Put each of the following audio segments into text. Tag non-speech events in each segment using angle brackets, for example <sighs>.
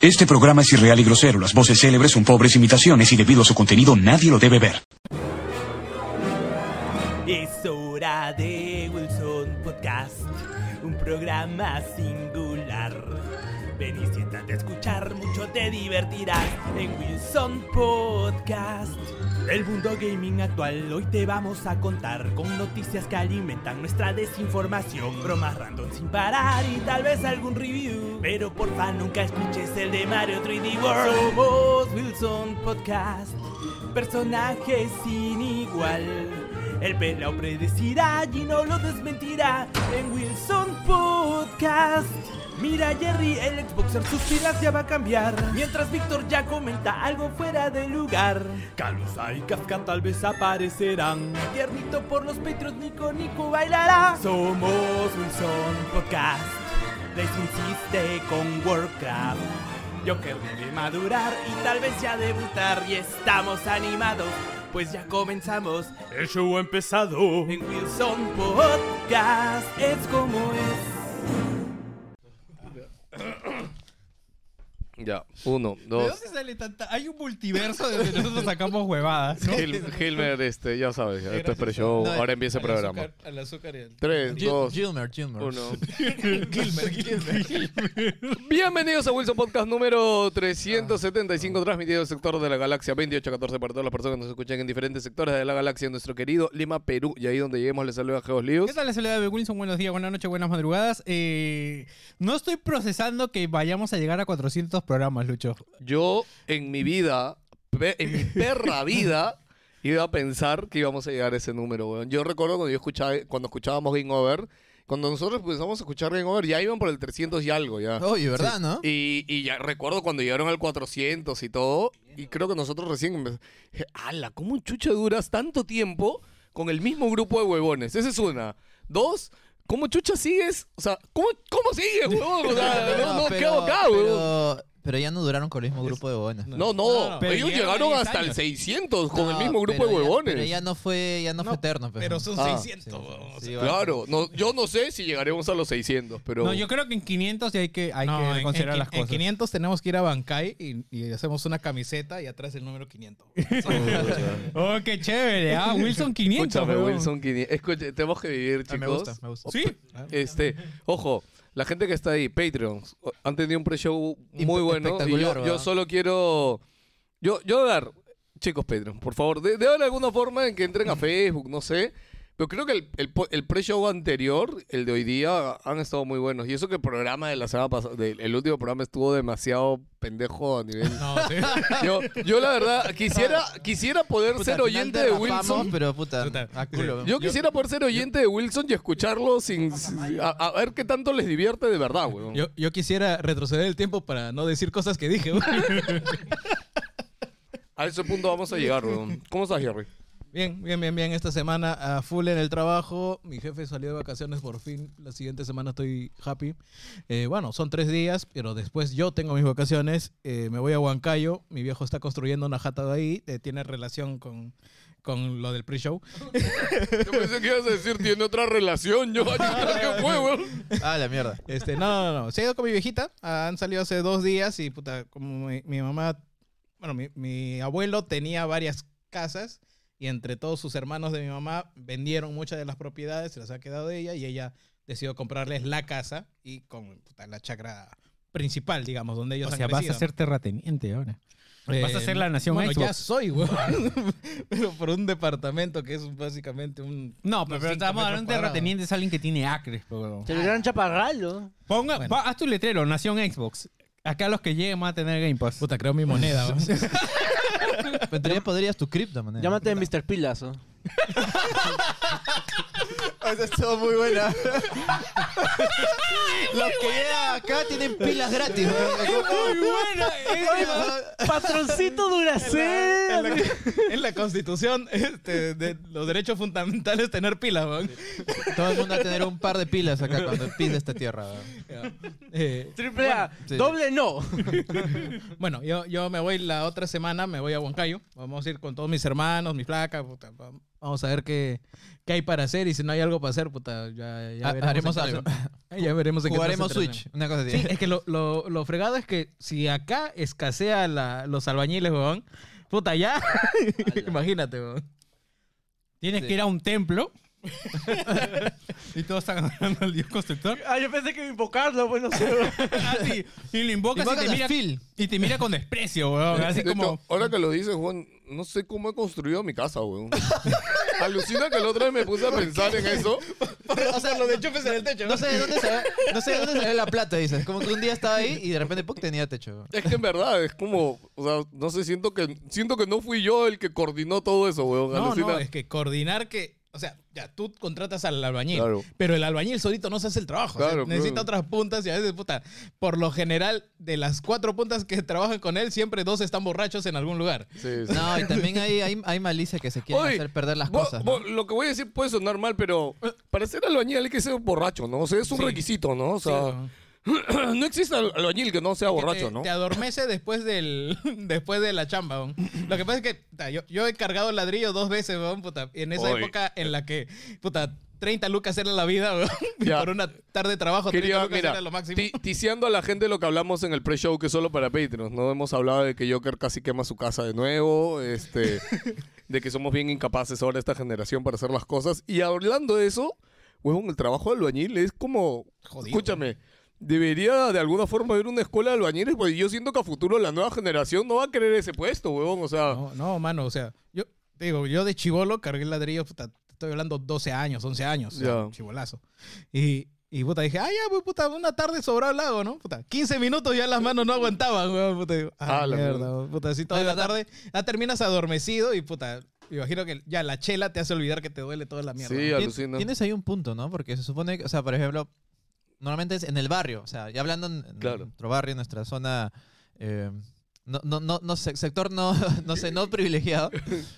Este programa es irreal y grosero. Las voces célebres son pobres imitaciones y debido a su contenido nadie lo debe ver. Es hora de Wilson Podcast, un programa singular. Ven y siéntate a escuchar, mucho te divertirás en Wilson Podcast. El mundo gaming actual hoy te vamos a contar con noticias que alimentan nuestra desinformación, bromas random sin parar y tal vez algún review. Pero porfa nunca escuches el de Mario 3D World. Somos Wilson Podcast, personaje sin igual. El pelao predecirá y no lo desmentirá en Wilson Podcast. Mira Jerry, el Xboxer, sus pilas ya va a cambiar. Mientras Víctor ya comenta algo fuera de lugar. Calusa y Kafka tal vez aparecerán. Tiernito por los petros, Nico Nico bailará. Somos Wilson Podcast. Les insiste con Warcraft. Joker debe madurar y tal vez ya debutar y estamos animados, pues ya comenzamos. El show ha empezado en Wilson Podcast, es como es. Ya, uno, ¿De dos. dónde sale tanta? Hay un multiverso de donde nosotros sacamos huevadas, ¿no? Hil- Hilmer, este, ya sabes, ya, esto es Gracias, pre-show. no, Ahora empieza el al programa. azúcar- Al azúcar y al... Tres, Gil- dos, Gilmer, <laughs> Gilmer. <laughs> uno. Gilmer, Gilmer. Bienvenidos a Wilson Podcast número Ah, 375, transmitido del sector de la galaxia 2814 para todas las personas que nos escuchan en diferentes sectores de la galaxia en nuestro querido Lima, Perú. Y ahí donde lleguemos les saluda a Geos Lius. ¿Qué tal la soledad de Wilson? Buenos días, buenas noches, buenas madrugadas. Eh, no estoy procesando que vayamos a llegar a 400 programas, Lucho. Yo en mi vida, pe- en mi <laughs> perra vida, iba a pensar que íbamos a llegar a ese número, weón. Yo recuerdo cuando yo escuchaba, cuando escuchábamos Game Over, cuando nosotros empezamos a escuchar Game Over, ya iban por el 300 y algo, ya. Oye, ¿verdad, no? Y, y ya recuerdo cuando llegaron al 400 y todo, y creo que nosotros recién... empe- dije, ¡Hala! ¿Cómo chucha duras tanto tiempo con el mismo grupo de huevones? Esa es una. Dos, ¿cómo chucha sigues? O sea, ¿cómo, cómo sigues, huevón? O <laughs> sea, Ah, no, no, ¿qué hago acá, huevón? pero, pero ya no duraron con el mismo grupo de huevones. No, No, no, no, pero ellos llegaron llegaron 10 hasta el años. 600 con el No, mismo grupo de pero ya- huevones. Pero ya no fue, ya no, fue eterno. pues. Pero son Ah. 600. huevón. Sí, va. Claro, no, yo no sé si llegaremos a los 600, pero... No, yo creo que en 500 ya hay que, hay No, que en- considerar en, las en cosas. 500 tenemos que ir a Bankai y, y hacemos una camiseta y atrás el número <laughs> 500. Oh, qué chévere. Ah, Wilson 500. Escúchame, huevón. Wilson 500. Escuche, tenemos que vivir, chicos. Ah, me gusta, me gusta. Sí. <laughs> Este, ojo, la gente que está ahí, Patreons, o- han tenido un pre-show muy Impe- bueno. Y espectacular, yo, yo ¿verdad? solo quiero. Yo, yo dar, chicos, Patreon, por favor, de, de dar alguna forma en que entren <laughs> a Facebook, no sé. Pero creo que el, el po- el pre-show anterior, el de hoy día, han estado muy buenos. Y eso que el programa de la semana pasada, el último programa estuvo demasiado pendejo a nivel. No, sí. <laughs> Yo, yo la verdad, quisiera, quisiera poder Puta, ser al final oyente de derrapamos, Wilson. Pero puta, Puta, a culo. Yo quisiera poder ser oyente de Wilson y escucharlo sin, sin- a, a ver qué tanto les divierte de verdad, weón. Yo, yo quisiera retroceder el tiempo para no decir cosas que dije. <laughs> güey. A ese punto vamos a llegar, weón. ¿Cómo estás, Jerry? Bien, bien, bien, bien. Esta semana a full en el trabajo. Mi jefe salió de vacaciones por fin. La siguiente semana estoy happy. Eh, bueno, son tres días, pero después yo tengo mis vacaciones. Eh, me voy a Huancayo. Mi viejo está construyendo una jata de ahí. Eh, tiene relación con, con lo del pre-show. Yo pensé que ibas a decir, tiene otra relación, yo. <laughs> ¿Qué fue, weón? Ah, la mierda. Este, no, no, no. Se ha ido con mi viejita. Ah, Han salido hace dos días y, puta, como mi, mi mamá... Bueno, mi, mi abuelo tenía varias casas y entre todos sus hermanos de mi mamá vendieron muchas de las propiedades, se las ha quedado ella y ella decidió comprarles la casa y con puta, la chacra principal, digamos, donde ellos O han sea, vas a crecido. ser terrateniente ahora. Eh, vas a ser la nación bueno, ya Xbox. soy, güey. <laughs> pero por un departamento que es básicamente un... No, unos pero, pero cinco estamos metros hablando de cuadrados. terrateniente, es alguien que tiene acres. pero- El gran chaparral, ¿no? Ponga, Bueno. pa- haz tu letrero, Nación Xbox. Acá los que lleguen van a tener Game <laughs> Pass. Puta, creo mi moneda. güey. <laughs> Pero tú ya podrías tu cripto, man. Llámate Mr. Pilas, ¿no? Esa estuvo muy buena. Los que llegan acá tienen pilas gratis. weón. buena! Patroncito Duracell. en, la, en la constitución este, de los derechos fundamentales es tener pilas, weón. Todo el mundo va a tener un par de pilas acá cuando pise esta tierra. weón. Eh, Triple A. sí. Doble no. <laughs> bueno, yo, yo me voy la otra semana, me voy a Huancayo. Vamos a ir con todos mis hermanos, mi flaca. puta, va- Vamos a ver qué, qué hay para hacer y si no hay algo para hacer, puta, ya, ya Ha- veremos. haremos en algo. casa. ya veremos en qué nos Jugaremos entretenemos. Switch. Una cosa así. Sí, es que lo, lo, lo fregado es que si acá escasea la, los albañiles, weón, puta, ya. Imagínate, weón. Tienes que ir a un <laughs> templo. y todos están adorando al dios constructor. Ah, yo pensé que iba a invocarlo, pues no <laughs> sé. Ah, Así. Y lo invocas, Invocas y, a te mira, Phil. y te mira con desprecio, weón. <laughs> Así De hecho, como. ahora que lo dices, Juan, no sé cómo he construido mi casa, weón. <laughs> Alucina que la otra vez me puse a pensar en eso. O sea, lo de chupes en el techo. No sé de dónde salió, no sé de dónde salió la plata, dices. Como que un día estaba ahí y de repente ¡puc! tenía techo. Es que en verdad, es como, o sea, no sé, siento que, siento que no fui yo el que coordinó todo eso, weón. No, Alucina. no, es que coordinar que. O sea, ya tú contratas al albañil, Claro. pero el albañil solito no se hace el trabajo. o sea, Claro, necesita claro. otras puntas y a veces, puta, por lo general, de las cuatro puntas que trabajan con él, siempre dos están borrachos en algún lugar. Sí, sí. No, y también hay, hay, hay malicia que se quiere Oye, hacer perder las Vos- cosas. ¿no? vos- Lo que voy a decir puede sonar mal, pero eh, para ser albañil hay que ser borracho, ¿no? O sea, es un requisito, ¿no? O sea, <clears throat> no existe al- albañil que no sea que borracho, te, ¿no? Eh, te adormece después del <laughs> después de la chamba. weón. Lo que pasa es que puta, yo, yo he cargado ladrillo dos veces, weón, puta, y en esa Oy. época en la que puta 30 lucas era la vida, weón, <laughs> y Ya. por una tarde de trabajo 30 Quería, lucas mira, era lo máximo. ti- ticiando a la gente lo que hablamos en el pre-show, que es solo para Patreons, ¿no? Hemos hablado de que Joker casi quema su casa de nuevo, <laughs> este, de que somos bien incapaces ahora esta generación para hacer las cosas. Y hablando de eso, huevón, el trabajo de albañil es como... escúchame, debería de alguna forma haber una escuela de albañiles, porque yo siento que a futuro la nueva generación no va a querer ese puesto, huevón, o sea... No, no, mano, o sea, yo te digo, yo de chivolo cargué ladrillo, puta, te estoy hablando 12 años, 11 años, o sea, Ya. chivolazo. Y, y puta, dije, ah, ya, pues, puta, una tarde sobrado el lago, ¿no? Puta, 15 minutos ya las manos no aguantaban, weón, puta, digo, ah, Ah, la mierda, mierda. weón, puta, así toda la tarde, ya terminas adormecido y puta, me imagino que ya la chela te hace olvidar que te duele toda la mierda. Sí, ¿no? Tien- alucina. Tienes ahí un punto, ¿no? Porque se supone que, o sea, por ejemplo, normalmente es en el barrio, o sea, ya hablando en, en Claro. nuestro barrio, en nuestra zona, eh, no, no, no, no sé, sector no, <laughs> no sé, no privilegiado.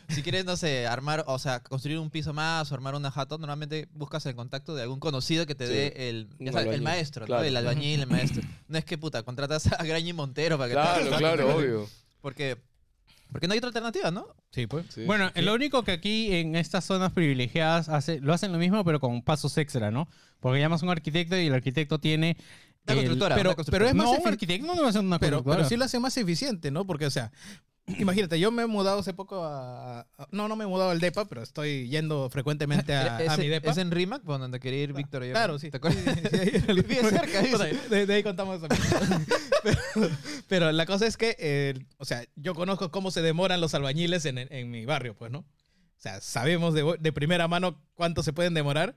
Si quieres, no sé, armar, o sea, construir un piso más o armar una jato, normalmente buscas el contacto de algún conocido que te Sí. dé el, Un ya sabes, el albañil, maestro, ¿no? claro. El albañil, el maestro. No es que, puta, contratas a Grañi Montero para que te haga Claro, esa- <laughs> claro, obvio. Porque, porque no hay otra alternativa, ¿no? Sí, pues. Sí. Bueno, lo único que aquí en estas zonas privilegiadas hace, lo hacen lo mismo, pero con pasos extra, ¿no? Porque llamas a un arquitecto y el arquitecto tiene. Una el- constructora, pero, una constructora. pero es más. No, No, un un arquitecto no va a ser una pero, pero constructora. sí lo hace más eficiente, ¿no? Porque, o sea, <clears throat> imagínate, yo me he mudado hace poco a... a- no, no me he mudado al DEPA, pero estoy yendo <laughs> frecuentemente a, es, a mi DEPA. E-, es en Rimac, por donde quería ir Víctor ayer. Claro, sí. ¿Te acuerdas? <laughs> Bien cerca, dice. de, de ahí <laughs> contamos también. pero, pero la cosa es que, eh, o sea, yo conozco cómo se demoran los albañiles en, en mi barrio, pues, ¿no? O sea, sabemos de, de primera mano cuánto se pueden demorar.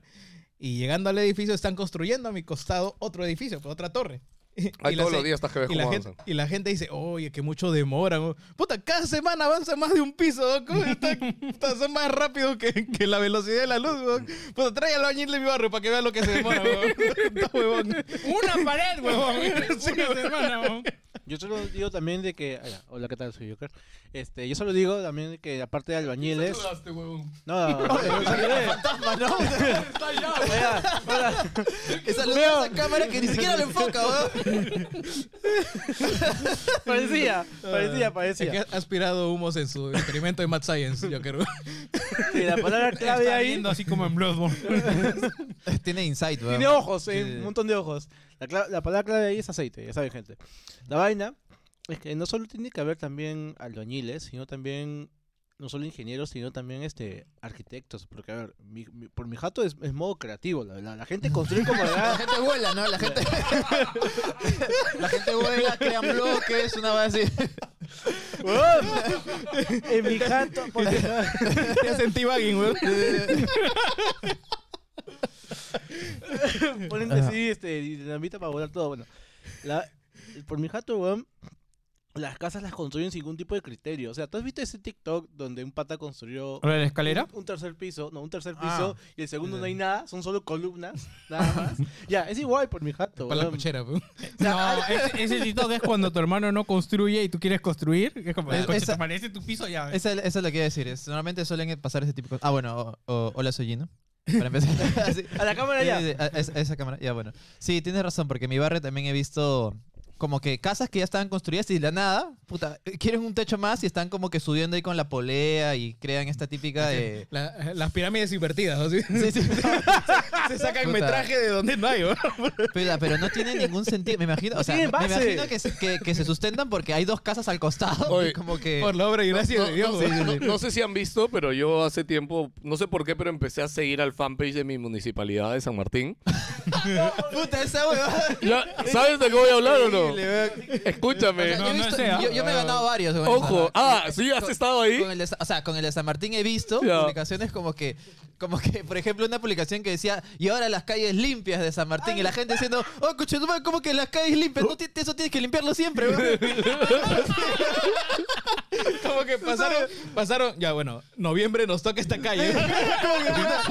Y llegando al edificio, están construyendo a mi costado otro edificio, pues, otra torre. <laughs> Y Ay, las- todos los días estás que ves y la, cómo gente, avanzan. y la gente dice, oye, que mucho demoran. o- Puta, cada semana avanza más de un piso. ¿no? ¿Cómo <laughs> están- puta, son más rápidos que, que la velocidad de la luz. ¿no? Puta, trae al bañil de mi barrio para que vea lo que se <laughs> demora. ¿no? Está huevón. Una pared, huevón. una semana, <laughs> huevón. Yo solo digo también de que. Hola, hola, ¿qué tal? Soy Joker. Este, yo solo digo también de que aparte de albañiles. No, no, no, fantasma, ¿no? Oiga, hola. Esa luz Veo. esa cámara que ni siquiera lo enfoca, weón. Parecía, parecía, Es que parecía. ha aspirado humos en su experimento de Mad Science, yo creo. Sí, la palabra clave Está ahí. viendo así como en Bloodborne. <laughs> Tiene insight, weón. Tiene ojos, eh, Sí, sí. un montón de ojos. La, cla- la palabra clave ahí es aceite, ya saben, gente. La vaina es que no solo tiene que haber también albañiles, sino también, no solo ingenieros, sino también este arquitectos. Porque, a ver, mi- mi- por mi jato es, es modo creativo, la verdad. La gente construye como le La <laughs> da- gente vuela, ¿no? La gente. la gente vuela, crean bloques, una vez así. <laughs> Weón, En mi jato, <laughs> por mi jato. ya sentí bagging, weón. Ponen de sí, este, y dinamita para volar todo. Bueno, la- por mi jato, weón, las casas las construyen sin ningún tipo de criterio. O sea, ¿tú has visto ese TikTok donde un pata construyó ¿Lo de la escalera? Un, un tercer piso, no, un tercer Ah. piso y el segundo no hay nada, son solo columnas, nada más. ya, es igual por mi jato. Para la weón. cochera, weón. No, ese, ese TikTok es cuando tu hermano no construye y tú quieres construir. Es como, Es- coche, esa- te parece tu piso ya. Esa, esa es lo que iba a decir. es- normalmente suelen pasar ese tipo de cosas. Ah, bueno, o- o- hola, soy Gino. Para empezar. <laughs> Así. A la cámara Sí, ya. Eh, sí, sí, a- a esa, a esa cámara, ya bueno. Sí, tienes razón, porque en mi barrio también he visto como que casas que ya estaban construidas y de la nada, puta, eh, quieren un techo más y están como que subiendo ahí con la polea y crean esta típica <laughs> de... La- las pirámides invertidas. ¿no? Sí, Sí, <laughs> sí. Se sacan Puta. metraje de donde no hay. ¿no? Pero, pero no tiene ningún sentido, me imagino, o sea, me tienen base. imagino que, se- que, que se sustentan porque hay dos casas al costado, Oye. y como que... Por la obra y gracia No, de no, Dios. no, no, <laughs> no sé si han visto, pero yo hace tiempo, no sé por qué, pero empecé a seguir al fanpage de mi municipalidad de San <laughs> Martín. Puta, esa huevada. Ya, ¿Sabes de qué voy a hablar o no? Escúchame. yo, he no visto- sé, ¿ah? yo- yo me he ganado varios. con esa Ojo, huevada. ah, sí, has estado ahí. Con el de Sa- o sea, con el de San Martín he visto Ya. publicaciones como que, como que, por ejemplo, una publicación que decía, y ahora las calles limpias de San Martín, y la gente diciendo, oh, cochetumare, ¿cómo que las calles limpias? No, ti- eso tienes que limpiarlo siempre, <laughs> weón". Como que pasaron, pasaron, ya bueno, noviembre nos toca esta <laughs> calle. Como que, puta,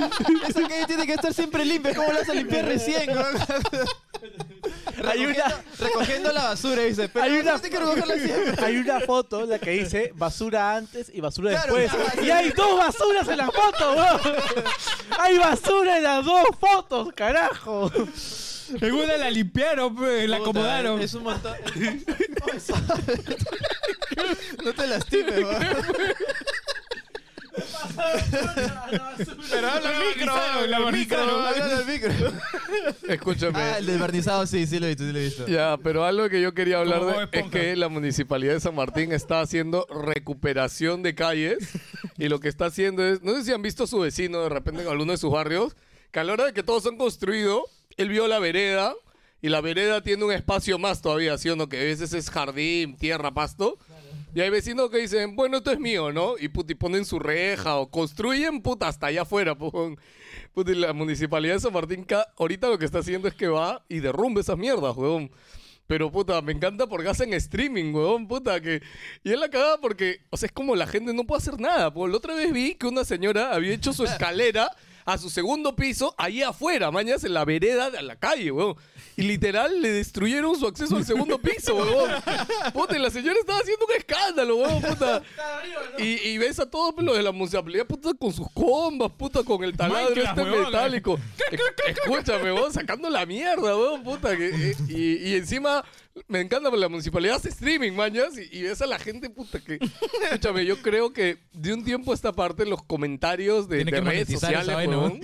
Esa calle tiene que estar siempre limpia, ¿cómo la vas a limpiar recién, weón? Hay recogiendo, una- recogiendo la basura, dice, pero Hay una- tienes que <laughs> recogerla siempre. Hay una foto en la que dice basura antes y basura Claro, después. claro. Y hay dos basuras en las fotos, weón. Hay basura en las dos fotos, carajo. En una la limpiaron, pe, la Puta, acomodaron. Es un montón. no te lastimes, weón. Pero habla al micro, la barnizaron. Háblale al micro. Escúchame. Ah, el del barnizado, sí, sí lo he visto, sí lo he visto. Ya, pero algo que yo quería hablar Como de- Bob es Esponja. que la municipalidad de San Martín está haciendo recuperación de calles y lo que está haciendo es, no sé si han visto a su vecino de repente en alguno de sus barrios, que a la hora de que todos han construido, él vio la vereda y la vereda tiene un espacio más todavía, ¿sí o no? Que a veces es jardín, tierra, pasto. Y hay vecinos que dicen, bueno, esto es mío, ¿no? Y, puta, y ponen su reja o construyen, puta, hasta allá afuera. pujón. Puta, y la municipalidad de San Martín ca- ahorita lo que está haciendo es que va y derrumbe esas mierdas, huevón. Pero, puta, me encanta porque hacen streaming, huevón, puta, que... Y es la cagada porque, o sea, es como la gente no puede hacer nada. Porque la otra vez vi que una señora había hecho su escalera a su segundo piso, ahí afuera, mañas, en la vereda de la calle, huevón. Y literal le destruyeron su acceso al segundo piso, huevón. Puta, y la señora estaba haciendo un escándalo, huevón, puta. Y, y ves a todos pues, los de la municipalidad, puta, con sus combas, puta, con el taladro Minecraft, este huevón. metálico. Esc- Escúchame, huevón, sacando la mierda, huevón, puta. que- eh, y, y encima, me encanta, porque la municipalidad hace streaming, mañas, y, y ves a la gente, puta, que... Escúchame, yo creo que de un tiempo a esta parte los comentarios de, Tiene de que redes monetizar esa sociales, vaina, huevón,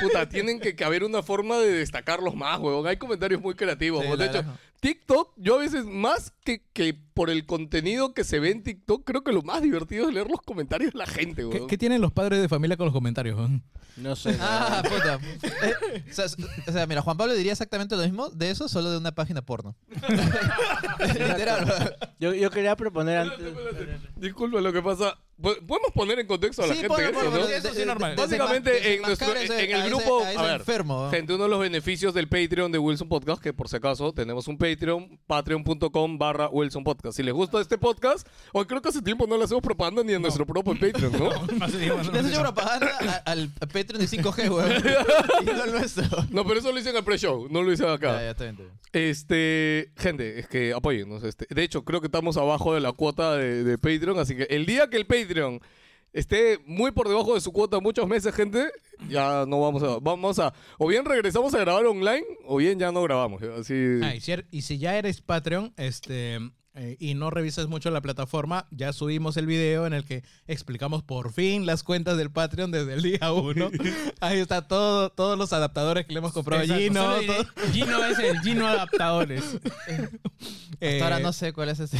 puta, tienen que, que haber una forma de destacarlos más, huevón. Hay comentarios muy creativos, Sí, huevón. De la hecho, verdad. TikTok, yo a veces más que, que por el contenido que se ve en TikTok, creo que lo más divertido es leer los comentarios de la gente, ¿Qué, weón. qué tienen los padres de familia con los comentarios? <laughs> weón? No sé. Ah, puta. Eh, o, sea, s- o sea, mira, Juan Pablo diría exactamente lo mismo de eso, solo de una página porno. <laughs> Literal. Yo, yo quería proponer antes. <laughs> Disculpa lo que pasa. Po- Podemos poner en contexto a la gente ponlo, eso, ponlo, ¿no? ponlo, Eso sí, de- de- normal. de- Básicamente, de- de- en nuestro- desenmascara a ese- en el a ese- grupo- a ese a ver, enfermo. ¿no? Gente, uno de los beneficios del Patreon de Wilson Podcast, que por si acaso tenemos un Patreon, patreon.com barra Wilson Podcast. Si les gusta este podcast, hoy creo que hace tiempo no le hacemos propaganda ni a nuestro propio Patreon, ¿no? <laughs> Así digo, Le has hecho ¿no? propaganda a- al Patreon de 5G, weón. <laughs> y no al nuestro. No, pero eso lo hice en el pre-show, no lo hice acá. Ya, ya, está bien, está bien. Este, gente, es que apóyennos. Este. De hecho, creo que estamos abajo de la cuota de, de Patreon, así que el día que el Patreon esté muy por debajo de su cuota muchos meses, gente, ya no vamos a, vamos a, o bien regresamos a grabar online, o bien ya no grabamos. Así, Ah, y, si, er- y si ya eres Patreon este, eh, y no revisas mucho la plataforma, ya subimos el video en el que explicamos por fin las cuentas del Patreon desde el <laughs> día 1. Ahí está todo, todos los adaptadores que le hemos comprado a Exacto, Gino. solo diré, todo- Gino es el Gino Adaptadores. <laughs> eh, Ahora no sé cuál es <laughs> ese.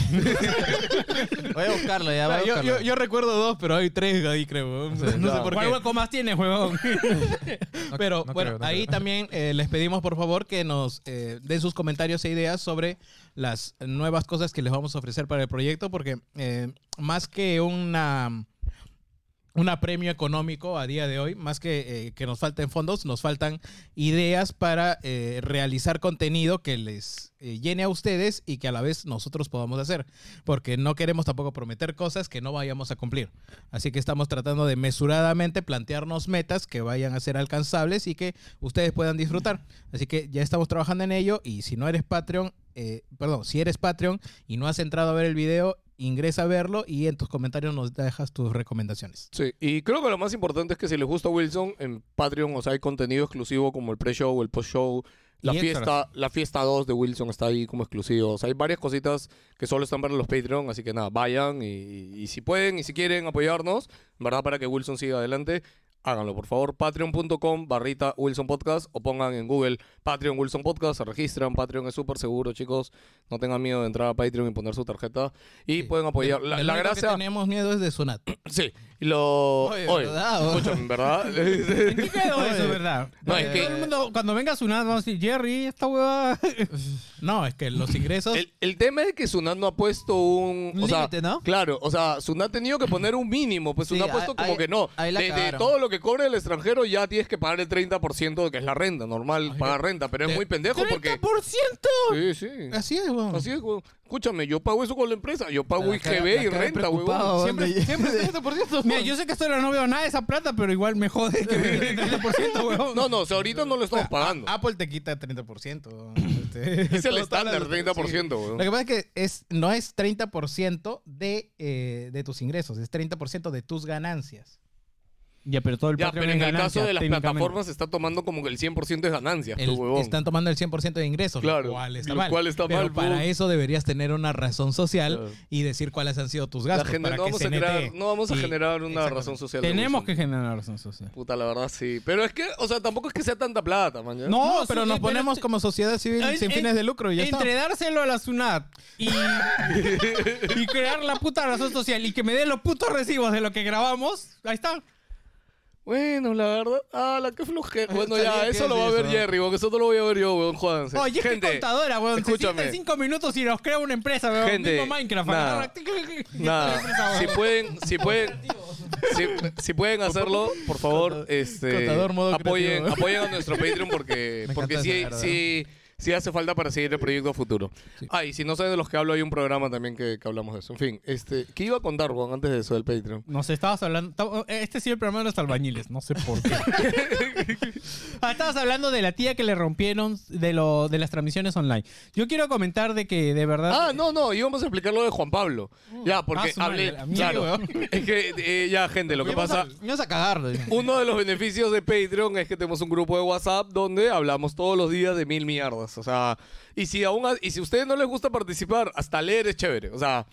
voy a buscarlo, ya, voy a claro, yo, buscarlo. yo- yo recuerdo dos, pero hay tres ahí, creo. No sé claro. por ¿Cuál qué. hueco más tienes, huevón? <laughs> No- Pero no bueno, creo, no ahí creo. también eh, les pedimos por favor que nos eh, den sus comentarios e ideas sobre las nuevas cosas que les vamos a ofrecer para el proyecto, porque eh, más que una un apremio económico a día de hoy, más que eh, que nos falten fondos, nos faltan ideas para eh, realizar contenido que les eh, llene a ustedes y que a la vez nosotros podamos hacer, porque no queremos tampoco prometer cosas que no vayamos a cumplir. Así que estamos tratando de mesuradamente plantearnos metas que vayan a ser alcanzables y que ustedes puedan disfrutar. Así que ya estamos trabajando en ello y si no eres Patreon, eh, perdón, si eres Patreon y no has entrado a ver el video, ingresa a verlo y en tus comentarios nos dejas tus recomendaciones. Sí, y creo que lo más importante es que si les gusta Wilson, en Patreon, o sea, hay contenido exclusivo como el pre-show, el post-show, La Y extras. fiesta, la fiesta 2 de Wilson está ahí como exclusivo. O sea, hay varias cositas que solo están para los Patreon, así que nada, vayan y, y- y si pueden y si quieren apoyarnos, en verdad, para que Wilson siga adelante, háganlo, por favor. Patreon.com barrita Wilson Podcast o pongan en Google Patreon Wilson Podcast, se registran. Patreon es súper seguro, chicos. No tengan miedo de entrar a Patreon y poner su tarjeta. Y pueden apoyar. La, El la único que gracia... tenemos miedo es de Sunat. Sí, lo... Oye, Oye, ¿verdad? <laughs> escúchame, en <laughs> ¿verdad? ¿Qué quedó eso, verdad? No, Eh, es que- Todo el mundo, cuando venga su nada, vamos a decir, Jerry, esta hueva. <laughs> No, es que los ingresos. El, el tema es que Sunat no ha puesto un. Un o sea, límite, ¿no? Claro, o sea, Sunat ha tenido que poner un mínimo. Pues Sí, Sunat ha puesto ahí- como ahí- que no. ahí la de, de cagaron. todo lo que cobra el extranjero ya tienes que pagar el 30% de que es la renta. Normal eh, pagar renta, pero es muy pendejo porque. Sí, sí. Así es, weón. Así es, weón. Escúchame, yo pago eso con la empresa. Yo pago La cara- IGB la y cara de renta, preocupado, weón. ¿dónde <laughs> Siempre, llega? siempre <laughs> 30%. Mira, yo sé que hasta ahora no veo nada de esa plata, pero igual me jode que me quiten <laughs> 30%, huevón. No, no, o sea, ahorita no lo <laughs> estamos pagando. Ah, Apple te quita 30%. weón. <laughs> Este, Es el todo- estándar, <laughs> todas las- 30%, Lo weón. que pasa es que es, no es 30% de, eh, de tus ingresos, es 30% de tus ganancias. Ya, pero todo el Ya, Patreon pero en es el ganancia, caso de las técnicamente. plataformas se está tomando como que el 100% de ganancias, El- tú, huevón. están tomando el 100% de ingresos, Claro, lo cual está lo mal. cual está Pero mal, para pum. eso deberías tener una razón social Claro. y decir cuáles han sido tus La gastos. gente- para no, que vamos a CNT generar, no vamos a y- generar una exactamente. razón social. de Tenemos Wilson. que generar razón social. Puta, la verdad sí. Pero es que, o sea, tampoco es que sea tanta plata, man. ¿ya? No, No, pero sí, nos pero ponemos te- como sociedad civil en- sin en- fines de lucro y ya Entre dárselo a la SUNAT y, y crear la puta razón social y que me dé los putos recibos de lo que grabamos, ahí está. Bueno, la verdad. Ah, la que flojera. Bueno, Sabía ya, que eso es lo va a ver eso. Jerry, porque eso no lo voy a ver yo, weón, jódanse. Oye, es que gente, contadora, weón. escúchame. Se sienta en cinco minutos y nos crea una empresa, weón. Gente, Mismo Minecraft. nada. agarra- <laughs> nada. Si pueden, si pueden, si, si pueden hacerlo, por favor, este, contador modo apoyen, creativo. apoyen a nuestro Patreon porque, Me porque encanta esa sí, sí, mierda. sí hace falta para seguir el proyecto a futuro. Ah, y si no saben de los que hablo, hay un programa también que, que hablamos de eso. En fin, este, ¿qué iba a contar, weón, antes de eso del Patreon? Nos estabas hablando. estaba- Este sí el programa de los albañiles, no sé por <laughs> qué. Ah, estabas hablando de la tía que le rompieron de, lo, de las transmisiones online. Yo quiero comentar de que de verdad. Ah, no, no, íbamos a explicar lo de Juan Pablo. Ya, porque Ah, su madre, hablé. la mierda, Claro. weón. Es que, eh, ya, gente, lo que Vamos pasa. a- vamos a cagarlo. Uno de los beneficios de Patreon es que tenemos un grupo de WhatsApp donde hablamos todos los días de mil mierdas. O sea, y si aún a- y si a ustedes no les gusta participar, hasta leer es chévere. O sea,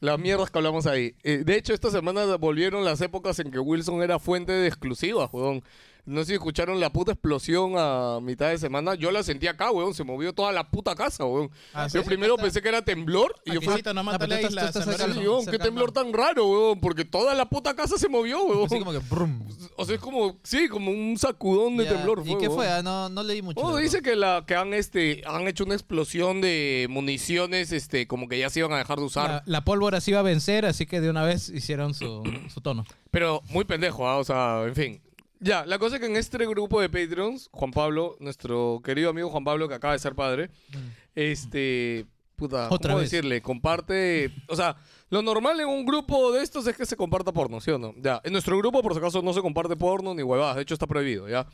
las mierdas que hablamos ahí. Eh, de hecho, esta semana volvieron las épocas en que Wilson era fuente de exclusivas, weón. No sé si escucharon la puta explosión a mitad de semana. Yo la sentí acá, weón. Se movió toda la puta casa, weón. Ah, yo sí. primero pensé que era temblor y yo fui, Paquicito, no Ah, mata pero la tú estás- isla, tú estás San acá, Lorenzo. ¿no? Weón, qué temblor tan raro, weón, porque toda la puta casa se movió, weón. Así como que <laughs> brum. O sea, es como, sí, como un sacudón de Ya, temblor. ¿Y qué weón. fue? Ah, No, no leí mucho. Oh, la dice verdad. que, la, que han, este, han hecho una explosión de municiones, este, como que ya se iban a dejar de usar. La, la pólvora se iba a vencer, así que de una vez hicieron su, <clears throat> su tono. Pero muy pendejo, ¿ah? o sea, en fin. Ya, la cosa es que en este grupo de Patreons, Juan Pablo, nuestro querido amigo Juan Pablo, que acaba de ser padre, este. Puta, Otra ¿cómo vez. decirle? Comparte. O sea, lo normal en un grupo de estos es que se comparta porno, ¿sí o no? Ya, en nuestro grupo, por si acaso, no se comparte porno ni huevadas, de hecho está prohibido, ¿ya?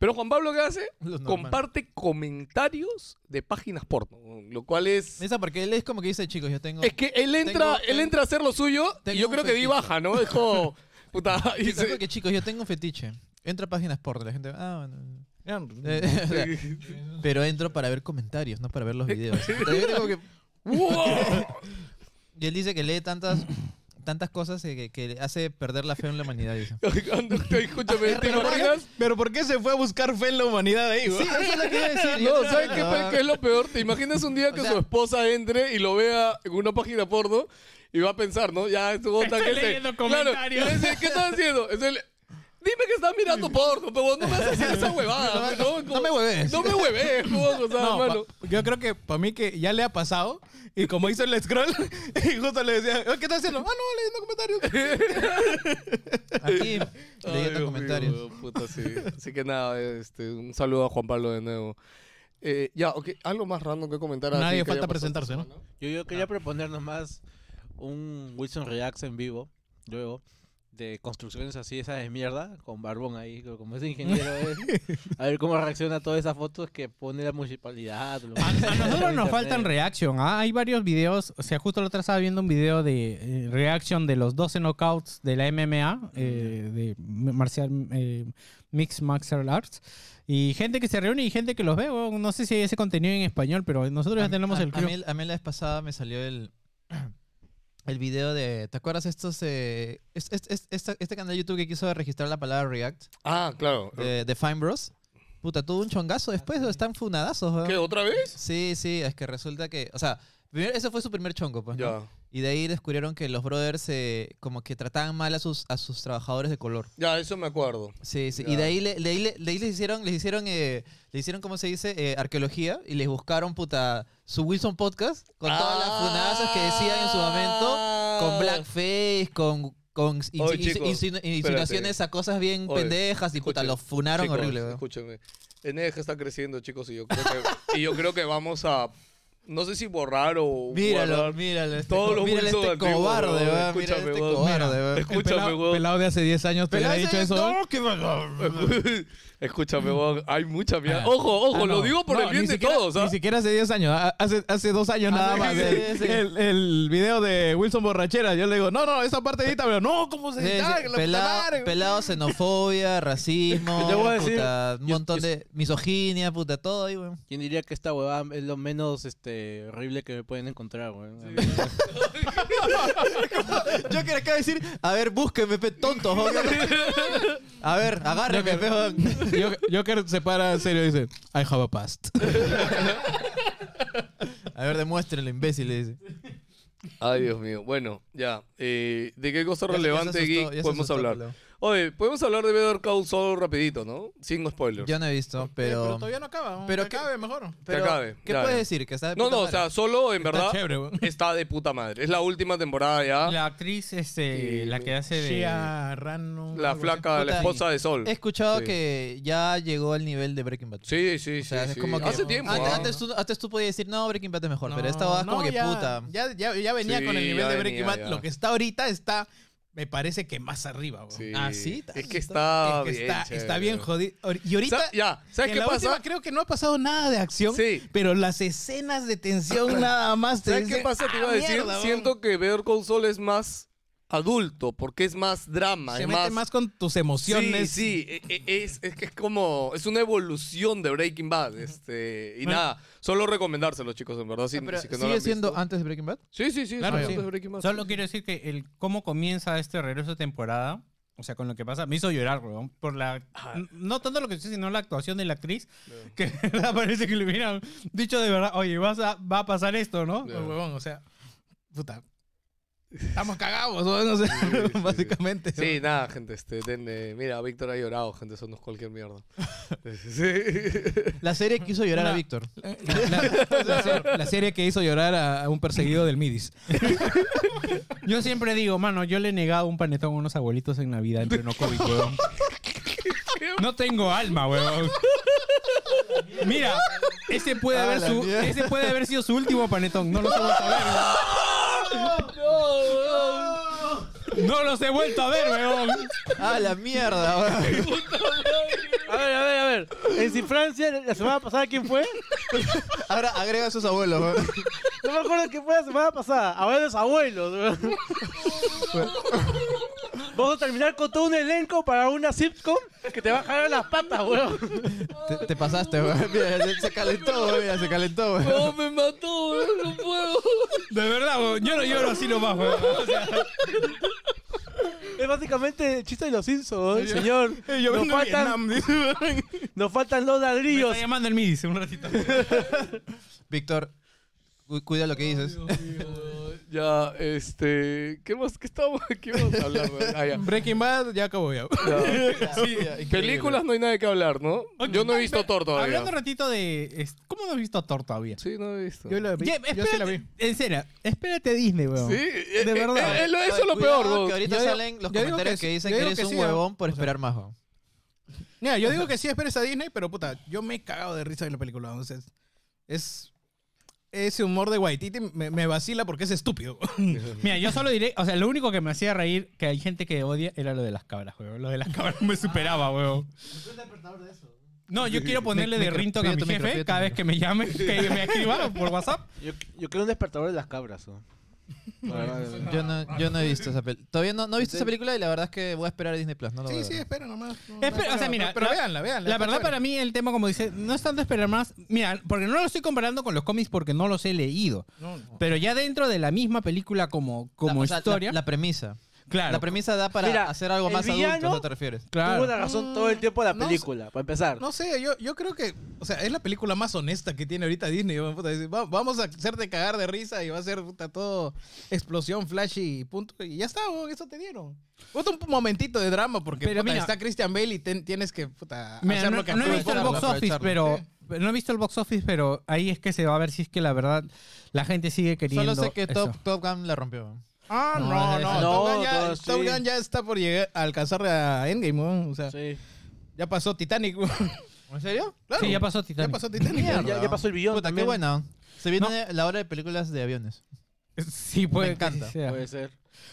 Pero Juan Pablo, ¿qué hace? Lo normal. Comparte comentarios de páginas porno, lo cual es. Esa porque él es como que dice, chicos, yo tengo... Es que él entra, Tengo- él entra a hacer lo suyo y tengo yo un creo que di fetiche. baja, ¿no? Dijo. Puta, y Chicos, se- porque, chicos, <laughs> yo tengo un fetiche. Entro a páginas porno, la gente... Ah, bueno. Eh, o sea, <laughs> pero entro para ver comentarios, no para ver <laughs> los videos. Entonces, yo tengo que- <laughs> y él dice que lee tantas tantas cosas eh, que, que hace perder la fe en la humanidad. <laughs> dice. Oigan, te- Escúchame, ¿te imaginas? Pero ¿por qué se fue a buscar fe en la humanidad ahí, güey? eso es lo que iba a decir. No, Yo creo ¿sabes que qué, no. pe- qué es lo peor? ¿Te imaginas un día que O sea- su esposa entre y lo vea en una página porno y va a pensar, ¿no? Ya, estuvo bota Estoy que se- leyendo Claro, comentarios. y le dice, ¿qué estás haciendo? Es el- Dime que estás mirando porno, pero no me haces hacer esa huevada. No, No me hueves. No me hueves, huevón, o sea, No, hermano. pa- yo creo que para mí que ya le ha pasado y como hizo el scroll <laughs> y justo le decía, "Oye, ¿qué estás haciendo? Ah, no, leyendo comentarios. Ay, Aquí, leyendo Dios comentarios. mío, weón, puta, sí. Así que nada, este, un saludo a Juan Pablo de nuevo. Eh, ya, ok, algo más random que comentar. así Nadie que falta haya pasado esta presentarse, ¿no? semana. Ah. Yo, yo quería proponer nomás un Wilson Reacts en vivo, luego, de construcciones así, esas de mierda, con Barbón ahí, co- como ese ingeniero <laughs> es. A ver cómo reacciona a todas esas fotos que pone la municipalidad. lo que A, sea, a nosotros por nos internet. eh. faltan reaction. ¿ah? Hay varios videos. O sea, justo la otra estaba viendo un video de eh, reaction de los 12 knockouts de la MMA, eh, de m- marcial, eh, Mixed Martial Arts. Y gente que se reúne y gente que los ve. weón. No sé si hay ese contenido en español, pero nosotros ya tenemos a, el a club. mí, a mí la vez pasada me salió el, <clears throat> el video de. ¿Te acuerdas estos. eh, es- es- es- esta- este, canal de YouTube que quiso registrar la palabra React eh, Ah, claro. de, de Fine Bros? Puta, tuvo un chongazo después, están funadazos. weón. Ah, ¿Qué, otra vez? Sí, sí, es que resulta que. O sea, primero- ese fue su primer chongo, pues. ¿no? Ya. Y de ahí descubrieron que los brothers eh, como que trataban mal a sus, a sus trabajadores de color. Ya, eso me acuerdo. Sí, sí. Ya. Y de ahí, le, de ahí le- de ahí les hicieron, les hicieron, eh, les hicieron, ¿cómo se dice? Eh, arqueología y les buscaron, puta, su Wilson Podcast con todas las funazas que decían en su momento, con blackface, con, con insi- Ah. Oye, insi- chicos, insinu- insinuaciones a cosas bien Oye, pendejas y puta, escuchen, los funaron Chicos, horrible, weón. Escúchenme. NG está creciendo, chicos, y yo creo que, y yo creo que vamos a. No sé si borrar o. Míralo, guardar. <laughs> míralo. Este, Todos los míralo Wilson este antiguos, cobarde, weón. weón. Mira Escúchame, este weón. cobarde, weón. Escúchame, pelado, weón. pelado de hace 10 años te Pero hubiera ese- dicho eso. ¿eh? no, qué mal- Escúchame, weón. Hay mucha mierda. Ojo, ojo, Ah, lo no. digo por No, el bien ni de siquiera- todos, ¿ah? Ni siquiera hace 10 años, ah, hace, hace dos años Ah, nada sí, más. sí, el, sí. el- el video de Wilson Borrachera, yo le digo, no, no, esa parte edita, pero no, ¿cómo se Sí, sí, edita? Que la puta madre. pelado, pelado <laughs> xenofobia, racismo, Yo voy a decir- puta, un yo- montón yo- de misoginia, puta, todo ahí, weón. ¿Quién diría que esta huevada es lo menos este, horrible que me pueden encontrar, weón? <laughs> Yo que le acabo de decir, a ver, búsquenme, pe <laughs> tonto, A ver, agárrenme, pe joder. Yo- Joker se para en serio y dice, I have a past. <laughs> A ver, demuéstrenlo, imbécil, le dice. Ay, Dios mío. Bueno, ya. eh, ¿De qué cosa Ya- ya se relevante asustó, geek ya se podemos asustó, hablar? Pelao. Oye, podemos hablar de Better Call Saul rapidito, ¿no? Sin spoilers. Yo no he visto, pero... todavía no acaba, pero pero que- que acabe mejor. pero, acabe, ¿Qué ya, puedes ya. decir? Que está de no, puta no, o madre. sea, solo en verdad chévere, weón. está de puta madre. Es la última temporada ya. La, La actriz, este, Sí. la que hace de. Shia Rano, algo flaca, la Puta, esposa de Sol. He escuchado Sí. que ya llegó al nivel de Breaking Bad. Sí, sí, O sea, sí. es sí. como que- Hace tiempo. Antes, ¿ah? antes tú, antes tú podías decir, no, Breaking Bad es mejor, así. pero esta No, va como no, que ya- puta. Ya, ya, ya venía Sí, con el nivel ya de Breaking venía, Bad. ya. Lo que está ahorita está, me parece que más arriba, weón. Sí. Ah, sí, tal- Es que está Es que bien. está, está chévere. bien jodido. Or- Y ahorita, Sa- Ya, ¿sabes en qué la última pasa? creo que no ha pasado nada de acción, Sí. pero las escenas <coughs> de tensión nada más te ¿Sabes qué dicen, pasa? Te "Ah, iba a decir, mierda, weón". siento que Better Call Saul es más adulto, porque es más drama, se es mete más con tus emociones. Sí, sí, e- e- es, es que es como, es una evolución de Breaking Bad, este, y nada, solo recomendárselo, chicos, en verdad, si, Ah, pero si que no lo ¿Sigue han siendo visto. antes de Breaking Bad? Sí, sí, sí, Claro, sí, sí. antes de Breaking Bad. Solo quiero decir que el cómo comienza este regreso de temporada, o sea, con lo que pasa, me hizo llorar, weón. Por la. n- No tanto lo que hizo, sino la actuación de la actriz, que <laughs> de verdad parece que le hubieran dicho de verdad, oye, vas a, va a pasar esto, ¿no? Ya. Pues, huevón, o sea, puta. Estamos <laughs> cagados, weón, o sea, sí. básicamente. <laughs> Sí, nada, gente, este, denle- mira, Víctor ha llorado, gente, eso no es cualquier mierda. Sí. La serie quiso llorar a Víctor. La, la ser- la serie que hizo llorar a, a un perseguido del Midis. <laughs> Yo siempre digo, mano, yo le he negado un panetón a unos abuelitos en Navidad en pleno COVID, weón. No tengo alma, weón. Mira, ese puede, Ah, haber la su- mierda. ese puede haber sido su último panetón. No los he vuelto a ver. weón. No los he vuelto a ver, weón. ¡Ah, la <laughs> mierda! weón. A ver, a ver, a ver. En si Francia, la semana pasada, ¿quién fue? Ahora agrega a sus abuelos. weón. No me acuerdo quién fue la semana pasada. Abuelos, abuelos. weón. Vamos a terminar con todo un elenco para una sitcom que te va a jalar las patas, weón. Te, te pasaste, weón. Mira, se, se calentó, weón. Mira, se calentó, weón. No, me mató, weón, no puedo. De verdad, weón. Yo no lloro así nomás, weón. O sea, Es básicamente el chiste de los Simpsons, ¿eh? señor. Yo nos, vengo de faltan, Vietnam, dice, weón. nos faltan los me ladrillos. está llamando el Midis un ratito. Víctor, cu- cuida lo que dices. <laughs> Ya, este, ¿qué más? ¿Qué estamos aquí? Vamos a hablar, weón. Ah, ya. Breaking Bad ya acabó ya. Ya. Sí, Películas no hay nada que hablar, ¿no? Yo no he visto Thor todavía. Hablando un ratito de. es- ¿Cómo no has visto a Thor todavía? Sí, no he visto. Yo, la vi, Ya, yo sí la espérate, vi. En serio, espérate a Disney, weón. Sí, De eh, verdad. eh, eh, lo- eso es lo Cuidado, peor, weón. Que ahorita Yo digo- salen los yo digo que comentarios que, sí, dicen yo que digo eres que un sí, huevón por esperar más, weón. Mira, yo digo que sí esperes a Disney, pero puta, yo me he cagado de risa en la película. Entonces, es. ese humor de Waititi me, me vacila porque es estúpido. <laughs> Mira, yo solo diré, o sea, lo único que me hacía reír que hay gente que odia era lo de las cabras, weón. Lo de las cabras me superaba, weón. No, yo quiero ponerle de micro- rinto a pide mi tu micro, jefe pide tu cada vez que me llame, que me escriba por WhatsApp. Yo, yo creo un despertador de las cabras. ¿no? Para- para- Yo no, yo no he visto esa película. Todavía no, no he visto esa película y la verdad es que voy a esperar a Disney Plus. No lo voy sí, a sí, ver. espera nomás. No, Espera, no hay o sea, problema. mira, Pero la- veanla, veanla. La está verdad, chévere. para mí el tema, como dice, no es tanto esperar más. Mira, porque no lo estoy comparando con los cómics porque no los he leído. No, no. Pero ya dentro de la misma película como, La- como o sea, la- historia. La, premisa. claro. La premisa da para Mira, hacer algo el más adulto, villano- ¿no te refieres? claro. Tuvo una razón todo el tiempo la No sé. película, para empezar. No sé, yo, yo creo que, o sea, es la película más honesta que tiene ahorita Disney. weón, puta, dice, "Va- vamos a hacerte cagar de risa y va a ser puta, todo explosión, flash y punto. Y ya está, weón, eso te dieron. Puta, un momentito de drama porque Pero puta, mira- está Christian Bale y ten- tienes que puta, Mira, hacer no, lo que no he actúa. visto el box aprovecharlo. office, pero pero no he visto el box office, pero ahí es que se va a ver si es que la verdad la gente sigue queriendo. Solo sé que eso. Top, Top Gun la rompió. Ah, No, no, es- no. no, Top Gun ya, todo- Top sí. Gun ya está por llegar a alcanzar a Endgame, weón, O sea, Sí. ya pasó Titanic, weón. ¿En serio? Claro, Sí, ya pasó ya Titanic. pasó Titanic. Ya, weón. ya- ya pasó el billón. Puta, qué también. bueno. Se viene la hora de películas de aviones. Sí, puede Me encanta. que sí sea. Puede ser. O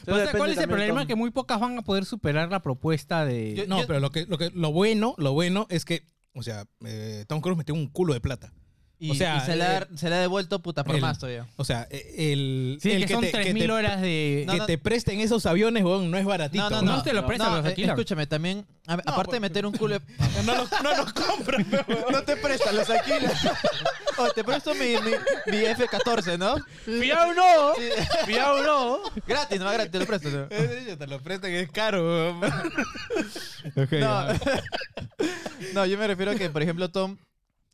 sea, Depende ¿Cuál es el también, problema? Tom. Que muy pocas van a poder superar la propuesta de. Yo- No, pero lo que, lo que lo bueno, lo bueno es que, o sea, eh, Tom Cruise metió un culo de plata. Y, O sea, y se, la, eh, se la ha devuelto puta por el- más todavía. O sea, eh, el, sí, el que, son te- que 3.000 te- horas de. No, que no. te presten esos aviones, weón, no es baratito. No, No, no, te lo no, prestan, No, los eh, alquilan. escúchame, también, a- aparte de meter un culo... de- <laughs> No los, no los <laughs> compran, weón. No te prestan, los <laughs> alquilas. O te presto mi, mi, mi F-14, ¿no? Fiao <laughs> no. <laughs> Fiao no. Gratis, no gratis, te lo presto. ¿no? Eh, ellos te los prestan, es caro, weón. <laughs> No. <laughs> No, yo me refiero a que, por ejemplo, Tom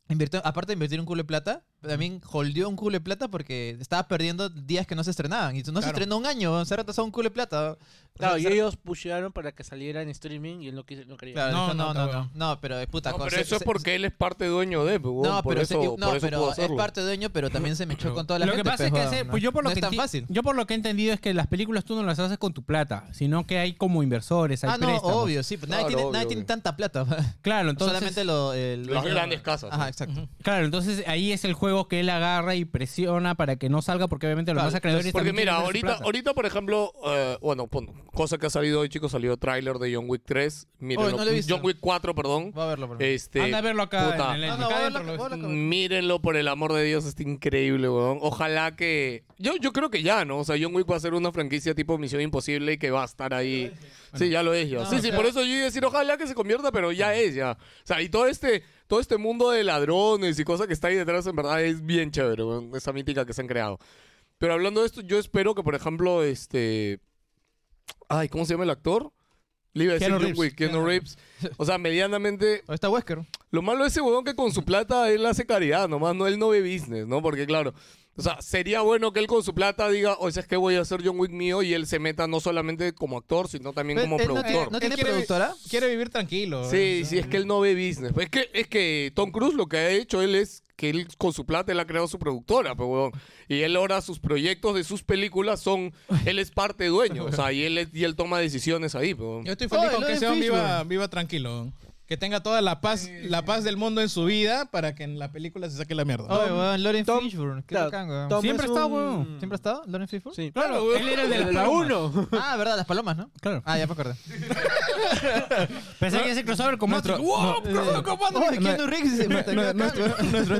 invirtió, aparte de invertir un culo de plata, también holdeó un culo de plata porque estaba perdiendo días que no se estrenaban. Y no se Claro. estrenó un año, se ha retrasado un culo de plata. Claro, y Se- ellos pushearon para que saliera en streaming y él no, quiso, no quería. Claro, No, dijo, no, no, no, no, cabrón. no, pero es puta No, cosa. pero eso Se- es porque él es parte dueño de, pues, No, weón, por pero, se- eso, no, por eso pero pudo es hacerlo. parte dueño, pero también se mechó con toda la lo gente. que pasa pues, es que joder, hace- no, pues yo por lo no que es tan enti- fácil. yo por lo que he entendido es que las películas tú no las haces con tu plata, sino que hay como inversores, hay Ah, no, préstamos. obvio, sí. pues nadie, Claro, tiene, obvio, nadie tiene obvio. tanta plata. <laughs> Claro, entonces Solamente lo, el- Las grandes casas. Ajá, ¿no? exacto. Claro, entonces ahí es el juego que él agarra y presiona para que no salga, porque obviamente los Claro, más acreedores Porque también mira, quieren ver su ahorita, plata. ahorita, por ejemplo, eh, bueno, pon- cosa que ha salido hoy, chicos, salió tráiler de John Wick 3. Mírenlo. Oh, no lo he visto. John Wick 4, perdón. Voy a verlo por mí. Este, Anda a verlo acá puta, en el No, no, voy acá a adentro verlo, lo voy a verlo. Pues Mírenlo por el amor de Dios, está increíble, weón. Ojalá que. Yo, yo creo que ya, ¿no? O sea, John Wick va a ser una franquicia tipo Misión Imposible y que va a estar ahí. sí, ya lo es ya. No, sí, o sí, sea- por eso yo iba a decir, ojalá que se convierta, pero ya es ya. O sea, y todo este, todo este mundo de ladrones y cosas que está ahí detrás, en verdad, es bien chévere, weón. Esa mítica que se han creado. Pero hablando de esto, yo espero que, por ejemplo, este. Ay, ¿cómo se llama el actor? Le iba a decir Keanu John Reeves. Wick, Keanu Reeves. O sea, medianamente Ahí está Wesker. lo malo de ese huevón que con su plata él hace caridad, nomás no él no ve business, ¿no? Porque claro, o sea, sería bueno que él con su plata diga, o sea, es que voy a hacer John Wick mío y él se meta no solamente como actor, sino también Pero como Pues, él no productor. ¿No Él tiene quiere- productora? Quiere vivir tranquilo. Sí, weón. sí, es que él no ve business. Pues es que, es que Tom Cruise lo que ha hecho él es que él con su plata él ha creado su productora, pues, huevón. Y él ahora sus proyectos de sus películas son, él es parte dueño, o sea, y él, es- y él toma decisiones ahí, pues, huevón. Yo estoy feliz Oye, con lo que de ese hombre viva, Fishburne. viva tranquilo. weón. Que tenga toda la paz, la paz del mundo en su vida para que en la película se saque la mierda. Oye, weón, Lauren Tom- Fishburne. Qué Claro, bacán, weón. Tom Siempre es está, un- weón. ¿Siempre ha estado Lauren Fishburne? Sí. Claro, él era el del La Paloma. uno. Ah, verdad, las palomas, ¿no? Claro. Ah, ya me acordé. Pensé que ese crossover como otro. eh, Ay, Keanu Reeves dice, puta, qué No- bacán. nuestro, nuestro,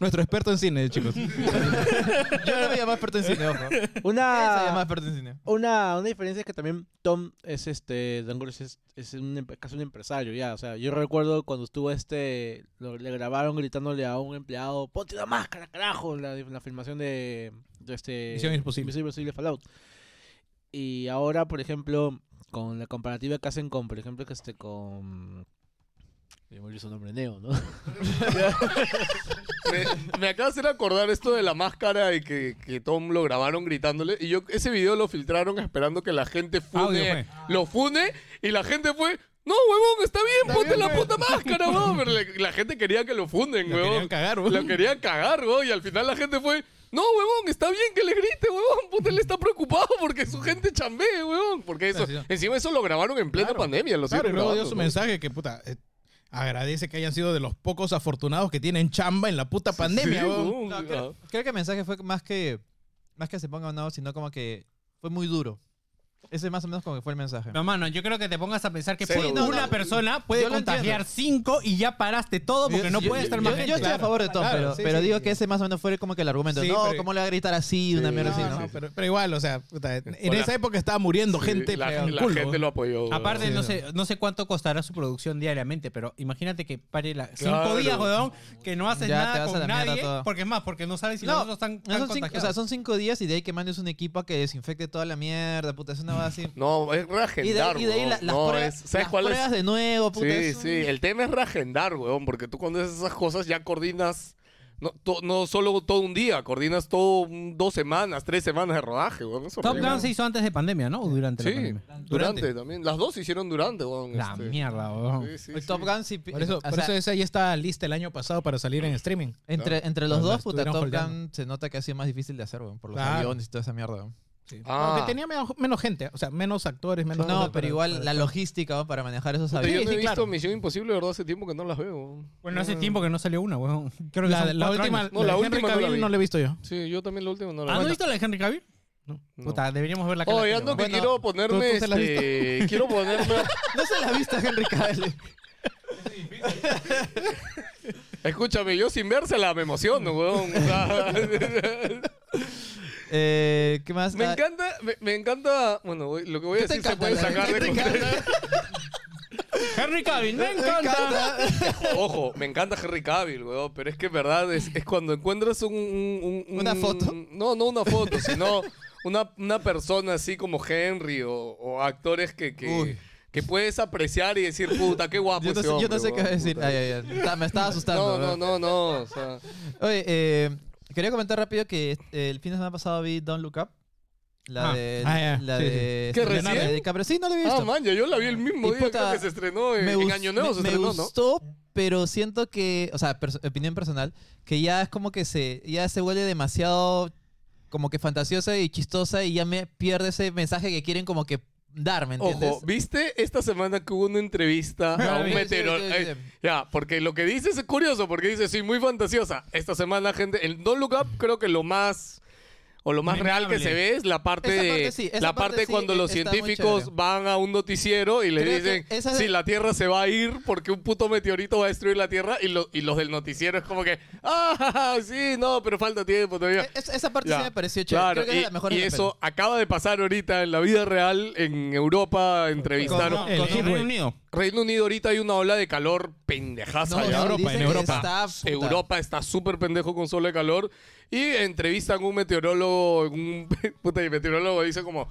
nuestro experto en cine, <laughs> chicos. Yo no me llamaba experto en cine, ojo. Él se llama Una, experto en cine. una, una diferencia es que también Tom es este. Don Cruise es, es un, em- casi un empresario ya. O sea, yo recuerdo cuando estuvo este. lo- le grabaron gritándole a un empleado: Ponte una máscara, carajo. La, la filmación de, de este. Misión Imposible. Misión Imposible Fallout. Y ahora, por ejemplo, con la comparativa que hacen con, por ejemplo, que este con. Me olvidó su nombre, Neo, ¿no? <laughs> Me, me acaba de hacer acordar esto de la máscara y que, que Tom lo grabaron gritándole. Y yo ese video lo filtraron esperando que la gente Audio fune, fue. lo fune y la gente fue. No, huevón, está bien, ponte la puta <laughs> máscara, huevón. Pero le- la gente quería que lo funden, Lo huevón. querían cagar, weón. Lo querían cagar, huevón. Y al final la gente fue. No, huevón, está bien que le grite, huevón. Puta, él está preocupado porque su gente chambee, huevón. Porque eso, Claro, sí. encima eso lo grabaron en plena pandemia, lo Claro, siguen y luego dio grabando, su ¿no? mensaje que, puta, eh, agradece que hayan sido de los pocos afortunados que tienen chamba en la puta pandemia. Sí, uh, weón. weón. No, creo, creo que el mensaje fue más que más que se ponga o no, sino como que fue muy duro. Ese más o menos como que fue el mensaje. No, mano, yo creo que te pongas a pensar que Sí, por no, una no. persona puede Yo lo contagiar cinco y ya paraste todo porque no Yo- puede yo- estar yo- más Yo, gente. estoy a Claro, favor de todo, claro, pero, sí, pero sí, digo sí. que ese más o menos fue como que el argumento. Sí, no, pero- ¿cómo le va a gritar así? Una Sí. mierda No, así, no, ¿no? pero, pero igual, o sea, puta, eh. en en Hola. esa época estaba muriendo Sí, gente. la, pero la culo, gente weón. lo apoyó. weón. Aparte, Sí, no, no. sé, no sé cuánto costará su producción diariamente, pero imagínate que pare la, Claro. cinco días, jodón, que no haces Ya te nada vas a con la mierda nadie. todo. Porque es más, porque no sabes si No, los otros están, No, están son cinco, o sea, contagiados. son cinco días y de ahí que mandes un equipo a que desinfecte toda la mierda, puta, es una va <laughs> así. No, es Y de, reagendar, ahí- y de ahí weón. la- las No, pruebas, es- ¿Sabes las cuál pruebas es? de nuevo, puta. sí, es un- sí. El tema es reagendar, weón, porque tú cuando haces esas cosas ya coordinas... No, to- no solo todo un día, coordinas todo un- dos semanas, tres semanas de rodaje, weón. Es Top horrible. Gun se hizo antes de pandemia, ¿no? O durante la Sí, pandemia. durante. también. Las dos se hicieron durante, weón. La este. mierda, weón. Sí, sí, El sí. Top Gun sí. pi- Por eso, o por sea, eso esa ya está lista el año pasado para salir en streaming. entre, entre los Lo- lo dos, puta, estuvieron Top Gun holdeando. se nota que ha sido más difícil de hacer, weón, por los Claro. aviones y toda esa mierda. weón. Ah. Aunque tenía menos, menos gente, o sea, menos actores, menos. No, cosas pero para- igual para- la logística weón, para manejar esos Puta, yo aviones. no he sí, visto claro. Misión Imposible, ¿verdad? Hace tiempo que no las veo. weón. Bueno, hace tiempo que no salió una, weón. Creo que La, son la cuatro última, años. No, la la de última Henry no la Cavill vi. no la he visto yo. Sí, yo también la última no la ¿Ah, veo. no visto la de Henry Cavill? No. Puta, deberíamos verla. acá en la Oye, tele, ando weón. que quiero ponerme. ¿tú te la has visto? este, quiero ponerme. <laughs> No se la viste Henry <laughs> Cavill. Escúchame, yo sin vérsela me emociono, weón. O <laughs> sea, <laughs> Eh, ¿Qué más? me Ah, encanta, me, me encanta. Bueno, voy- lo que voy a ¿qué te decir se encanta? puede sacar ¿Qué de te contexto. encanta? Henry Cavill, me encanta. <laughs> Ojo, me encanta Henry Cavill, weón. Pero es que en verdad es, es cuando encuentras un, un- un- ¿Una foto? No, no una foto, sino una, una persona así como Henry o, o actores que. que Uy. que puedes apreciar y decir, puta, qué guapo Yo no ese sé, yo no hombre, sé qué weón, decir. puta". Ay, ay, ay. Está- <laughs> Me estaba asustando. No, weón. no, no, no. O sea, Oye, eh, quería comentar rápido que eh, el fin de semana pasado vi Don't Look Up. La Ah. de. Ah, ya. La Sí, sí. de. este, ¿Qué, la de recién? DiCaprio. Sí, no lo he visto. ah, man, ya yo la vi el mismo Y día puta, creo que se estrenó. En, me en gust- Año Nuevo me- se me estrenó, ¿no? gustó, pero siento que, o sea, pers- opinión personal, que ya es como que se, ya se vuelve demasiado como que fantasiosa y chistosa y ya me pierde ese mensaje que quieren como que dar, ¿me entiendes? Ah, Ojo, ¿viste esta semana que hubo una <laughs> entrevista Ah, a un Sí, sí, meteoró- sí, sí, eh, sí. Ya, porque lo que dices es curioso, porque dice, sí, muy fantasiosa. Esta semana, gente, el Don't Look Up creo que lo más... O lo más real que se ve es la parte, Esa parte de- sí, esa la parte parte, sí, cuando eh, los está muy científicos chévere. van a un noticiero y le Creo que dicen, esa- sí, la Tierra se va a ir porque un puto meteorito va a destruir la Tierra y, lo- y los del noticiero es como que, ah, <laughs> ja, ja, sí, no, pero falta tiempo todavía. Eh, es- esa parte Ya. sí me pareció chévere. Claro, Creo que y, es la mejor y de la eso acaba de pasar ahorita en la vida real en Europa, entrevistaron. El Con- Reino Unido. Reino Unido ahorita hay una ola de calor peli. pendejaza No, ya. no, Europa, dicen en que Europa. está puta. Europa está súper pendejo con solo de calor. Y entrevistan a un meteorólogo, un <laughs> puta, y el meteorólogo dice como,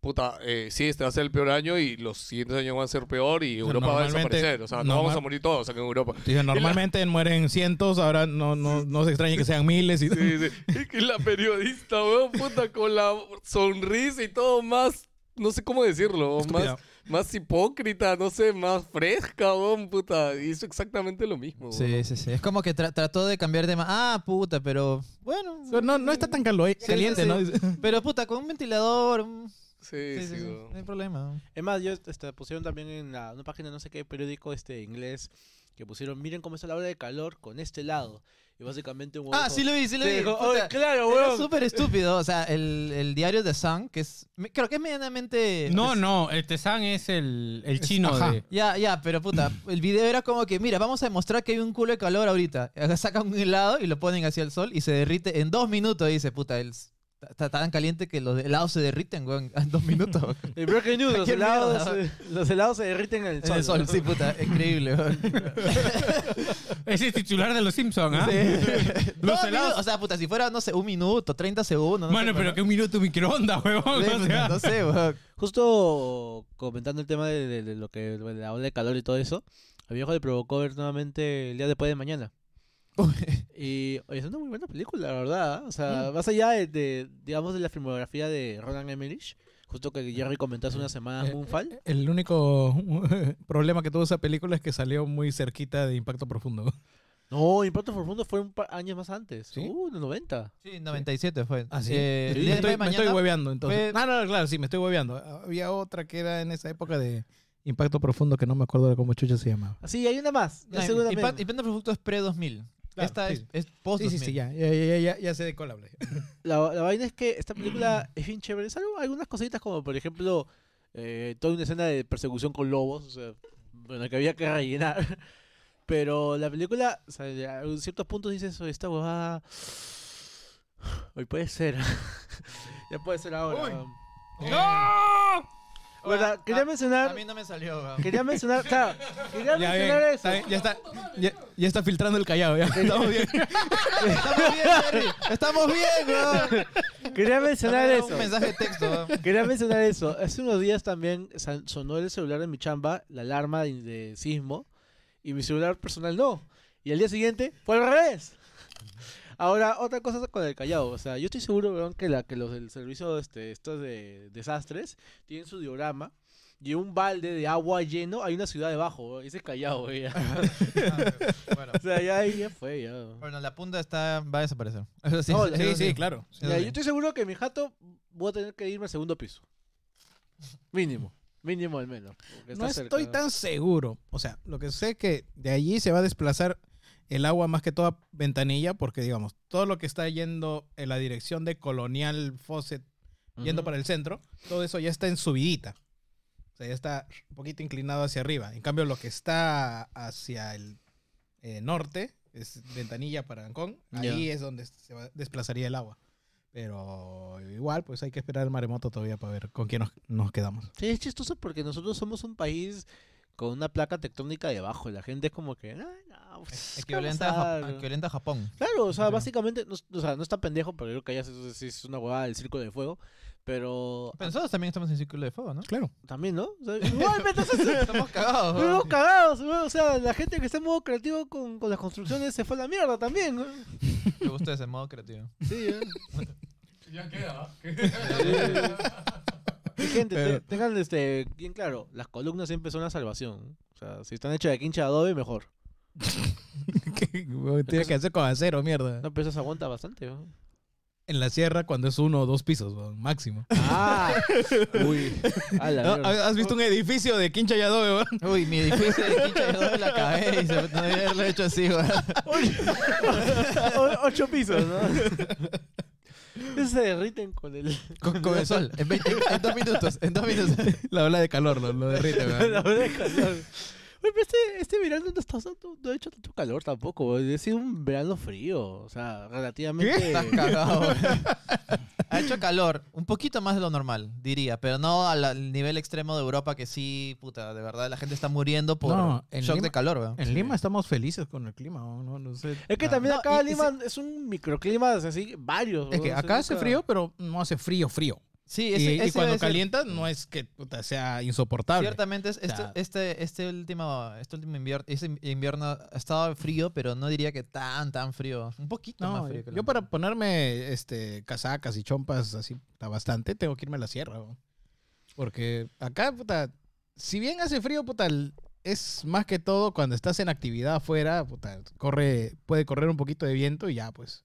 puta, eh, sí, este va a ser el peor año y los siguientes años van a ser peor y sea, Europa va a normalmente- desaparecer. O sea, no normal- vamos a morir todos acá en Europa. <laughs> Dice, normalmente mueren cientos, ahora no, no, no se extrañe que sean miles. Y... Sí, sí. Y que la periodista, weón, puta, con la sonrisa y todo más, no sé cómo decirlo, weón, Estúpida. más, más hipócrita, no sé, más fresca, weón, puta. Hizo exactamente lo mismo, weón. Sí, sí, sí. Es como que tra- trató de cambiar de tema. Ah, puta, pero bueno. No, no está tan calo- caliente, sí, ¿no? sí. Pero puta, con un ventilador. mm, Sí, Sí, sí, sí, sí, weón. No hay problema. Es más, yo este, pusieron también en la, una página, no sé qué periódico este inglés, que pusieron, miren cómo está la ola de calor con este lado. Y básicamente un Ah, huevón sí lo vi, sí lo te vi. dijo, Puta, "Oye, claro, Era weón. súper estúpido. O sea, el, el diario de Sun, que es. me- Creo que es medianamente. No, es- no, el Tezán es el, el chino ajá. de. Ya, ya, pero puta, el video era como que, mira, vamos a demostrar que hay un culo de calor ahorita. Sacan un helado y lo ponen hacia el sol y se derrite en dos minutos. Dice, puta, el- está tan caliente que los helados se derriten, weón, en dos minutos. <laughs> weón. <laughs> El Broken News, <laughs> los Qué helados, mierda. eh, los helados se derriten en el En sol. el sol, sí, pues, puta, increíble, weón. Es el titular de los Simpsons, ¿ah? Dos Los helados. minutos, O sea, puta, si fuera, no sé, un minuto, 30 segundos. No Mano, sé, pero que un minuto microondas, huevón. Sí, <laughs> o sea. No sé, weón. <laughs> Justo comentando el tema de, de- de lo que de la ola de calor y todo eso, a mi viejo le provocó ver nuevamente el día después de mañana. Y oye, es una muy buena película, la verdad. ¿eh? O sea, Mm. más allá de, de, digamos, de la filmografía de Roland Emmerich, justo que ya recomendaste Eh, unas semanas Moonfall. El único <laughs> problema que tuvo esa película es que salió muy cerquita de Impacto Profundo. No, Impacto Profundo fue un par años más antes. ¿Sí? Uh, en los 90. Sí, 97 fue. Ah, sí. Eh, el Sí, me, día de estoy, me mañana- estoy hueveando entonces. fue- Ah, no, claro, sí, me estoy hueveando. Había otra que era en esa época de Impacto Profundo, que no me acuerdo de cómo chucha se llamaba. Sí, hay una más. No, La segunda Impact- también. Impacto Profundo es pre-2000. Claro, Esta sí. es, es post-2000. Sí, sí, sí, ya, ya, ya, ya, ya sé de cuál habla. La, la vaina es que esta película es bien chévere. Salvo algunas cositas como, por ejemplo, eh, toda una escena de persecución con lobos. O sea, bueno, que había que rellenar. <laughs> Pero la película, o sea, de- a ciertos puntos dices, "Oye, esta huevada... <sighs> Hoy puede ser. <laughs> ya puede ser ahora. <laughs> Bueno, Ahora, quería a- mencionar... A mí no me salió. weón. Quería mencionar... Claro, quería Ah, <laughs> Ya, mencionar bien, eso. está bien, ya está, ya, ya está filtrando el callado, ya. Estamos bien. Estamos bien, Jerry. Estamos bien, weón. Quería mencionar Dame Un eso. mensaje de texto. <laughs> weón. Quería mencionar eso. Hace unos días también san- sonó el celular de mi chamba, la alarma de, de sismo, y mi celular personal no. Y al día siguiente fue al revés. Ahora, otra cosa con el callado. O sea, yo estoy seguro, weón, que, la, que los del servicio este, estos de desastres tienen su diorama. Y un balde de agua lleno, hay una ciudad debajo, weón, y ese es callado, weón, ya. <laughs> Ah, Bueno, O sea, ya, ya fue, ya. bueno, la punta está, va a desaparecer. <laughs> Eso sí, No, eso Oh, Sí, sí, claro. eso Ya, sí. yo estoy seguro que mi jato voy a tener que irme al segundo piso. Mínimo. Mínimo al menos. porque está No cerca, estoy tan seguro. O sea, lo que sé es que de allí se va a desplazar el agua más que toda ventanilla, porque digamos, todo lo que está yendo en la dirección de Colonial Fawcett, yendo para el centro, todo eso ya está en subidita. O sea, ya está un poquito inclinado hacia arriba. En cambio, lo que está hacia el eh, norte, es ventanilla para Ancón, ahí es donde se va- desplazaría el agua. Pero igual, pues hay que esperar el maremoto todavía para ver con quién nos, nos quedamos. Sí, es chistoso porque nosotros somos un país con una placa tectónica debajo. y La gente es como que. "Ah, no, pues, Equivalente a, ¿qué va a Jap- pasar?". equivalente a <laughs> Japón. Claro, o sea, básicamente. No, o sea, no está pendejo, pero yo creo que allá sí es, es una huevada del círculo de fuego. Pero. Pero nosotros también estamos en círculo de fuego, <laughs> ¿no? Claro. También, ¿no? <laughs> O sea, igualmente, entonces. Estamos cagados. weón. Fuimos cagados, weón. o sea, la gente que está en modo creativo con, con las construcciones se fue a la mierda también. ¿no? Me gusta ese modo creativo. Sí, ¿eh? Ya queda. ¿ah? Y gente, te- Pero- tengan este, bien claro, las columnas siempre son la salvación. O sea, si están hechas de quincha de adobe, mejor. <laughs> ¿Qué, huevón? Tiene que hacer con acero, mierda. No, pero eso se aguanta bastante. ¿no? En la sierra cuando es uno o dos pisos, huevón, máximo. <laughs> Ah, uy. A la ¿No? mierda. ¿Has visto un edificio de quincha y adobe, huevón? Uy, mi edificio de quincha yo doy la <laughs> cabeza y se no debería haberlo hecho así, weón. <laughs> O- ocho pisos, ¿no? Esos se derriten con el. <laughs> Con, con el sol. En, veinte- en dos minutos, en dos <laughs> minutos. La ola de calor lo, lo derrite, <laughs> con la huevón. hora de calor. Oye, pero este, este verano no, está, usando- no ha hecho tanto calor tampoco. weón. Ha sido un verano frío. O sea, relativamente. Estás cagado, weón. Ha hecho calor, un poquito más de lo normal, diría, pero no al, al nivel extremo de Europa que sí, puta, de verdad la gente está muriendo por No, en shock Lima- de calor, weón. En Lima estamos felices con el clima, huevón, no, no sé. Es que Ah, también no, acá y- y Lima es un microclima, así, varios. Es weón. O que sea, acá hace nunca- frío, pero no hace frío, frío. Sí, Y, ese- y ese cuando debe ser- calienta no es que puta, sea insoportable. Ciertamente, es- este, sea- este, este último, este último invierno, este invierno ha estado frío, pero no diría que tan, tan frío. Un poquito No, más frío. que lo yo para ponerme este, casacas y chompas así puta, bastante, tengo que irme a la sierra. weón. Porque acá, puta, si bien hace frío, puta, el- es más que todo cuando estás en actividad afuera, puta, corre, puede correr un poquito de viento y ya, pues,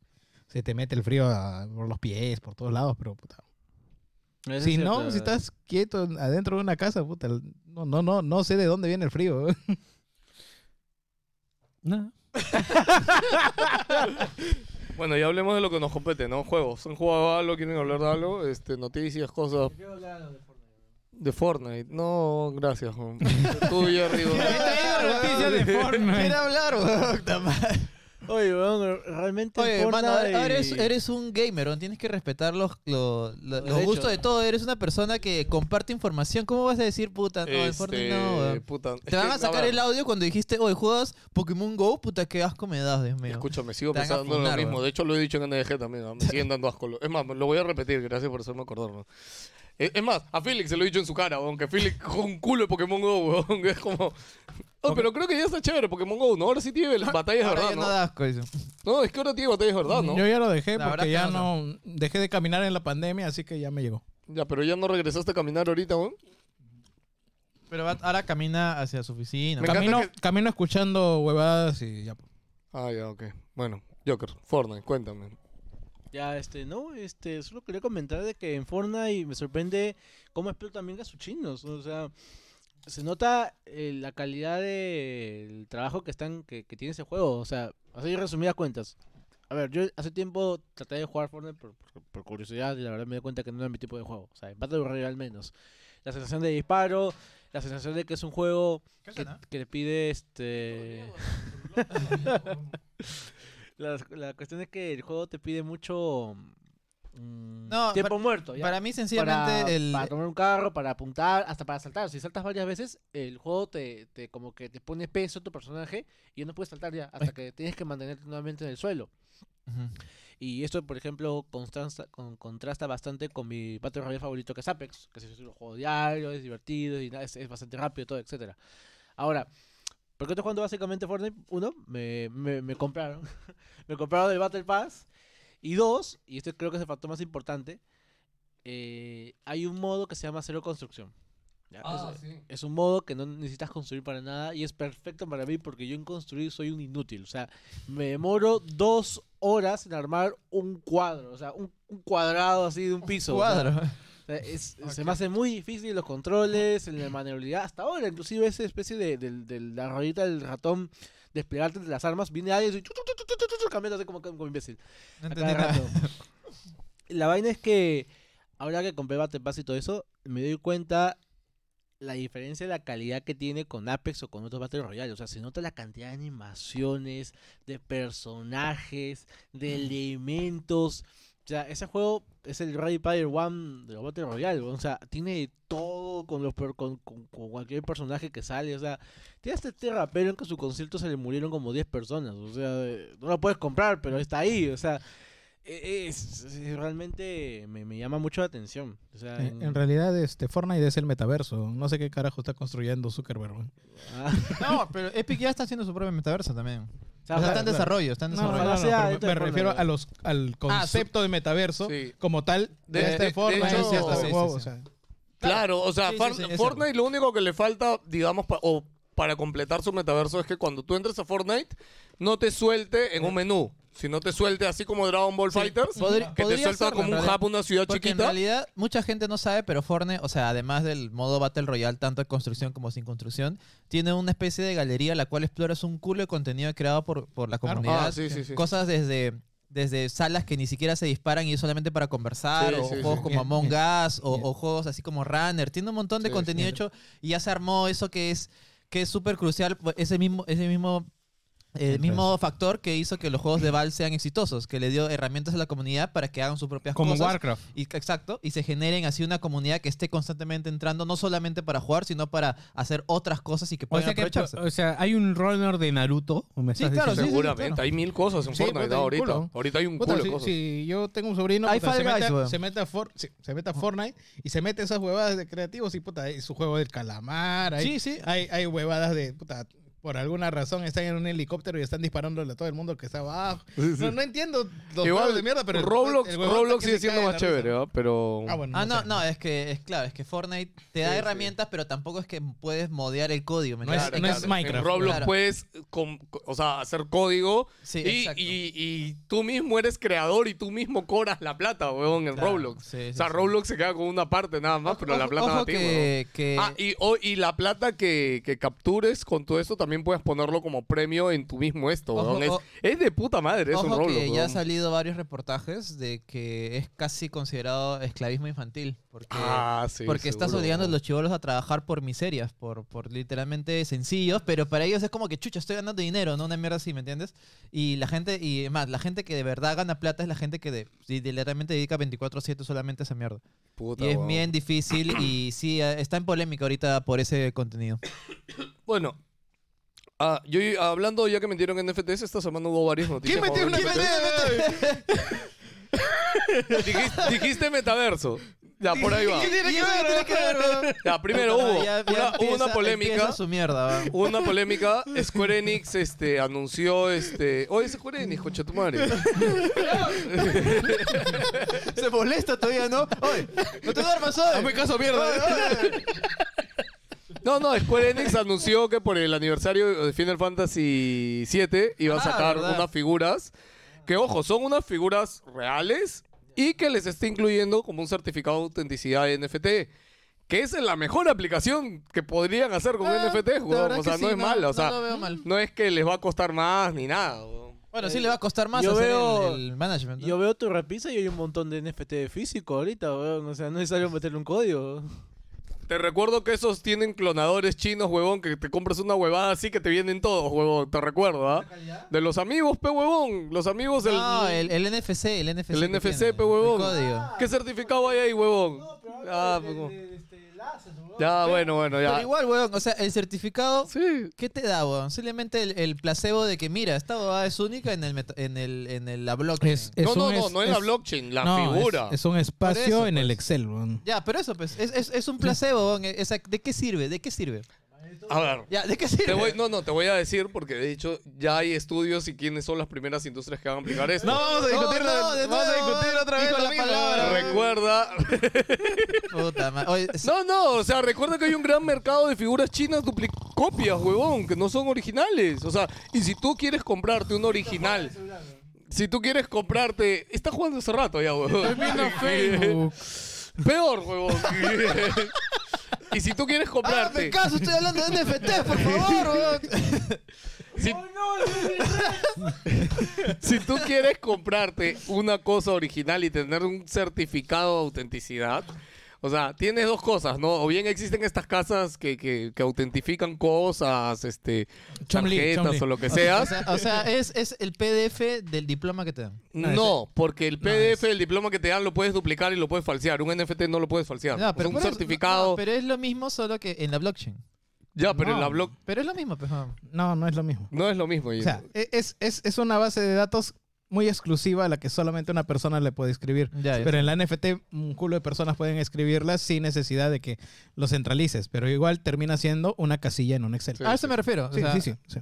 se te mete el frío a- por los pies, por todos lados, pero, puta, Eso es si cierto. no, si estás quieto en- adentro de una casa, puta, el- no, no, no, no sé de dónde viene el frío. weón. No. <laughs> Bueno, ya hablemos de lo que nos compete, ¿no? Juegos. ¿Han jugado algo? ¿Quieren hablar de algo? Este, noticias, cosas. De Fortnite. No, gracias. Juan. Tú y arriba. <laughs> noticias de Quiere Fortnite. hablar, weón, puta madre. Oye, weón, realmente. Oye, Fortnite- hermano, ahora eres, eres un gamer, weón, tienes que respetar los, lo- lo- los hecho. gustos de todo. Eres una persona que comparte información. ¿Cómo vas a decir, puta, <laughs> no, el Fortnite no, weón? puta, Este, es Te van que, a sacar ver, el audio cuando dijiste, oye, juegas Pokémon Go, puta, qué asco me das, Dios mío. Escúchame, sigo Te van a pensando en lo funar, mismo. weón. De hecho, lo he dicho en NDG también. <laughs> ¿no? Me siguen dando asco. Lo- Es más, lo voy a repetir. Gracias por hacerme acordar. ¿no? Eh, Es es más, a Felix se lo he dicho en su cara, aunque Felix <laughs> con un culo de Pokémon Go, weón. Es como. <laughs> Oh, pero creo que ya está chévere Pokémon Go, ¿no? Ahora sí tiene las batallas de Ah, Ahora verdad, ya no ¿no? da asco, dice. No, es que ahora tiene batallas de verdad, ¿no? Yo ya lo dejé La verdad porque que ya no, no, dejé de caminar en la pandemia, así que ya me llegó. Ya, pero ya no regresaste a caminar ahorita, weón. Pero va- ahora camina hacia su oficina. Me encanta Camino, que- camino escuchando huevadas y ya. Ah, ya, ok. Bueno, Joker, Fortnite, cuéntame. Ya, este, no, este, solo quería comentar de que en Fortnite me sorprende cómo explotan también a sus chinos. O sea, se nota eh, la calidad del trabajo que están que, que tiene ese juego. O sea, así resumidas cuentas. A ver, yo hace tiempo traté de jugar Fortnite por, por- por curiosidad y la verdad me di cuenta que no era mi tipo de juego. O sea, en Battle Royale al menos. La sensación de disparo, la sensación de que es un juego que, que te pide este... <laughs> la, la cuestión es que el juego te pide mucho... mm, No, tiempo para- muerto. ya Para mí, sencillamente, para, el, para tomar un carro, para apuntar, hasta para saltar. Si saltas varias veces, el juego te, te como que te pone peso a tu personaje y ya no puedes saltar ya hasta que tienes que mantenerte nuevamente en el suelo. Ujú. Y esto, por ejemplo, constasta- con- contrasta bastante con mi Battle Royale favorito que es Apex, que es un juego diario, es divertido y nada, es, es bastante rápido, todo, etcétera. Ahora, ¿por qué estoy jugando básicamente Fortnite? Uno, me, me, me compraron. me compraron el Battle Pass. Y dos, y este creo que es el factor más importante, eh, hay un modo que se llama Cero Construcción. Ya, es, es un modo que no necesitas construir para nada y es perfecto para mí porque yo en construir soy un inútil. O sea, me demoro dos horas en armar un cuadro, o sea, un, un cuadrado así de un piso. o sea, cuadro. o sea, es- Se me hace muy difícil los controles, en la maniobrabilidad. Hasta ahora, inclusive esa especie de, del- del- la ruedita del ratón desplegarte entre las armas, viene alguien y tu, tu, tu, tu, tu, tu, tu, cambiándote como, como imbécil. <laughs> No a entendí cada nada. rato. <laughs> La vaina es que ahora que compré Battle Pass y todo eso, me doy cuenta la diferencia de la calidad que tiene con Apex o con otros Battle Royale. O sea, se nota la cantidad de animaciones, de personajes, de elementos. O sea, ese juego es el Ready Player One de los Battle Royale. weón. O sea, tiene de todo con, los, per- con, con- con cualquier personaje que sale. O sea, tiene este, este rapero en que su concierto se le murieron como 10 personas. O sea, eh, no lo puedes comprar, pero está ahí. O sea, e- es, es- realmente me, me llama mucho la atención. O sea, Eh, en- En, en realidad, este Fortnite es el metaverso. No sé qué carajo está construyendo Zuckerberg. weón. Ah, <laughs> No, pero Epic ya está haciendo su propio metaverso también. o sea, O sea, está para- en desarrollo, está en No, no, desarrollo. no, no, sea pero dentro de me, me Fortnite, refiero ya. a los, al concepto de metaverso sí. como tal. De- ya de- está en de Fortnite, hecho- ya está en Sí, sí, juego, sí. Oh, o sea. Claro, o sea, Sí, sí, Far- sí, es Fortnite lo único que le falta, digamos, pa- o para completar su metaverso es que cuando tú entres a Fortnite, no te suelte en un menú, sino te suelte así como Dragon Ball Fighters, Podri- que te podría suelta serlo, como en un realidad. hub, una ciudad Porque en chiquita. realidad mucha gente no sabe, pero Fortnite, o sea, además del modo Battle Royale, tanto de construcción como sin construcción, tiene una especie de galería la cual exploras un culo de contenido creado por, por la Claro. comunidad. Ah, sí, sí, sí. Cosas desde, desde salas que ni siquiera se disparan y es solamente para conversar, Sí, o sí, sí. juegos como Bien, Among Us, o, bien. o juegos así como Runner. Tiene un montón de Sí, contenido bien. hecho y ya se armó eso que es que es súper crucial, pues, ese mismo, ese mismo el Entonces- mismo factor que hizo que los juegos de Valve sean exitosos, que le dio herramientas a la comunidad para que hagan sus propias Como cosas. Warcraft. Y, exacto, y se generen así una comunidad que esté constantemente entrando, no solamente para jugar, sino para hacer otras cosas y que O puedan sea, que, aprovecharse. o sea, hay un runner de Naruto. ¿O me Sí, estás claro, diciendo? sí, sí, Seguramente, hay mil cosas en Sí, Fortnite ¿no? puta, hay un ahorita. culo. Ahorita hay un Puta, culo de si, cosas. si yo tengo un sobrino Hay puta, se, Fall Guys, mete, weón. se, mete a For- sí, se mete a Fortnite y se mete esas huevadas de creativos y puta, hay su juego del calamar, hay, Sí, sí. hay, hay huevadas de puta, por alguna razón están en un helicóptero y están disparándole a todo el mundo que está abajo. No, no entiendo los juegos Igual, de mierda, pero el- Roblox, el huevón Roblox que se sigue siendo cae de más la chévere, risa. ¿ah? pero... Ah, bueno. Ah, no, sé. no, es que es claro, es que Fortnite te da Sí, sí. herramientas, pero tampoco es que puedes modear el código. ¿me No es- entiendes? no es Claro. Minecraft. En Roblox Claro. puedes com- co- o sea, hacer código Sí, y, exacto. y- y tú mismo eres creador y tú mismo cobras la plata, weón, en Claro, Roblox. sí, sí, o sea, sí. Roblox se queda con una parte nada más, pero la Ojo- plata va ojo a ti, weón. que, que- Ah, y, o- y la plata que, que captures con todo esto también puedes ponerlo como premio en tu mismo esto, Ojo, weón. Es, o- es de puta madre, es un ojo Roblox. que ya weón. han salido varios reportajes de que es casi considerado esclavismo infantil. Porque Ah, sí, Porque estás seguro, obligando a weón. los chivolos a trabajar por miserias, por, por literalmente sencillos, pero para ellos es como que, chucha, estoy ganando dinero, no una mierda así, ¿me entiendes? Y la gente, y es más, la gente que de verdad gana plata es la gente que de, y literalmente dedica 24-7 solamente a esa mierda. Puta, y es weón. bien difícil y sí, eh, está en polémica ahorita por ese <laughs> contenido. Bueno. ah, yo hablando ya que metieron NFTs, esta semana hubo varias noticias. ¿Quién metió weón, una de NFTs. <laughs> Dijiste, dijiste metaverso. Ya, por ahí va. tiene que ver? Ya, primero hubo una, hubo una polémica. su mierda, va. Hubo una polémica. Square Enix este, anunció este. Oye, es Square Enix, concha tu madre. <laughs> Se molesta todavía, ¿no? Oye, no te duermas hoy. Hazme caso, mierda. No, no, Square <laughs> Enix anunció que por el aniversario de Final Fantasy VII iba a Ah, sacar verdad. unas figuras. Que ojo, son unas figuras reales y que les está incluyendo como un certificado de autenticidad de NFT. que esa es la mejor aplicación que podrían hacer con Ah, NFT, la weón. verdad O que sea, sí, no es malo, o sea, no lo veo mal. no es que les va a costar más ni nada, weón. Bueno, sí le va a costar más Yo hacer el- veo- el, management. ¿no? Yo veo tu repisa y hay un montón de NFT físico ahorita, weón. O sea, no es necesario meterle un código. Te recuerdo que esos tienen clonadores chinos, huevón, que te compras una huevada así que te vienen todos, huevón. Te recuerdo, ¿ah? De los amigos, pe huevón. Los amigos del. No, el, el NFC, el NFC. Pues El que NFC, tiene, pe, el huevón. código. ¿Qué certificado hay ahí, huevón? Ah, pe, huevón. Ya, bueno, bueno, Pero ya. igual, weón, o sea, el certificado, Sí. ¿qué te da, weón? Simplemente el, el placebo de que, mira, esta bobada es única en el, meta- en el, en el la blockchain. Es- No, un no, no, es- no es la es- blockchain, la no, es- figura. Es, un espacio Por eso, en el pues. Excel, weón. Ya, pero eso, pues, es, es, es un placebo, weón. Esa- ¿De qué sirve? ¿De qué sirve? A ver. Ya, ¿de qué sirve? Te <laughs> <laughs> voy- no, no, te voy a decir porque de hecho ya hay estudios y quiénes son las primeras industrias que van a aplicar esto. vamos a discutirlo, no, de vamos a nuevo, discutir otra vez dijo lo la mismo. palabra. Recuerda. Puta madre. Oye, sí, No, no, o sea, recuerda que hay un gran mercado de figuras chinas dupli- copias, huevón, que no son originales. O sea, y si tú quieres comprarte un original, si tú quieres comprarte. Está jugando hace rato ya, huevón. <laughs> Facebook. Peor, huevón. <laughs> y si tú quieres Hazme comprarte. caso, estoy hablando de NFT, por favor, weón. Si, <laughs> Si tú quieres comprarte una cosa original y tener un certificado de autenticidad, o sea, tienes dos cosas, ¿no? O bien existen estas casas que, que, que autentifican cosas, este, Chomli, tarjetas chomli. o lo que <laughs> sea. O sea, o sea, es, es el PDF del diploma que te dan. no, porque el PDF, el diploma que te dan, lo puedes duplicar y lo puedes falsear. Un NFT no lo puedes falsear. No, O sea, un por eso- certificado. no, pero es lo mismo, solo que en la blockchain. ya, pero en no. la blog Pero es lo mismo, pues. weón. No, no es lo mismo. no es lo mismo. O sea, e- es, es, es una base de datos muy exclusiva a la que solamente una persona le puede escribir. Ya, ya. Pero en la NFT un culo de personas pueden escribirla sin necesidad de que lo centralices, pero igual termina siendo una casilla en un Excel. Sí. a eso me refiero. o Sí, sea, sí, sí, sí.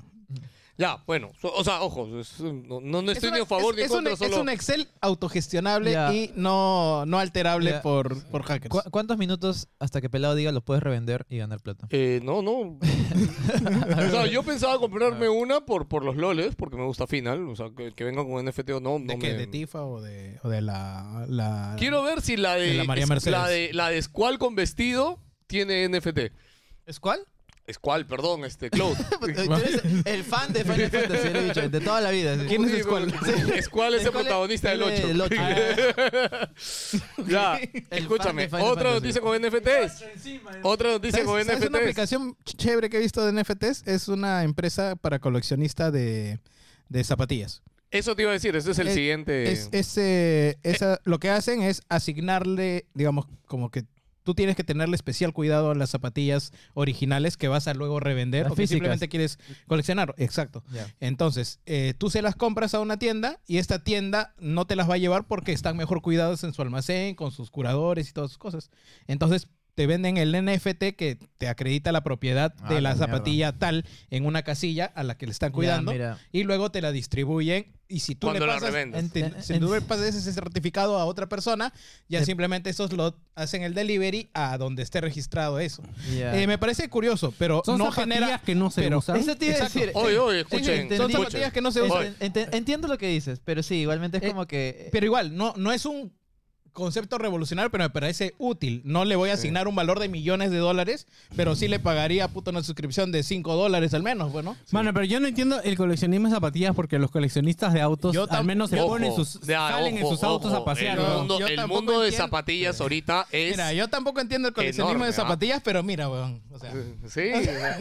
ya, bueno. so- o sea, ojo, es- no, no- no estoy una- ni a favor ni en es un- contra. es solo... un Excel autogestionable Ya. y no, no alterable Ya. por, por hackers. ¿cu- ¿Cuántos minutos hasta que Pelado diga los puedes revender y ganar plata? Eh, no, <laughs> no. o sea, yo pensaba Ah. comprarme una por, por los loles, porque me gusta Final. O sea, que, que venga con NFT o no. no ¿De qué? me- ¿De Tifa o de, o de la, la- Quiero ver si la de, De la María es- Mercedes. la de la de Squall con vestido tiene NFT. ¿Es cuál? Squall, perdón, este, <laughs> Cloud. Pues, Eh, el fan de Final Fantasy, lo he dicho, de toda la vida. sí. ¿Quién es <laughs> Squall? Squall es el Squall es- protagonista del él es 8. <laughs> el ocho. Ah. <laughs> ya, fan escúchame. de Final Otra Fantasy. noticia con NFTs. Otra noticia con ¿Sabes- sabes una NFTs. aplicación ch- chévere que he visto de NFTs es una empresa para coleccionista de, de zapatillas. Eso te iba a decir, ese es el Es- siguiente. Es, es, eh, esa, lo que hacen es asignarle, digamos, como que tú tienes que tenerle especial cuidado a las zapatillas originales que vas a luego revender Las o que físicas. simplemente quieres coleccionar. Exacto. Ya. Entonces, eh, tú se las compras a una tienda y esta tienda no te las va a llevar porque están mejor cuidadas en su almacén, con sus curadores y todas sus cosas. Entonces, te venden el NFT que te acredita la propiedad Ah, de la la mierda. zapatilla tal en una casilla a la que le están <laughs> cuidando Ya, mira. y luego te la distribuyen y si tú le Cuando la pasas, revendas. enti- si tú le pasas ese certificado a otra persona, ya Te- simplemente esos lo hacen el delivery a donde esté registrado eso. Ya. Eh, me parece curioso, pero Son no zapatillas genera que no se pero- usan. Eso te iba a Exacto. decir. Oye, oye, Sí, escuchen. entendí. son escuchen. zapatillas que no se Ent- usan. ent- entiendo lo que dices, pero sí, igualmente es Eh, como que... Pero igual, no, no es un concepto revolucionario, pero me parece útil. No le voy a asignar un valor de millones de dólares, pero sí le pagaría puta una suscripción de 5 dólares al menos, bueno. Mano, pero yo no entiendo el coleccionismo de zapatillas porque los coleccionistas de autos Yo tam- al menos se Ojo, ponen sus, ya, salen en ojo, sus autos ojo, a pasear. El ¿no? mundo, Yo el tampoco mundo de entiendo. zapatillas ahorita es. Mira, yo tampoco entiendo el coleccionismo Enorme, de ¿ah? zapatillas, pero mira, weón. O sea, Sí.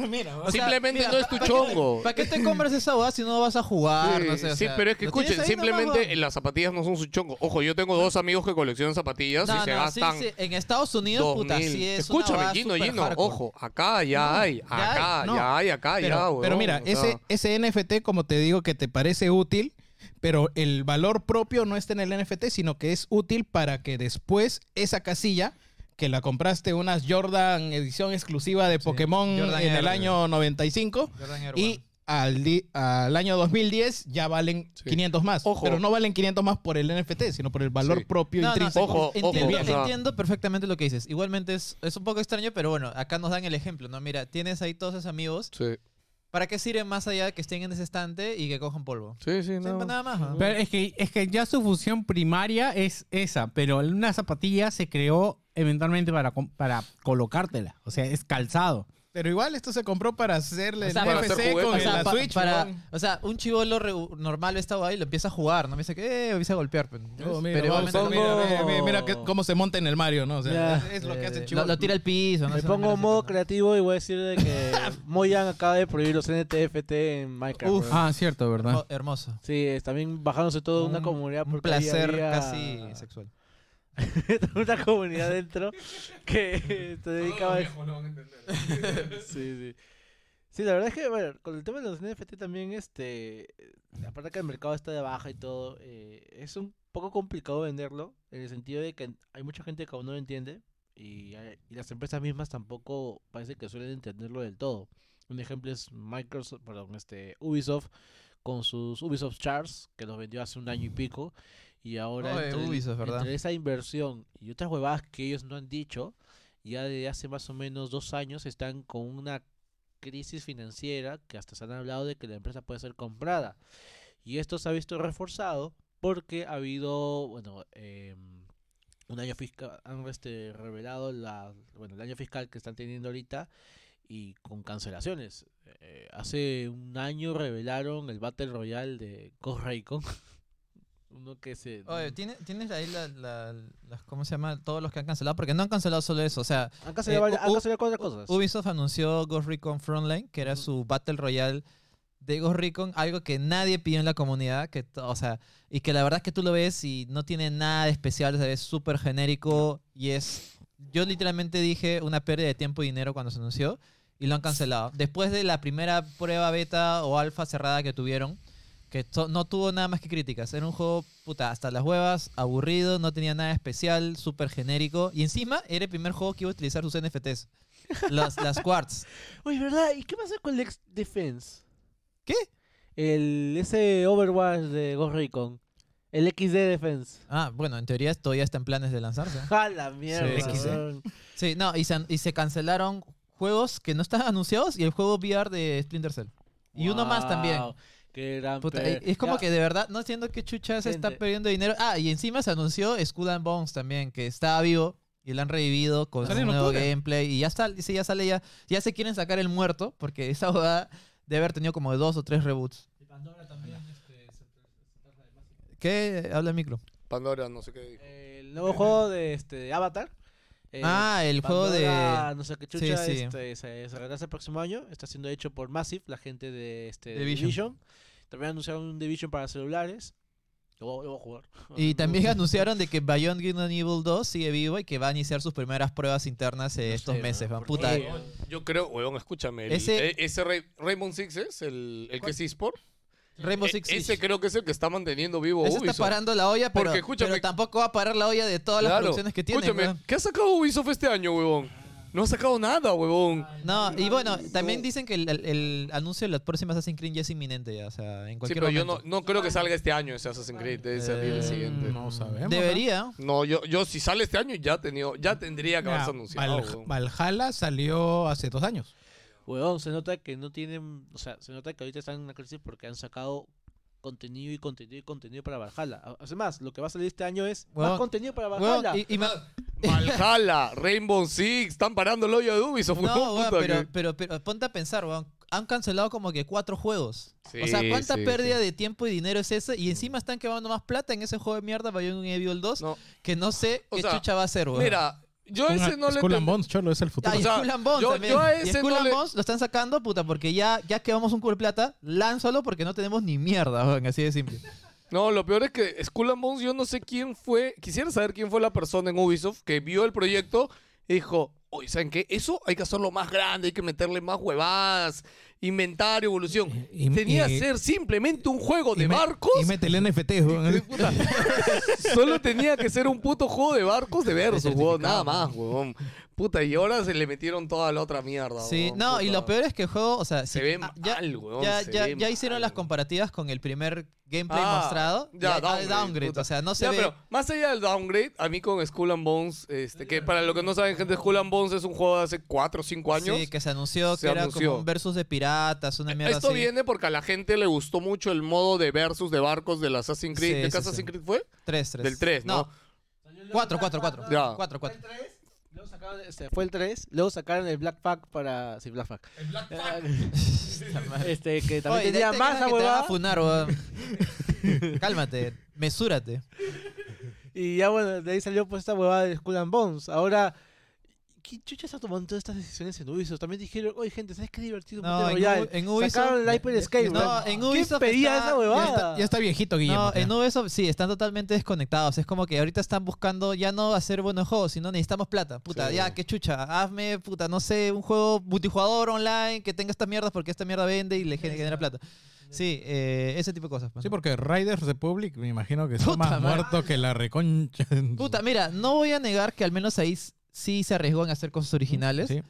mira, weón. <laughs> O sea, Simplemente mira, no es tu chongo. ¿Para qué te compras esa boda si no vas a jugar? Sí, no sé, o sí, sea, pero es que lo tienes escuchen, ahí nomás, simplemente weón. las zapatillas no son su chongo. Ojo, yo tengo dos amigos que coleccionan zapatillas y No, se no, sí, gastan. sí, En Estados Unidos, puta, 2000. sí es una Escúchame, boda Gino, super Gino, hardcore. ojo, acá ya hay, Ya acá, hay, no. ya hay, acá Pero, ya, pero weón, mira, o sea, ese, ese NFT, como te digo, que te parece útil, pero el valor propio no está en el NFT, sino que es útil para que después esa casilla, que la compraste unas Jordan edición exclusiva de Pokémon Jordan en el Air. año 95 Jordan Air, y al, di- al año 2010 ya valen 500 más. Ojo. Pero no valen 500 más por el NFT, sino por el valor Sí. propio No, no, intrínseco. Ojo, entiendo, ojo, o sea- entiendo perfectamente lo que dices. Igualmente es, es un poco extraño, pero bueno, acá nos dan el ejemplo, ¿no? Mira, tienes ahí todos esos amigos. sí. ¿Para qué sirven más allá de que estén en ese estante y que cojan polvo? Sí, sí, O sea, no. Nada más. ¿ah? ¿no? Pero es que, es que ya su función primaria es esa, pero una zapatilla se creó eventualmente para, com- para colocártela. O sea, es calzado. Pero igual esto se compró para hacerle O el sea, para hacer NFC juguetes. con O sea, la pa- Switch. para- weón. o sea, un chivolo normal estaba ahí, lo empieza a jugar, no me dice que eh, empieza a golpear. pues, ¿no? Oh, mira, Pero vamos, igualmente mira, no- mira, mira, mira que- cómo se monta en el Mario, ¿no? O sea, Ya. es, es lo que hace eh, Chivo. Lo, lo tira al piso. Me pongo modo creativo y voy a decir <laughs> de que Moyan acaba de prohibir los NTFT en Minecraft. Uf. weón. Ah, cierto, ¿verdad? Oh, Hermoso. Sí, es también bajándose toda una Un- comunidad Un porque ahí placer había- casi sexual. <laughs> una comunidad dentro que eh, te dedicaba a eso. <laughs> sí, sí. Sí, la verdad es que, bueno, con el tema de los NFT también, este, aparte que el mercado está de baja y todo, eh, es un poco complicado venderlo, en el sentido de que hay mucha gente que aún no lo entiende y, hay- y las empresas mismas tampoco parece que suelen entenderlo del todo. Un ejemplo es Microsoft, perdón, este, Ubisoft con sus Ubisoft Charts, que los vendió hace un año y pico, y ahora Oye, entre, el- Oh, eh, Ubisoft, ¿verdad? entre esa inversión y otras huevadas que ellos no han dicho, ya desde hace más o menos dos años están con una crisis financiera que hasta se han hablado de que la empresa puede ser comprada. Y esto se ha visto reforzado porque ha habido, bueno, em, un año fiscal, han este, revelado la, bueno, el año fiscal que están teniendo ahorita y con cancelaciones. Eh, hace un año revelaron el Battle Royale de Ghost Recon. <laughs> Uno que se... Oye, ¿tienes, tienes ahí la- la- las, ¿cómo se llama? Todos los que han cancelado, porque no han cancelado solo eso. O sea, Han cancelado eh, varias- han U- cancelado cuatro cosas. Ubisoft anunció Ghost Recon Frontline, que era su Battle Royale de Ghost Recon, algo que nadie pidió en la comunidad, que, to- o sea, y que la verdad es que tú lo ves y no tiene nada de especial, o sea, es súper genérico y es... Yo literalmente dije una pérdida de tiempo y dinero cuando se anunció y lo han cancelado. Después de la primera prueba beta o alfa cerrada que tuvieron, que to- no tuvo nada más que críticas. Era un juego, puta, hasta las huevas, aburrido, no tenía nada especial, súper genérico. Y encima era el primer juego que iba a utilizar sus NFTs. Las, las quartz. Oye, ¿verdad? ¿Y qué pasa con el ex Defense? ¿Qué? El, ese Overwatch de Ghost Recon. El XD <laughs> Defense. Ah, bueno, en teoría todavía está en planes de lanzarse. ¡Ja, la mierda! Sí, sí, sí. weón! Sí, no, y se, an- y se cancelaron juegos que no estaban anunciados y el juego VR de Splinter Cell. Y uno más también. Wow, ¡Qué gran Puta, pe- y- es como Ya, que de verdad no entiendo qué chucha se está Gente. perdiendo dinero. Ah, y encima se anunció Skull and Bones también, que está vivo y lo han revivido con Sale un en nuevo octubre. gameplay. Y ya, está, sí, ya sale, ya, ya se quieren sacar el muerto, porque esa jugada debe haber tenido como dos o tres reboots. ¿Qué? Habla el micro. Pandora, no sé qué dijo. El nuevo juego de este de Avatar. eh, ah, el juego Pandora, de, No sé qué chucha. sí. Este, se, se regresa el próximo año. Está siendo hecho por Massive, la gente de este, de Division. Division. También anunciaron un Division para celulares. Lo voy, lo voy a jugar. Y <laughs> también <laughs> anunciaron de que Beyond Good and Evil 2 sigue vivo y que va a iniciar sus primeras pruebas internas eh, estos sé, meses. ¿no? man. ¿Por Puta, qué? Yo creo, weón, escúchame. el- Ese- eh, ese Ray- Rainbow Six es el, el que es eSport. Rainbow Eh, Six Ese Siege. creo que es el que está manteniendo vivo Eso está Ubisoft. parando la olla, pero, Porque, escúchame- pero tampoco va a parar la olla de todas las Claro. producciones que tiene. Escúchame, weón. ¿qué ha sacado Ubisoft este año, huevón? No ha sacado nada, huevón. No, y bueno, también dicen que el, el- el anuncio de las próximas Assassin's Creed ya es inminente, ya, o sea, en Sí, cualquier pero yo no, momento. no creo que salga este año ese Assassin's Creed. Debe salir el Eh, siguiente. No sabemos. Debería. No, yo, yo si sale este año ya, tenido, ya tendría que Mira, haberse anunciado. Valha- huevón. Valhalla salió hace dos años. Weón, se nota que no tienen. O sea, se nota que ahorita están en una crisis porque han sacado contenido y contenido y contenido para Valhalla. Además, lo que va a salir este año es Weón, más contenido para Weón, Valhalla. y- y ma- Valhalla, Rainbow Six, están parando el hoyo de <laughs> Ubisoft. no, huevón, weón, puta pero, que- pero, pero ponte a pensar, weón, han cancelado como que cuatro juegos. o Sí, sea, ¿cuánta sí, pérdida sí. de tiempo y dinero es esa? Y encima están quemando más plata en ese juego de mierda, Bayonetta y Evil 2, No. que no sé O qué sea, chucha va a ser, weón. Mira, yo Con ese a- no le Skull and entendí- Bones, cholo, es el futuro. Ah, y o sea, Skull and Bones yo- también. yo a Y ese Skull no and le- Bones lo están sacando, puta, porque ya, ya que vamos un culo de plata, lánzalo porque no tenemos ni mierda, weón, así de simple. No, lo peor es que Skull and Bones, yo no sé quién fue. Quisiera saber quién fue la persona en Ubisoft que vio el proyecto y dijo: Oye, ¿saben qué? Eso hay que hacerlo más grande, hay que meterle más huevadas, inventario, evolución. Y- y- Tenía y- que ser simplemente un juego Y de me- barcos. Y <laughs> métele NFT, weón. Puta. <laughs> Solo tenía que ser un puto juego de barcos de verso, huevón. Nada más, huevón. Puta, y ahora se le metieron toda la otra mierda. Sí, huevón, no, y puta. lo peor es que el juego, o sea, Se sí, ve ah, mal, weón, ya, se ya, ve ya hicieron mal. las comparativas con el primer gameplay Ah, mostrado. y ya, hay- hay downgrade, puta. o sea, no se Ya, ve. pero más allá del downgrade, a mí con Skull and Bones, este, que para lo que no saben, gente, Skull and Bones es un juego de hace 4 o 5 años. Sí, que se anunció se que era anunció. Eh, como un versus de piratas, una mierda Esto así. viene porque a la gente le gustó mucho el modo de versus de barcos del Assassin's Creed. Sí, ¿De sí, qué Assassin's sí. Creed fue? 3, 3. Del 3, ¿no? 4, 4, 4. Ya. 4, <laughs> 4. Luego sacaron, este, fue el 3, luego sacaron el Black Pack para... Sí, Black Pack. El Black Pack. <laughs> este, que también tenía que más te van a huevada. funar, weón. <laughs> Cálmate, mesúrate. Y ya bueno, de ahí salió pues esta huevada de Skull and Bones. Ahora, ¿qué chucha está tomando todas estas decisiones en Ubisoft? También dijeron, oye gente, ¿sabes qué divertido? un No, Battle en, Royale? Ubi- en Ubisoft. Sacaron el Hyper Escape, No, en Ubisoft. ¿Quién pedía está- esa Ya huevada? está, ya está viejito, Guillermo. pues. No, en Ubisoft sí, están totalmente desconectados. Es como que ahorita están buscando ya no hacer buenos juegos, sino necesitamos plata. Puta, ya, qué chucha. Hazme, puta, no sé, un juego multijugador online que tenga estas mierdas porque esta mierda vende y le gen- genera plata. Sí, eh, ese tipo de cosas. pues, Sí, ¿no? porque Riders Republic me imagino que Puta son más madre. muertos que la reconcha. Puta, mira, no voy a negar que al menos ahí s- sí se arriesgó en hacer cosas originales. Sí.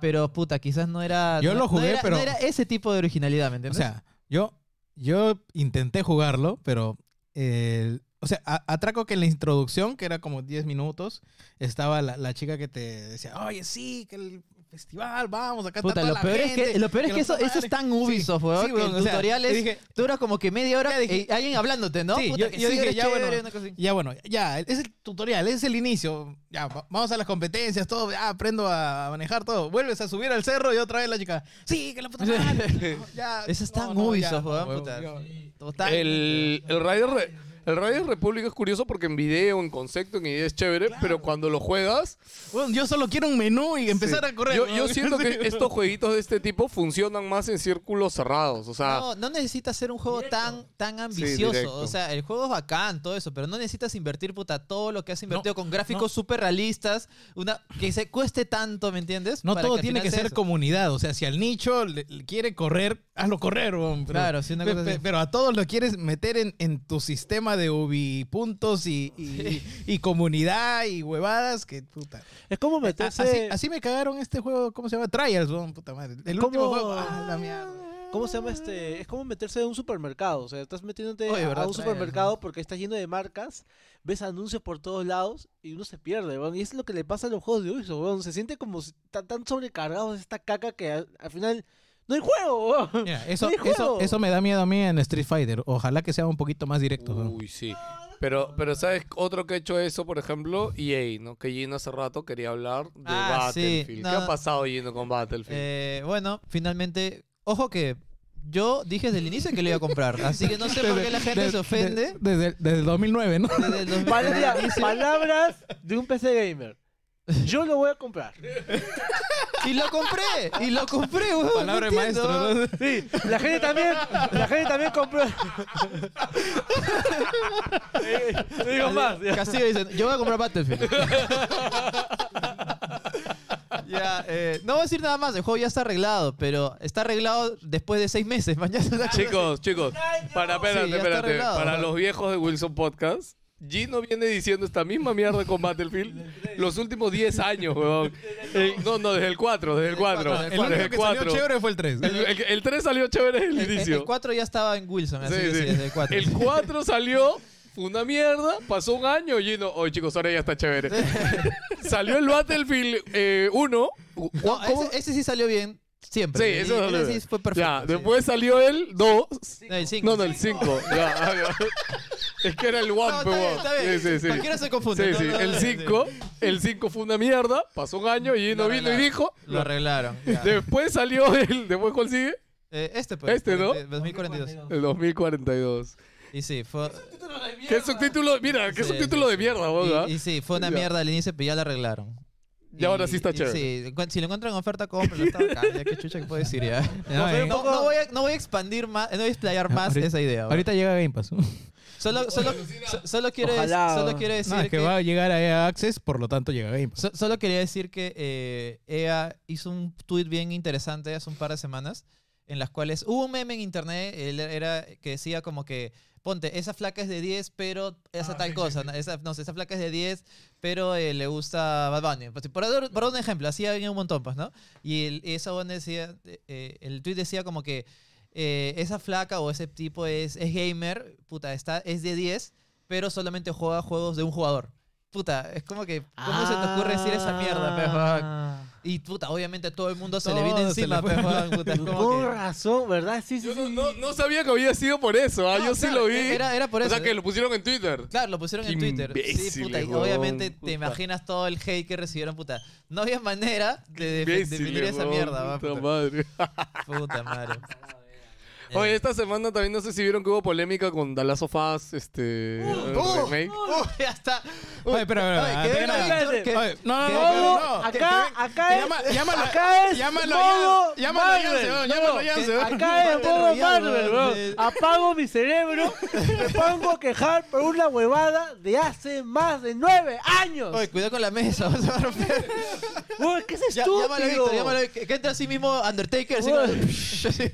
Pero puta, quizás no era. Yo no- lo jugué, no era, pero- no era ese tipo de originalidad, ¿me entiendes? O sea, yo, yo intenté jugarlo, pero. eh, o sea, a- atraco que en la introducción, que era como 10 minutos, estaba la, la chica que te decía, oye, sí, que el festival, vamos, acá Puta, está toda lo la peor, es que, gente, lo peor es que la eso, puta eso madre". es tan Ubisoft, weón. Sí, que weón, el o sea, tutorial es- yo dije- dura como que media hora Ya dije- y alguien hablándote, ¿no? Sí, Puta, yo- que yo sí, dije, eres ya, chévere, bueno. una cosa así. Ya bueno, ya, es el tutorial, es el inicio. Ya, va- vamos a las competencias, todo, ya aprendo a manejar todo. Vuelves a subir al cerro y otra vez la chica, sí, que la <laughs> puta madre. Ya, Eso es no, tan no, Ubisoft, ya, weón, no, ¿eh? puta. yo- Total. El, el Rider Re- el Rider Republic es curioso porque en video, en concepto, en idea es chévere, pero cuando lo juegas... Weón, yo solo quiero un menú y empezar Sí. a correr. Yo, weón. yo siento <laughs> Sí, que weón. estos jueguitos de este tipo funcionan más en círculos cerrados. O sea, No, no necesitas ser un juego tan, tan ambicioso. Ah. directo. o sea, el juego es bacán, todo eso, pero no necesitas invertir, puta, todo lo que has invertido con gráficos súper realistas, una, que se cueste tanto, ¿me entiendes? No Para todo al tiene final que sea ser eso. comunidad. O sea, si al nicho le- le quiere correr, hazlo correr, weón, pero- Claro, sí, una pe- cosa pe- así. Pero a todos lo quieres meter en, en tu sistema de ubi puntos y, <laughs> y, y comunidad y huevadas que puta. Es como A- meterse... Así, así me cagaron este juego, ¿cómo se llama? Trials, weón, puta madre. El último ¿Cómo? juego. Ah, la mierda. ¿Cómo se llama este? Es como meterse en un supermercado. O sea, estás metiéndote Oye, a- ¿verdad? a un Trae, supermercado porque está lleno de marcas, ves anuncios por todos lados y uno se pierde, weón. Y eso es lo que le pasa a los juegos de Ubisoft, weón. Se siente como si tan, tan sobrecargados de esta caca que al, al final no hay <laughs> juego, weón. Mira, eso, ¡No hay eso, juego! eso me da miedo a mí en Street Fighter. Ojalá que sea un poquito más directo. weón. Uy, sí. Pero, pero ¿sabes otro que ha hecho eso, por ejemplo? EA, ¿no? Que Gino hace rato quería hablar de Ah, sí, Battlefield. ¿Qué no. ha pasado, Gino, con Battlefield? Eh, bueno, finalmente, ojo que yo dije desde el inicio que lo iba a comprar, así que no sé por qué la gente se ofende. De- desde, desde el 2009, ¿no? Desde el 2000. Pal- mira, palabras de un PC <laughs> gamer. Yo lo voy a comprar. Y lo compré, y lo compré, weón. Palabra de no entiendo. maestro. ¿no? Sí, la gente también, la gente también <laughs> compró. <laughs> Eh, no digo más. ya. Castillo dice, yo voy a <laughs> comprar Battlefield. ya, eh, no voy a decir nada más, el juego ya está arreglado, pero está arreglado después de seis meses. <laughs> Mañana <laughs> Chicos, chicos, para, espérate, Sí, ya está espérate. arreglado. Para los viejos de Wilson Podcast, Gino viene diciendo esta misma mierda con Battlefield los últimos 10 años, weón. Eh, no, no, desde el 4, desde el 4. cuatro, El único que salió chévere fue el 3. El, el- el 3 salió chévere desde el el, inicio. el 4 ya estaba en Wilson, así Sí, que sí, sí. desde el 4. El 4 salió, fue una mierda, pasó un año y no, oye chicos, ahora ya está chévere. <laughs> salió el Battlefield eh, 1. No, ese, ese sí salió bien, siempre. Sí, El- eso el- salió ese bien. sí fue perfecto. ya, sí. después salió el 2. No, el 5. No, no, el 5. <laughs> es que era el 1, está bien, está bien. Cualquiera se Sí, confunde. No, sí, no, no, el sí. 5, el 5 fue una mierda, pasó un año y no Lo vino y arreglaron, dijo. Lo arreglaron. ya. Después salió el, después cuál sigue? Eh, este, pues. Este, ¿no? 2042. El 2042. Y sí, fue. ¿Qué subtítulo? Mira, qué Sí, subtítulo sí, de sí. mierda, boga. Y, y sí, fue una Ya. mierda al inicio, pero ya la arreglaron. Y ahora sí está y chévere. sí, encu- si lo encuentran en oferta, cómpralo. Está acá. Ya qué chucha que puedo decir <laughs> ya. No, No, eh. no- no voy a, no voy a expandir más, no voy a explayar más Ahorita- esa idea. bro. Ahorita llega Game Pass. Solo, solo, so- solo, quiero, Ojalá. solo quiero decir No, es que, que, va a llegar a EA Access, por lo tanto llega Game Pass. so- solo quería decir que eh, EA hizo un tweet bien interesante hace un par de semanas en las cuales hubo un meme en internet él era que decía como que ponte esa flaca es de 10 pero Ah, esa tal cosa ¿no? esa no sé esa flaca es de 10 pero eh, le gusta Bad Bunny Pues, por, dar- por dar un ejemplo así había un montón pues no y el, esa buena decía eh, eh, el tweet decía como que eh, esa flaca o ese tipo es, es gamer puta está es de 10 pero solamente juega juegos de un jugador puta es como que cómo se te ocurre decir esa mierda pero, Y puta, obviamente todo el mundo se Ah. Todo le viene se encima, le fue. pues, weón, puta, es como Con que- razón, ¿verdad? Sí, sí, Yo no, sí. no- no sabía que había sido por eso. ah, No, Yo sí claro, e- lo vi. Era, era por o eso. sea, que lo pusieron en Twitter. Claro, lo pusieron Qué en Twitter. sí, imbéciles, puta, y huevón, obviamente puta. te imaginas todo el hate que recibieron, puta. No había manera de defe- Imbéciles, definir esa huevón, mierda, va, puta puta. <laughs> madre. Puta madre. Eh. Oye, esta semana también no sé si vieron que hubo polémica con The Last of Us, este Uh, eh, remake. <laughs> ya está. Oye, pero, pero, Oye, ah, que espera. venga el editor que- Oye, no, no, que- no, Modo- no, no. acá, acá es. Llama- llámalo- acá es. llámalo modo Yance, llámalo Yance, Marvel. weón, llámalo Yance, ¿eh? <laughs> weón. Acá es Battle modo Royale, Marvel, weón. weón. Apago mi cerebro. Me pongo a quejar por una huevada de hace más de nueve años. Oye, cuidado con la mesa, <laughs> vas a romper. Uy, ¿qué es Ya, estúpido? llámalo a Víctor, llámalo a Víctor. Que entra así mismo Undertaker. Así <laughs> Uy. como- así.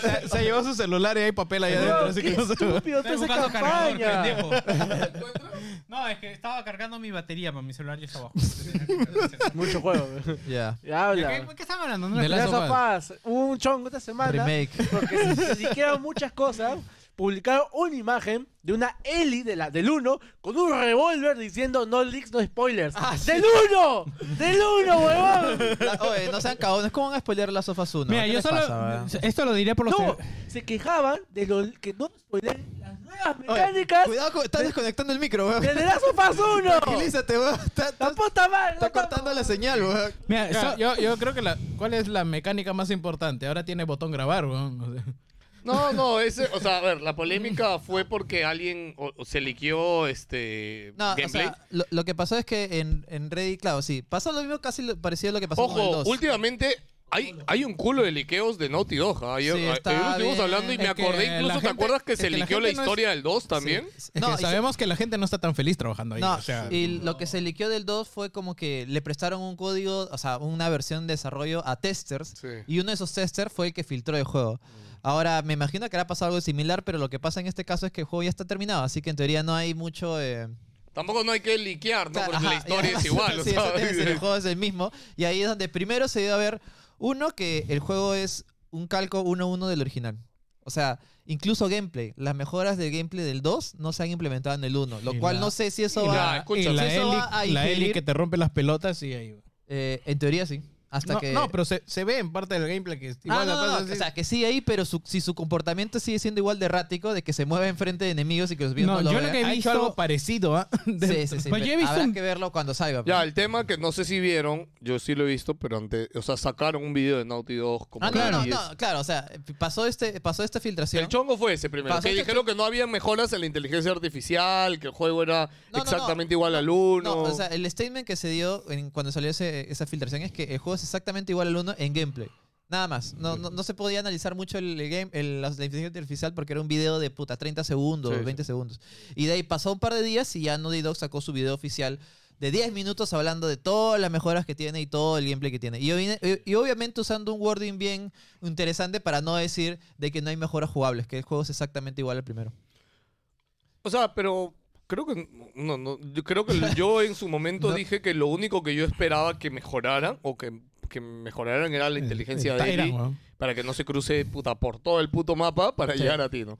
Se, se llevó su celular y hay papel ahí Weón, adentro, así qué que no se puede. estúpido toda Estoy esa buscando cargador, campaña. pendejo. <laughs> No, es que estaba cargando mi batería, pero mi celular ya está <laughs> abajo. Mucho juego, weón. Ya. Ya ¿De habla. ¿Qué, qué están hablando? No De recuerdo. Last Last of of Us. Hubo un chongo esta semana. Remake. Porque se- se hicieron muchas cosas. Publicaron una imagen de una Ellie de la, del 1 con un revólver diciendo no leaks, no spoilers. Ah, sí. ¡Del 1! ¡Del 1, huevón! La- Oye, <laughs> no sean cagones. ¿Cómo van a spoilear las sofas 1? Mira, ¿Qué yo les solo. pasa, va? esto lo diré por los. No, que- se quejaban de lo que no spoilean las nuevas Oye, mecánicas Cuidado, con- estás desconectando el micro, weón. de The Last of Us 1. <laughs> Tranquilízate, weón. Está, está- La puta madre. está cortando la señal, weón. Mira, Ya, so- yo, yo creo que la. ¿Cuál es la mecánica más importante? Ahora tiene botón grabar, weón. O sea, No, no, ese, o sea, a ver, la polémica fue porque alguien o- o se liqueó este No, o gameplay. sea, lo, lo que pasó es que en, en Reddit, claro, sí. Pasó lo mismo casi lo- parecido a lo que pasó con el Ojo, 2. últimamente hay, hay un culo de liqueos de Naughty Dog. ¿ah? Yo- Sí, ayer está estuvimos bien. hablando y me Es que acordé la incluso, ¿te gente- acuerdas que es se que la liqueó la, gente no es- historia del 2 también? es No, que y se- sabemos que la gente no está tan feliz trabajando ahí. No, o sea, y lo que se liqueó del 2 fue como que le prestaron un código, o sea, una versión de desarrollo a testers. Sí. Y uno de esos testers fue el que filtró el Mm. juego. Ahora, me imagino que hará pasado algo similar, pero lo que pasa en este caso es que el juego ya está terminado, así que en teoría no hay mucho... eh, Tampoco no hay que liquear, ¿no? Claro, Porque ajá, la historia y es además- igual, o <laughs> sí, eso sea, te iba a <laughs> decir, el juego es el mismo. Y ahí es donde primero se dio a ver, uno, que el juego es un calco 1-1 del original. O sea, incluso gameplay. Las mejoras del gameplay del 2 no se han implementado en el 1. Lo Y cual la- no sé si eso y va... la- escucha, y la si eso Eli, va a la Eli ingerir- que te rompe las pelotas y ahí. Eh, en teoría sí. Hasta No, que. no, pero se, se ve en parte del gameplay que Ah, igual no, no, la pasa no, así. O sea, que sí ahí, pero su- si su comportamiento sigue siendo igual de errático, de que se mueve enfrente de enemigos y que los videos no, No, lo yo vean. lo que he ha visto. hecho algo parecido, ¿ah? <laughs> Sí, sí, sí. Pues pero yo he visto Habrá un- que verlo cuando salga. pues. Ya, el tema que no sé si vieron, yo sí lo he visto, pero antes, o sea, sacaron un video de Naughty Dog como Ah, no, de no, 10. no, claro, o sea, pasó, este, pasó esta filtración. El chongo fue ese primero. Pasó que este dijeron que no había mejoras en la inteligencia artificial, que el juego era No, no, no. exactamente igual al 1. No, o sea, el statement que se dio en- cuando salió ese- esa filtración es que el juego es exactamente igual al 1 en gameplay. Nada más. No, no, no se podía analizar mucho el, el game, el, la inteligencia artificial porque era un video de puta 30 segundos, Sí, sí. 20 segundos. Y de ahí pasó un par de días y ya Naughty Dog sacó su video oficial de 10 minutos hablando de todas las mejoras que tiene y todo el gameplay que tiene. Y, obvi- y obviamente usando un wording bien interesante para no decir de que no hay mejoras jugables, que el juego es exactamente igual <laughs> al primero. O sea, pero creo que no, no, yo creo que <laughs> yo en su momento No. dije que lo único que yo esperaba que mejoraran o que, que mejoraran era la inteligencia de Era, Eli weón. para que no se cruce puta por todo el puto mapa para llegar a ti, ¿no?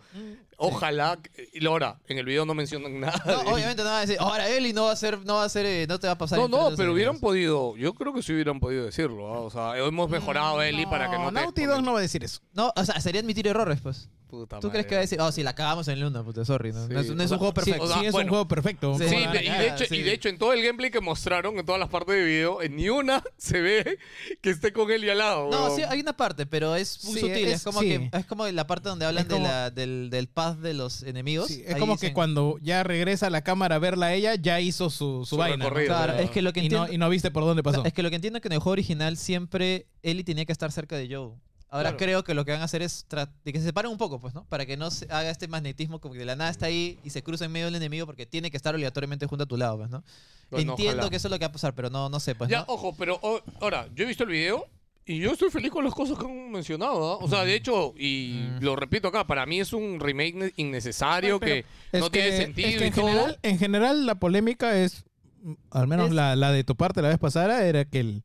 Ojalá que- y ahora en el video no mencionan nada. No, de <laughs> Eli. obviamente no va a decir, ahora Eli no va a ser, no va a ser, eh, no te va a pasar. No, enfrente de no, los pero hubieran enemigos". podido, yo creo que sí hubieran podido decirlo, ¿ah? o sea, hemos mejorado a Eli para que no te Naughty Dog no va a decir eso. No, o sea, sería admitir errores, pues. Puta ¿Tú crees madre. que va a decir, oh, sí, la cagamos en el 1, puta, sorry, no, Sí, no es, no es o sea, un juego Sí, perfecto. o sea, sí, es bueno. un juego perfecto. Ah, Sí, Sí, Como la y, de cagada, hecho, sí. y de hecho en todo el gameplay que mostraron, en todas las partes de video, en ni una <laughs> se ve que esté con él y al lado. No, weón. sí, hay una parte, pero es muy Sí, sutil. es- Es, como sí. que es como la parte donde hablan Es como- de la, del, del paz de los enemigos. Sí, es Ahí como dicen- que cuando ya regresa a la cámara a verla a ella, ya hizo su, su, Su vaina. ¿no? recorrido. Claro, Claro. es que lo que Y entiendo. no, y no viste por dónde pasó. Es que lo que entiendo es que en el juego original siempre Ellie tenía que estar cerca de Joe. Ahora Claro. creo que lo que van a hacer es tra- de que se separen un poco, pues, ¿no? Para que no se haga este magnetismo como que de la nada está ahí y se cruza en medio del enemigo porque tiene que estar obligatoriamente junto a tu lado, pues, ¿no? Bueno, Entiendo ojalá. que eso es lo que va a pasar, pero no, no sé, pues, Ya, ¿no? ojo, pero o- ahora, yo he visto el video y yo estoy feliz con las cosas que han mencionado. ¿ah? O sea, de hecho, y lo repito acá, para mí es un remake ne- innecesario Bueno, que no tiene sentido es que y en, todo. general, en general la polémica es, mm, al menos Es- la, la de tu parte la vez pasada, era que el,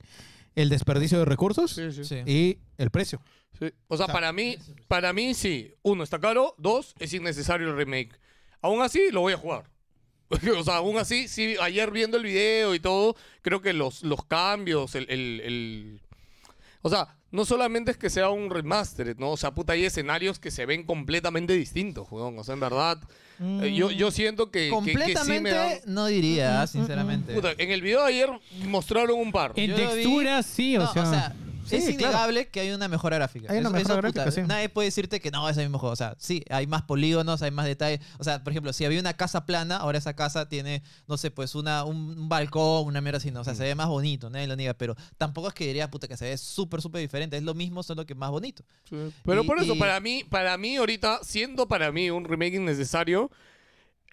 el desperdicio de recursos Sí, sí. Sí. y el precio. Sí. O sea, sea, para mí, para mí sí. Uno, está caro. Dos, es innecesario el remake. Aún así, lo voy a jugar. <laughs> O sea, aún así, sí, ayer viendo el video y todo, creo que los, los cambios, el, el- el- O sea, no solamente es que sea un remastered, ¿no? O sea, puta, hay escenarios que se ven completamente distintos, weón. O sea, en verdad, eh, yo, yo siento que... que- que sí me Completamente dan- no diría, sinceramente. Puta, en el video de ayer mostraron un par. En Yo lo vi- textura, sí, o No, sea. es sí, claro. innegable que hay una mejora gráfica. Hay una Eso- mejora eso, gráfica, sí. Nadie puede decirte que no, es el mismo juego. O sea, sí, hay más polígonos, hay más detalles. O sea, por ejemplo, si había una casa plana, ahora esa casa tiene, no sé, pues una, un, un balcón, una mierda así. ¿no? O sea, se ve más bonito, nadie lo niega. Pero tampoco es que diría, puta, que se ve súper, súper diferente. Es lo mismo, solo que más bonito. Pero Y- por eso, y- para mí, para mí ahorita, siendo para mí un remake innecesario,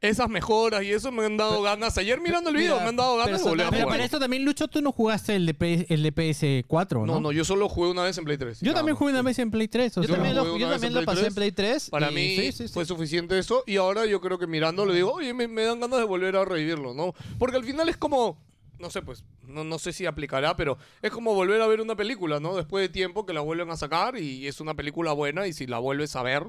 esas mejoras y eso me han dado ganas. Ayer mirando el video mira, me han dado ganas de volver a Pero jugar. para esto también, Lucho, tú no jugaste el de, PS el de PS4, ¿no? No, no, yo solo jugué una vez en Play 3. Yo nada también más. jugué una vez en Play 3. o Yo sea, también jugué lo, una yo vez también en lo Play pasé 3. en Play 3. Para y- mí sí, sí, sí. fue suficiente eso y ahora yo creo que mirándolo digo, oye, me, me dan ganas de volver a revivirlo, ¿no? Porque al final es como, no sé, pues, no, no sé si aplicará, pero es como volver a ver una película, ¿no? Después de tiempo que la vuelven a sacar y es una película buena y si la vuelves a ver,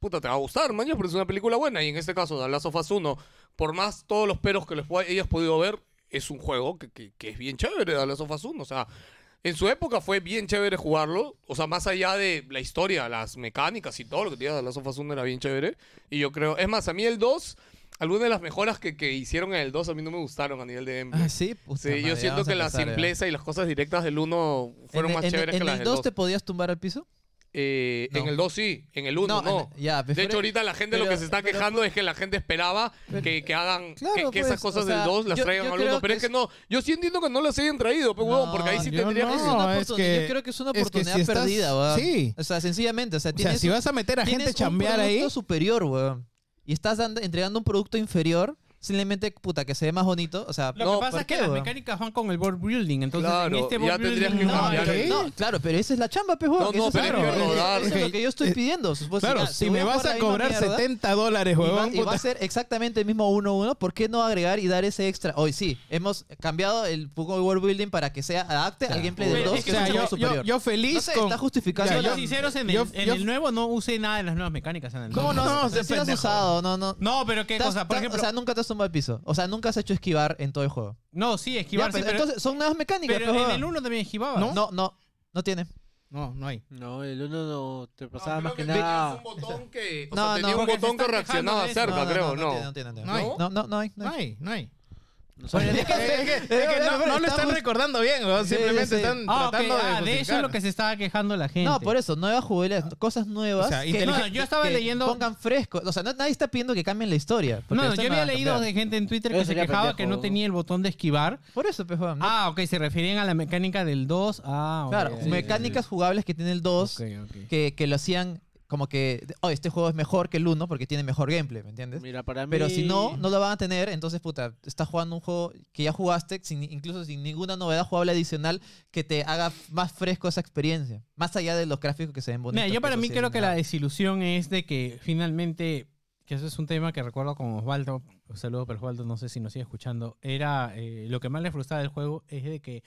puta, te va a gustar, mañana, pero es una película buena y en este caso, The Last of Us 1, por más todos los peros que les pu- hayas podido ver, es un juego que, que- que es bien chévere, The Last of Us 1, o sea... En su época fue bien chévere jugarlo. O sea, más allá de la historia, las mecánicas y todo lo que tenía de Last of Us 1 era bien chévere. Y yo creo... Es más, a mí el 2... Algunas de las mejoras que, que hicieron en el 2 a mí no me gustaron a nivel de gameplay. Ah, sí, puta Sí, madre, yo ya siento vamos a que la empezar, ya. simpleza y las cosas directas del 1 fueron En- más en- chéveres que ¿En las el del 2. 2 te podías tumbar al piso? Eh, En No. el 2 sí, en el 1 no. No, en- ya, de pero- hecho, ahorita la gente lo pero- que se está pero- quejando es que la gente esperaba que, que hagan... Claro, que, que pues, esas cosas o sea, del 2 las yo- traigan yo al creo 1. Pero que es que es- no. Yo sí entiendo que no las hayan traído, pues, No, huevón, porque ahí sí yo tendría que... Es una No, es oportunidad. que- Yo creo que es una es que si oportunidad estás- perdida, weón. sí. O sea, sencillamente, o sea, O sea, tienes, si vas a meter a gente a tienes chambear un ahí, producto superior, weón. Y estás dando- entregando un producto inferior, simplemente, puta, que se ve más bonito. O sea, Lo No, que pasa ¿por es que qué, las weón? mecánicas van con el board building. Entonces, Claro, en este ya board tendrías building que no, cambiar pero- el- No, claro, pero esa es la chamba, pe, weón. No, que no, eso pero es, es que eso rodar- es lo que yo estoy pidiendo. supuesto. Eh, claro, Ya, si voy me a vas jugar la a misma cobrar mierda, 70 dólares, y va- huevón, y va a puta. ser exactamente el mismo 1-1, ¿por qué no agregar y dar ese extra? Hoy sí, hemos cambiado el poco de world building para que sea adapte al gameplay del Pero 2, es que O es sea, mucho yo, más superior. yo- yo feliz no sé, con... está justificando. Ya, Siendo yo- sinceros, en, yo- el, en yo- el nuevo no usé nada de las nuevas mecánicas. En el ¿Cómo no? No, No, ese sí lo has pendejo. usado, no, no. No, pero qué Estás- cosa. Por estás- ejemplo, o sea, nunca te has tumbado al piso. O sea, nunca has hecho esquivar en todo el juego. no, sí, Ya, esquivar. pues, sí, pero, entonces, son nuevas mecánicas. pero pues, en huevón. el 1 también esquivaba. ¿No? no, no, no tiene. No, no hay. No, el uno no te pasaba No, más creo que que tenías nada. un botón que... O No, sea, no, tenía un porque se botón que están quejando reaccionaba de eso. cerca, creo, no. ¿no? tiene, No, tiene, no, No hay. tiene. no, no, no hay. No No hay. hay, no hay. No <laughs> sabía. Es que, es que- es que no, no lo están recordando bien, weón. Sí, Simplemente sí. están Ah, ok, tratando ah, de de eso es lo que se estaba quejando la gente. No, por eso, nuevas jugabilidades, cosas nuevas. O sea, que- inteligente- no, yo estaba que leyendo- Pongan fresco. O sea, no- nadie está pidiendo que cambien la historia. porque No, eso yo la había van a leído cambiar. de gente en Twitter Eso que se sería quejaba pendejo, que no ¿no? tenía el botón de esquivar. Por eso, pues, huevón, ¿no? Ah, ok, se referían a la mecánica del 2. Ah, ok, claro, ok, mecánicas jugables que tiene el ok, 2 ok. que, que lo hacían como que, oh, este juego es mejor que el 1 porque tiene mejor gameplay, ¿me entiendes? Mira, para mí. Pero si no, no lo van a tener, entonces, puta, estás jugando un juego que ya jugaste, sin, incluso sin ninguna novedad jugable adicional que te haga más fresco esa experiencia. Más allá de los gráficos que se ven bonitos. Mira, yo para eso mí sí es creo que la innegable. desilusión es de que finalmente, que eso es un tema que recuerdo con Osvaldo, un saludo para Osvaldo, no sé si nos sigue escuchando, era eh, lo que más le frustraba del juego es de que,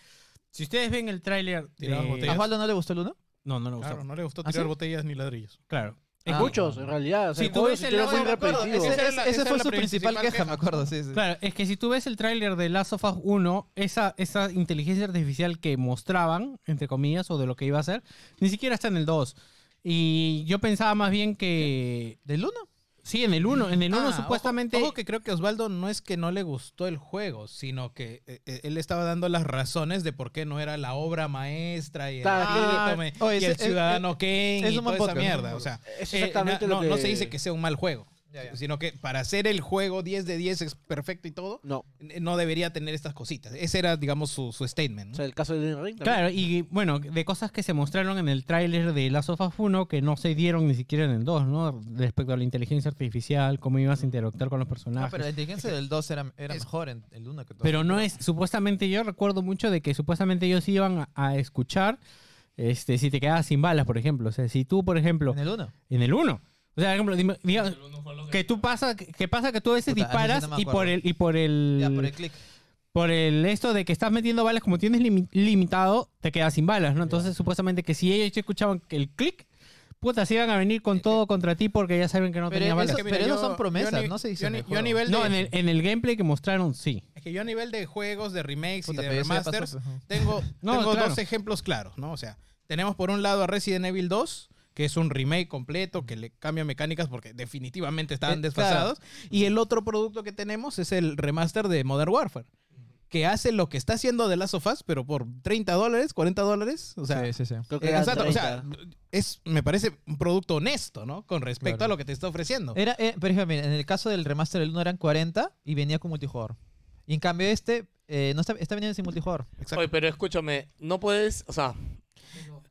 si ustedes ven el tráiler... de- Tiraban ¿A botellas. Osvaldo no le gustó el 1? No, no le gustó. Claro, no le gustó ¿Ah, tirar sí? botellas ni ladrillos. Claro. Ah. que- Muchos, en realidad. O sea, Si el tú juego ves se el hicieron logo, muy me acuerdo, repetitivo. Ese, Esa es la- ese esa es fue la su principal principal queja, queja. me acuerdo, sí, sí. Claro, es que si tú ves el tráiler de Last of Us 1, esa, esa inteligencia artificial que mostraban, entre comillas, o de lo que iba a ser, ni siquiera está en el 2. Y yo pensaba más bien que... ¿Del 1? Sí, en el 1. En el 1 Ah, ojo- supuestamente... Ojo, que creo que Osvaldo no es que no le gustó el juego, sino que eh, eh, él estaba dando las razones de por qué no era la obra maestra y el, Claro, grito, ah, me- oye, y ese- eh, el ciudadano Kane es y un toda buen esa podcast, mierda. ¿no? O sea, Es eh, exactamente no, lo que. no- no se dice que sea un mal juego, Ya, ya. sino que para hacer el juego 10 de 10 es perfecto y todo, No. Mm. eh, no debería tener estas cositas. Ese era, digamos, su, su O statement. ¿no? sea, el caso de Elden Ring. también. Claro, y bueno, de cosas que se mostraron en el tráiler de Last of Us 1 que no se dieron ni siquiera en el 2, ¿no? Respecto a la inteligencia artificial, cómo ibas a interactuar con los Ah, personajes. pero la inteligencia del 2 era, era mejor en el 1 que todo. Pero no es, supuestamente yo recuerdo mucho de que supuestamente ellos iban a, a escuchar este, si te quedabas sin balas, por ejemplo. O sea, si tú, por ejemplo, En el 1. en el 1. O sea, por ejemplo, dime- diga- que tú pasa, que- que pasa que tú a veces Puta, eso sí no disparas me y por acuerdo. el, y por el, Ya, por el click. por el esto de que estás metiendo balas, como tienes limi- limitado, te quedas sin balas, ¿no? Entonces, supuestamente que si ellos escuchaban que el clic, Puta, se iban a venir con todo contra ti porque ya saben que no Pero tenía eso- balas. Es que mira, pero yo- esos son yo promesas, a ni- no se yo dicen ni- en el Yo a juego. nivel de- No, en el, en el gameplay que mostraron, sí. es que yo a nivel de juegos, de remakes Puta, y de pero eso ya pasó, remasters, pues, ajá. <laughs> tengo, No, tengo claro. dos ejemplos claros, ¿no? O sea, tenemos por un lado a Resident Evil 2, que es un remake completo, que le cambia mecánicas porque definitivamente estaban Eh, desfasados. Y el otro producto que tenemos es el remaster de Modern Warfare, que hace lo que está haciendo The Last of Us, pero por 30 dólares, 40 dólares. O sea, sí, sí, sí. Creo que eh, eran exacto, o sea, 30. es, me parece un producto honesto, ¿no? Con respecto Claro. a lo que te está ofreciendo. Era, eh, pero fíjame, en el caso del remaster del 1 eran 40 y venía con multijugador. Y en cambio este, eh, no está, está veniendo sin multijugador. Exacto. Oye, pero escúchame, no puedes, o sea,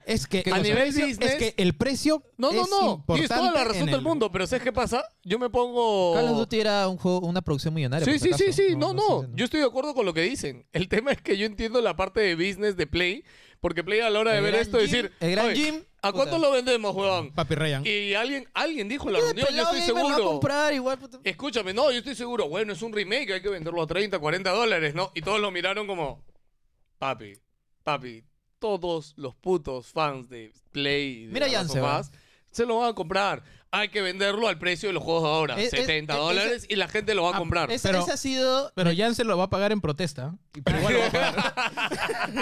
Es que, A o sea, nivel el precio- business- es que el precio. no, no, es no, tienes toda la importante razón en del el- mundo, pero ¿sabes qué pasa? Yo me Oh. pongo... Call of Duty era un juego, una producción millonaria. Sí, por si sí, sí, acaso. sí, no, estoy no, diciendo. yo estoy de acuerdo con lo que dicen. El tema es que yo entiendo la parte de business de Play, porque Play a la hora de El ver gran esto Jim- decir, el gran "Oye, Jim, ¿a cuánto puta. lo vendemos, huevón? Papi Ryan. Y alguien, alguien dijo en la ¿Qué de reunión, yo pelado estoy gamer lo va a seguro. comprar igual, puta? Escúchame, no, yo estoy seguro, bueno, es un remake, hay que venderlo a 30, 40 dólares, ¿no? Y todos lo miraron como, papi, papi, todos los putos fans de Play y de Mira The Last Yance, of ¿eh? va. Us se lo van a comprar. Hay que venderlo al precio de los juegos de ahora, Eh, Es- es- 70 es- dólares, y la gente lo va a comprar. <laughs> Esa, Pero- esa ha sido, Pero Eh. Jan se lo va a pagar en protesta. Pero igual lo va a pagar.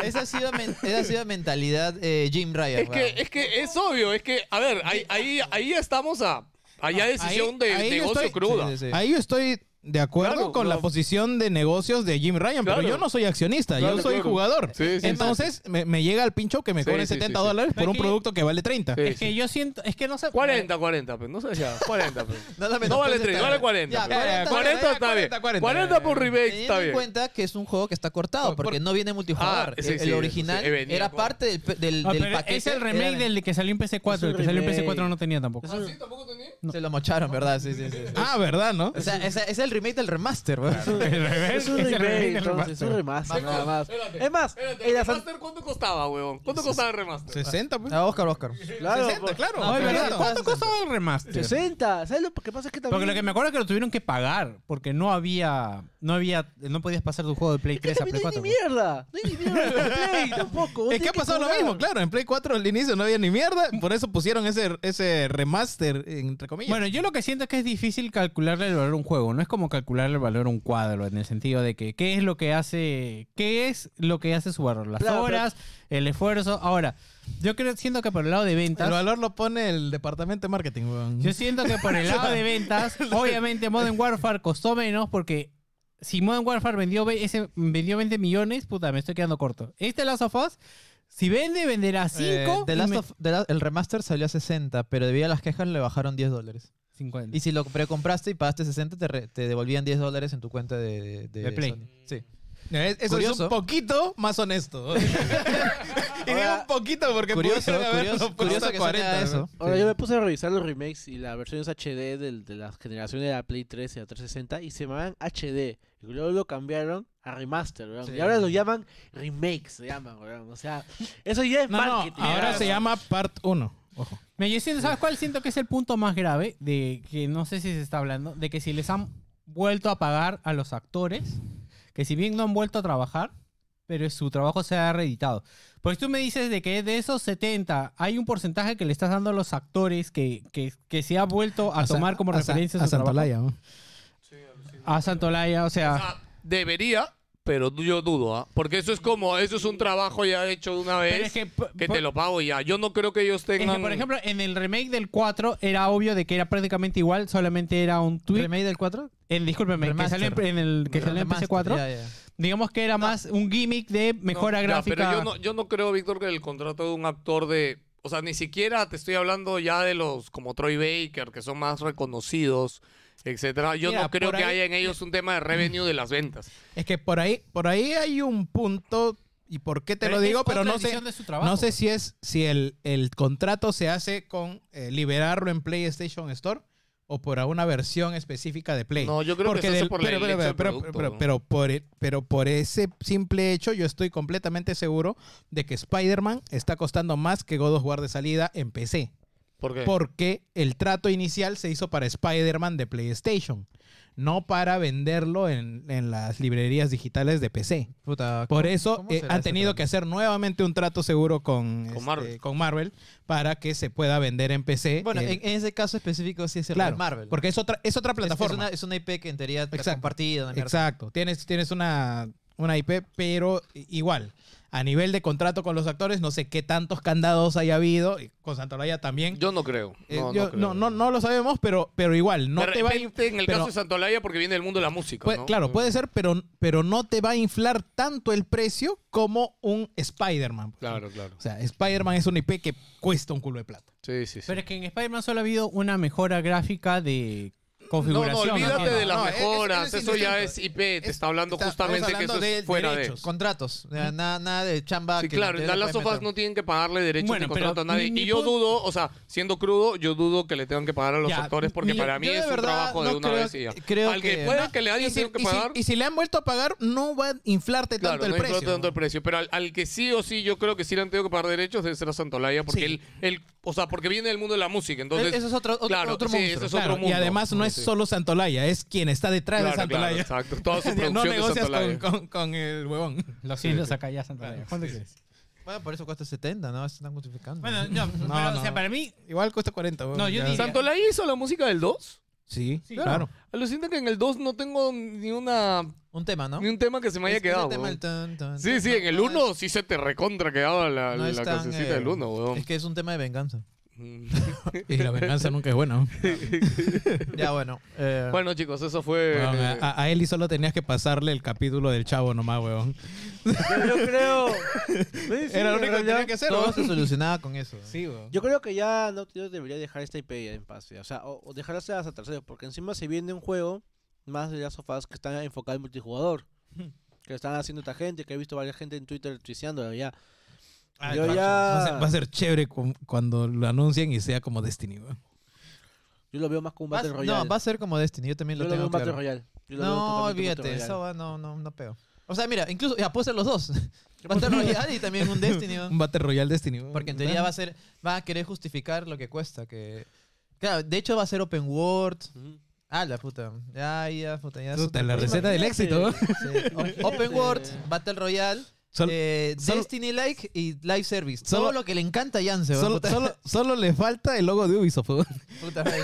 esa ha sido, men- esa ha sido mentalidad eh, Jim Ryan. Es que, es que es obvio, es que, a ver, ahí, ahí, ahí estamos a. Allá decisión de Ah, ahí yo negocio estoy- cruda. Sí, sí, sí. Ahí yo estoy de acuerdo Claro, con no. la posición de negocios de Jim Ryan, Claro. pero yo no soy accionista, Claro, yo soy claro. jugador. Sí, sí, Entonces me, me llega al pincho que me Sí, cobren sí, sí, 70 sí. dólares por un Aquí- producto que vale 30. Sí, Es que sí. yo siento, es que no sé. 40, 40, pues, no sé ya, 40. Pues. <laughs> No, dame No dos vale pesos, 30, está vale bien. 40. Ya, pues. 40, 40 está bien. 40, 40. 40 por remake está Teniendo en bien. cuenta que es un juego que está cortado, Por- porque no viene Ah, multijugador. sí, el, sí, el sí, original sí, venía era con- parte del, pe- del, Ah, del pero paquete. es el era remake de- del que salió en Es PS4. un El que salió en remake. PS4 no tenía tampoco. Se lo mocharon, ¿verdad? Sí, sí, sí. sí. Ah, ¿verdad, no? O sea, ese- ese es el remake del remaster, Eh, weón. <laughs> Es un remake, entonces, es un remaster nada más. Espérate, Es más, espérate, en ¿el la fan- remaster cuánto costaba, huevón? ¿Cuánto costaba el remaster? 60, pues. Ah, Oscar, Oscar. claro, 60, por- claro. Ay, Pero ¿verdad? no. ¿Cuánto costaba el remaster? 60. ¿Sabes lo que pasa? Es que también. Porque lo que me acuerdo es que lo tuvieron que pagar. Porque no había. No había. No podías pasar tu juego de Play Es que 3 a también Play no hay 4. ni mierda. No hay ni mierda en Play tampoco. Es que ha pasado lo mismo, claro. En Play 4 al inicio no había ni mierda, por eso pusieron ese, ese remaster, entre comillas. Bueno, yo lo que siento es que es difícil calcularle el valor a un juego. No es como calcularle el valor a un cuadro, en el sentido de que qué es lo que hace, qué es lo que hace su valor, las Claro, pero- horas, el esfuerzo. Ahora, yo creo, siento que por el lado de ventas, el valor lo pone el departamento de marketing, weón. yo siento que por el <laughs> lado de ventas, obviamente Modern Warfare costó menos porque si Modern Warfare vendió, ve- ese, vendió 20 millones, puta, me estoy quedando corto. Este Last of Us, si vende, venderá 5 Eh, The y Last me- of- The La- el remaster salió a 60, pero debido a las quejas le bajaron 10 dólares. 50. Y si lo precompraste y pagaste 60, te, re- te devolvían 10 dólares en tu cuenta de, de, De Play. Sony. Sí. Eh, Eso es Curioso. un poquito más <laughs> honesto. y digo un poquito porque Curioso, pudieron haberlo curioso, puesto curioso a que suena eso. Ahora yo me puse a revisar los remakes y las versiones HD del- de la generación de la Play 3 y la 360 y se llamaban HD. Y luego lo cambiaron a remaster, weón. Sí. Y ahora lo llaman remakes, se llaman, weón. O sea, eso ya es No, no, marketing. ahora ya, se weón. llama Part 1. Ojo. Mira, yo siento, ¿sabes cuál siento que es el punto más grave? De que no sé si se está hablando, de que si les han vuelto a pagar a los actores, que si bien no han vuelto a trabajar, pero su trabajo se ha reeditado. Pues tú me dices de que de esos 70 hay un porcentaje que le estás dando a los actores que, que, que se ha vuelto a, tomar como referencia a su trabajo. Santolaya. ¿no? A Santolaya, o sea... Ah, debería, pero yo dudo, ¿ah? Porque eso es como, eso es un trabajo ya hecho de una vez. pero es que, p- que por- te lo pago ya. Yo no creo que ellos es que, tengan. por ejemplo, en el remake del 4 era obvio de que era prácticamente igual, solamente era un tweet. ¿Remake del 4? En, discúlpeme, que Remaster. salió en, en el que salió en Remaster, PS4. ya, ya. Digamos que era más un gimmick de No, mejora ya, gráfica. pero yo no, yo no creo, Víctor, que el contrato de un actor de. O sea, ni siquiera te estoy hablando ya de los como Troy Baker, que son más reconocidos, etcétera. Yo Mira, no creo por que ahí- haya en ellos un tema de revenue de las ventas. Es que por ahí, por ahí hay un punto, y por qué te Pero lo es digo, pero otra no sé, edición de su trabajo. no sé si es si el, el contrato se hace con eh, liberarlo en PlayStation Store o por una versión específica de Play. No, yo creo que Porque eso del- es por la pero, pero, elección del pero, pero, producto, pero, ¿no? pero por, e- pero por ese simple hecho, yo estoy completamente seguro de que Spider-Man está costando más que God of War de salida en PC. ¿Por qué? Porque el trato inicial se hizo para Spider-Man de PlayStation. no para venderlo en, en las librerías digitales de PC. Puta, Por ¿cómo- eso cómo eh, será han ese tenido plan? que hacer nuevamente un trato seguro con, este, Marvel. con Marvel para que se pueda vender en PC. Bueno, Eh, en, en ese caso específico sí es el claro, Marvel. porque es otra, es otra Es- plataforma. Es, una, es una IP que en teoría está Exacto. compartida. una mierda. Exacto. Tienes, tienes una, una IP, pero i- igual. A nivel de contrato con los actores, no sé qué tantos candados haya habido. y Con Santoraya también. Yo no creo. Eh, No, yo- no, creo. no, no, no lo sabemos, pero, pero igual, no de te va a in- repente, en el pero- caso de Santolaya, porque viene del mundo de la música. Pue- ¿no? Claro, puede ser, pero, pero no te va a inflar tanto el precio como un Spider-Man. por Claro, ejemplo. claro. O sea, Spider-Man es un IP que cuesta un culo de plata. Sí, sí, sí. Pero es que en Spider-Man solo ha habido una mejora gráfica de No, configuración. no, olvídate entiendo. de las No, es- mejoras. eso es eso ya es indistinto. IP. Te Es- está hablando está- justamente estamos que eso hablando es de fuera de. derechos. Contratos. eh, Nada, nada de chamba. Sí, que Ah, claro, en en teoría las puedes sofas meter. no tienen que pagarle derechos Bueno, ni pero contrato a nadie. mi Y yo punto- dudo, o sea, siendo crudo, yo dudo que le tengan que pagar a los Ya, actores porque mi- para mí yo de es un verdad trabajo de no una creo- vez y ya. creo Al que, que- pueda no, que le y, hayan si, tenido que y si- pagar. y si le han vuelto a pagar, no va a inflarte Claro, tanto el no precio. importa tanto el precio. Pero al, al que sí o sí, yo creo que sí le han tenido que pagar derechos debe ser a Santolaya, porque Sí. él, él, o sea, porque viene del mundo de la música. Entonces, Eso es otro, otro, claro, otro sí, monstruo. ese es Claro, otro mundo. Y además no es Sí. solo Santolaya, es quien está detrás Claro, de claro, Santolaya. exacto. Toda su <laughs> no producción de negocias con, Santolaya. con- con el huevón. Lo siento, saca ya Santa María. ¿Cuánto quieres? Bueno, por eso cuesta 70, ¿no? Se están justificando. Bueno, no, pero, No, o sea, no. para mí, Igual cuesta 40, huevón, No, yo ya. diría- ¿Santolaya hizo la música del 2? Sí, Sí, claro. Alucina que en el 2 no tengo ni una un tema, ¿no? ni un tema que se me haya Ese- ese quedado. tema, weón. el tan, tan, Sí, tan, sí, no, en el no es- 1 sí se te recontra quedaba la, no la es tan, cancioncita eh, del 1, weón. <laughs> Mm. Es que es un tema de venganza. Y la venganza nunca es buena. ¿no? <laughs> ya, bueno. eh, bueno, chicos, eso fue. Huevón, eh, a, a Eli solo tenías que pasarle el capítulo del chavo nomás, huevón. Yo creo. Era lo único que tenía que hacer. todo huevón. se solucionaba con eso. Sí, huevón. Yo creo que ya no yo debería dejar esta IP ya en paz. ya. O sea, o, o dejarse hasta terceros. Porque encima se viene un juego más de las sofás que están enfocado <laughs> en multijugador. Que lo están haciendo esta gente, que he visto varias gente en Twitter tuiseando ya. Ah, yo claro. ya- Va, a ser, va a ser chévere cu- cuando lo anuncien y sea como Destiny, huevón. Yo lo veo más como un Va a- Battle Royale. no, va a ser como Destiny, yo también yo lo lo veo tengo un Battle claro. Royale. Yo lo veo No, totalmente un olvídate, Battle eso Royale. va, no, no, no peo. O sea, mira, incluso, ya puedo ser los <laughs> dos. Battle Royale y también un Destiny. ¿no? Un Battle Royale Destiny, huevón. Porque en teoría va a ser, va a querer justificar lo que cuesta, que... Claro, de hecho va a ser open world. Ujú. Ah, la puta. Ya, ya, puta, ya. Puta, la Sí. receta del Imagínate. éxito, huevón. O- Open world, Battle Royale, Sol- eh, solo- Destiny like y live service. solo- Todo lo que le encanta a Yance. <laughs> <laughs> Solo, puta, solo- solo le falta el logo de Ubisoft. <laughs> huevón. <laughs> puta madre.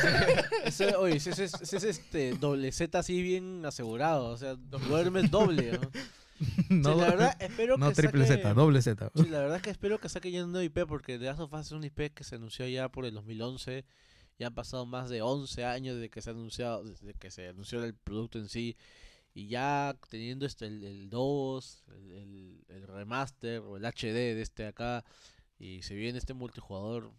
Ese- oye, ese, ese- ese es este doble Z así bien asegurado. O sea, duermes doble. ¿no? <laughs> No, Sí, la verdad, espero no que triple saque- Z, doble Z. Sí, la verdad es que espero que saque ya un nuevo IP porque The Last of Us es un IP que se anunció ya por el 2011. Ya han pasado más de 11 años desde que se ha anunciado, desde que se anunció el producto en sí. Y ya teniendo este el, el 2, el, el- el remaster o el HD de este acá, y se viene este multijugador,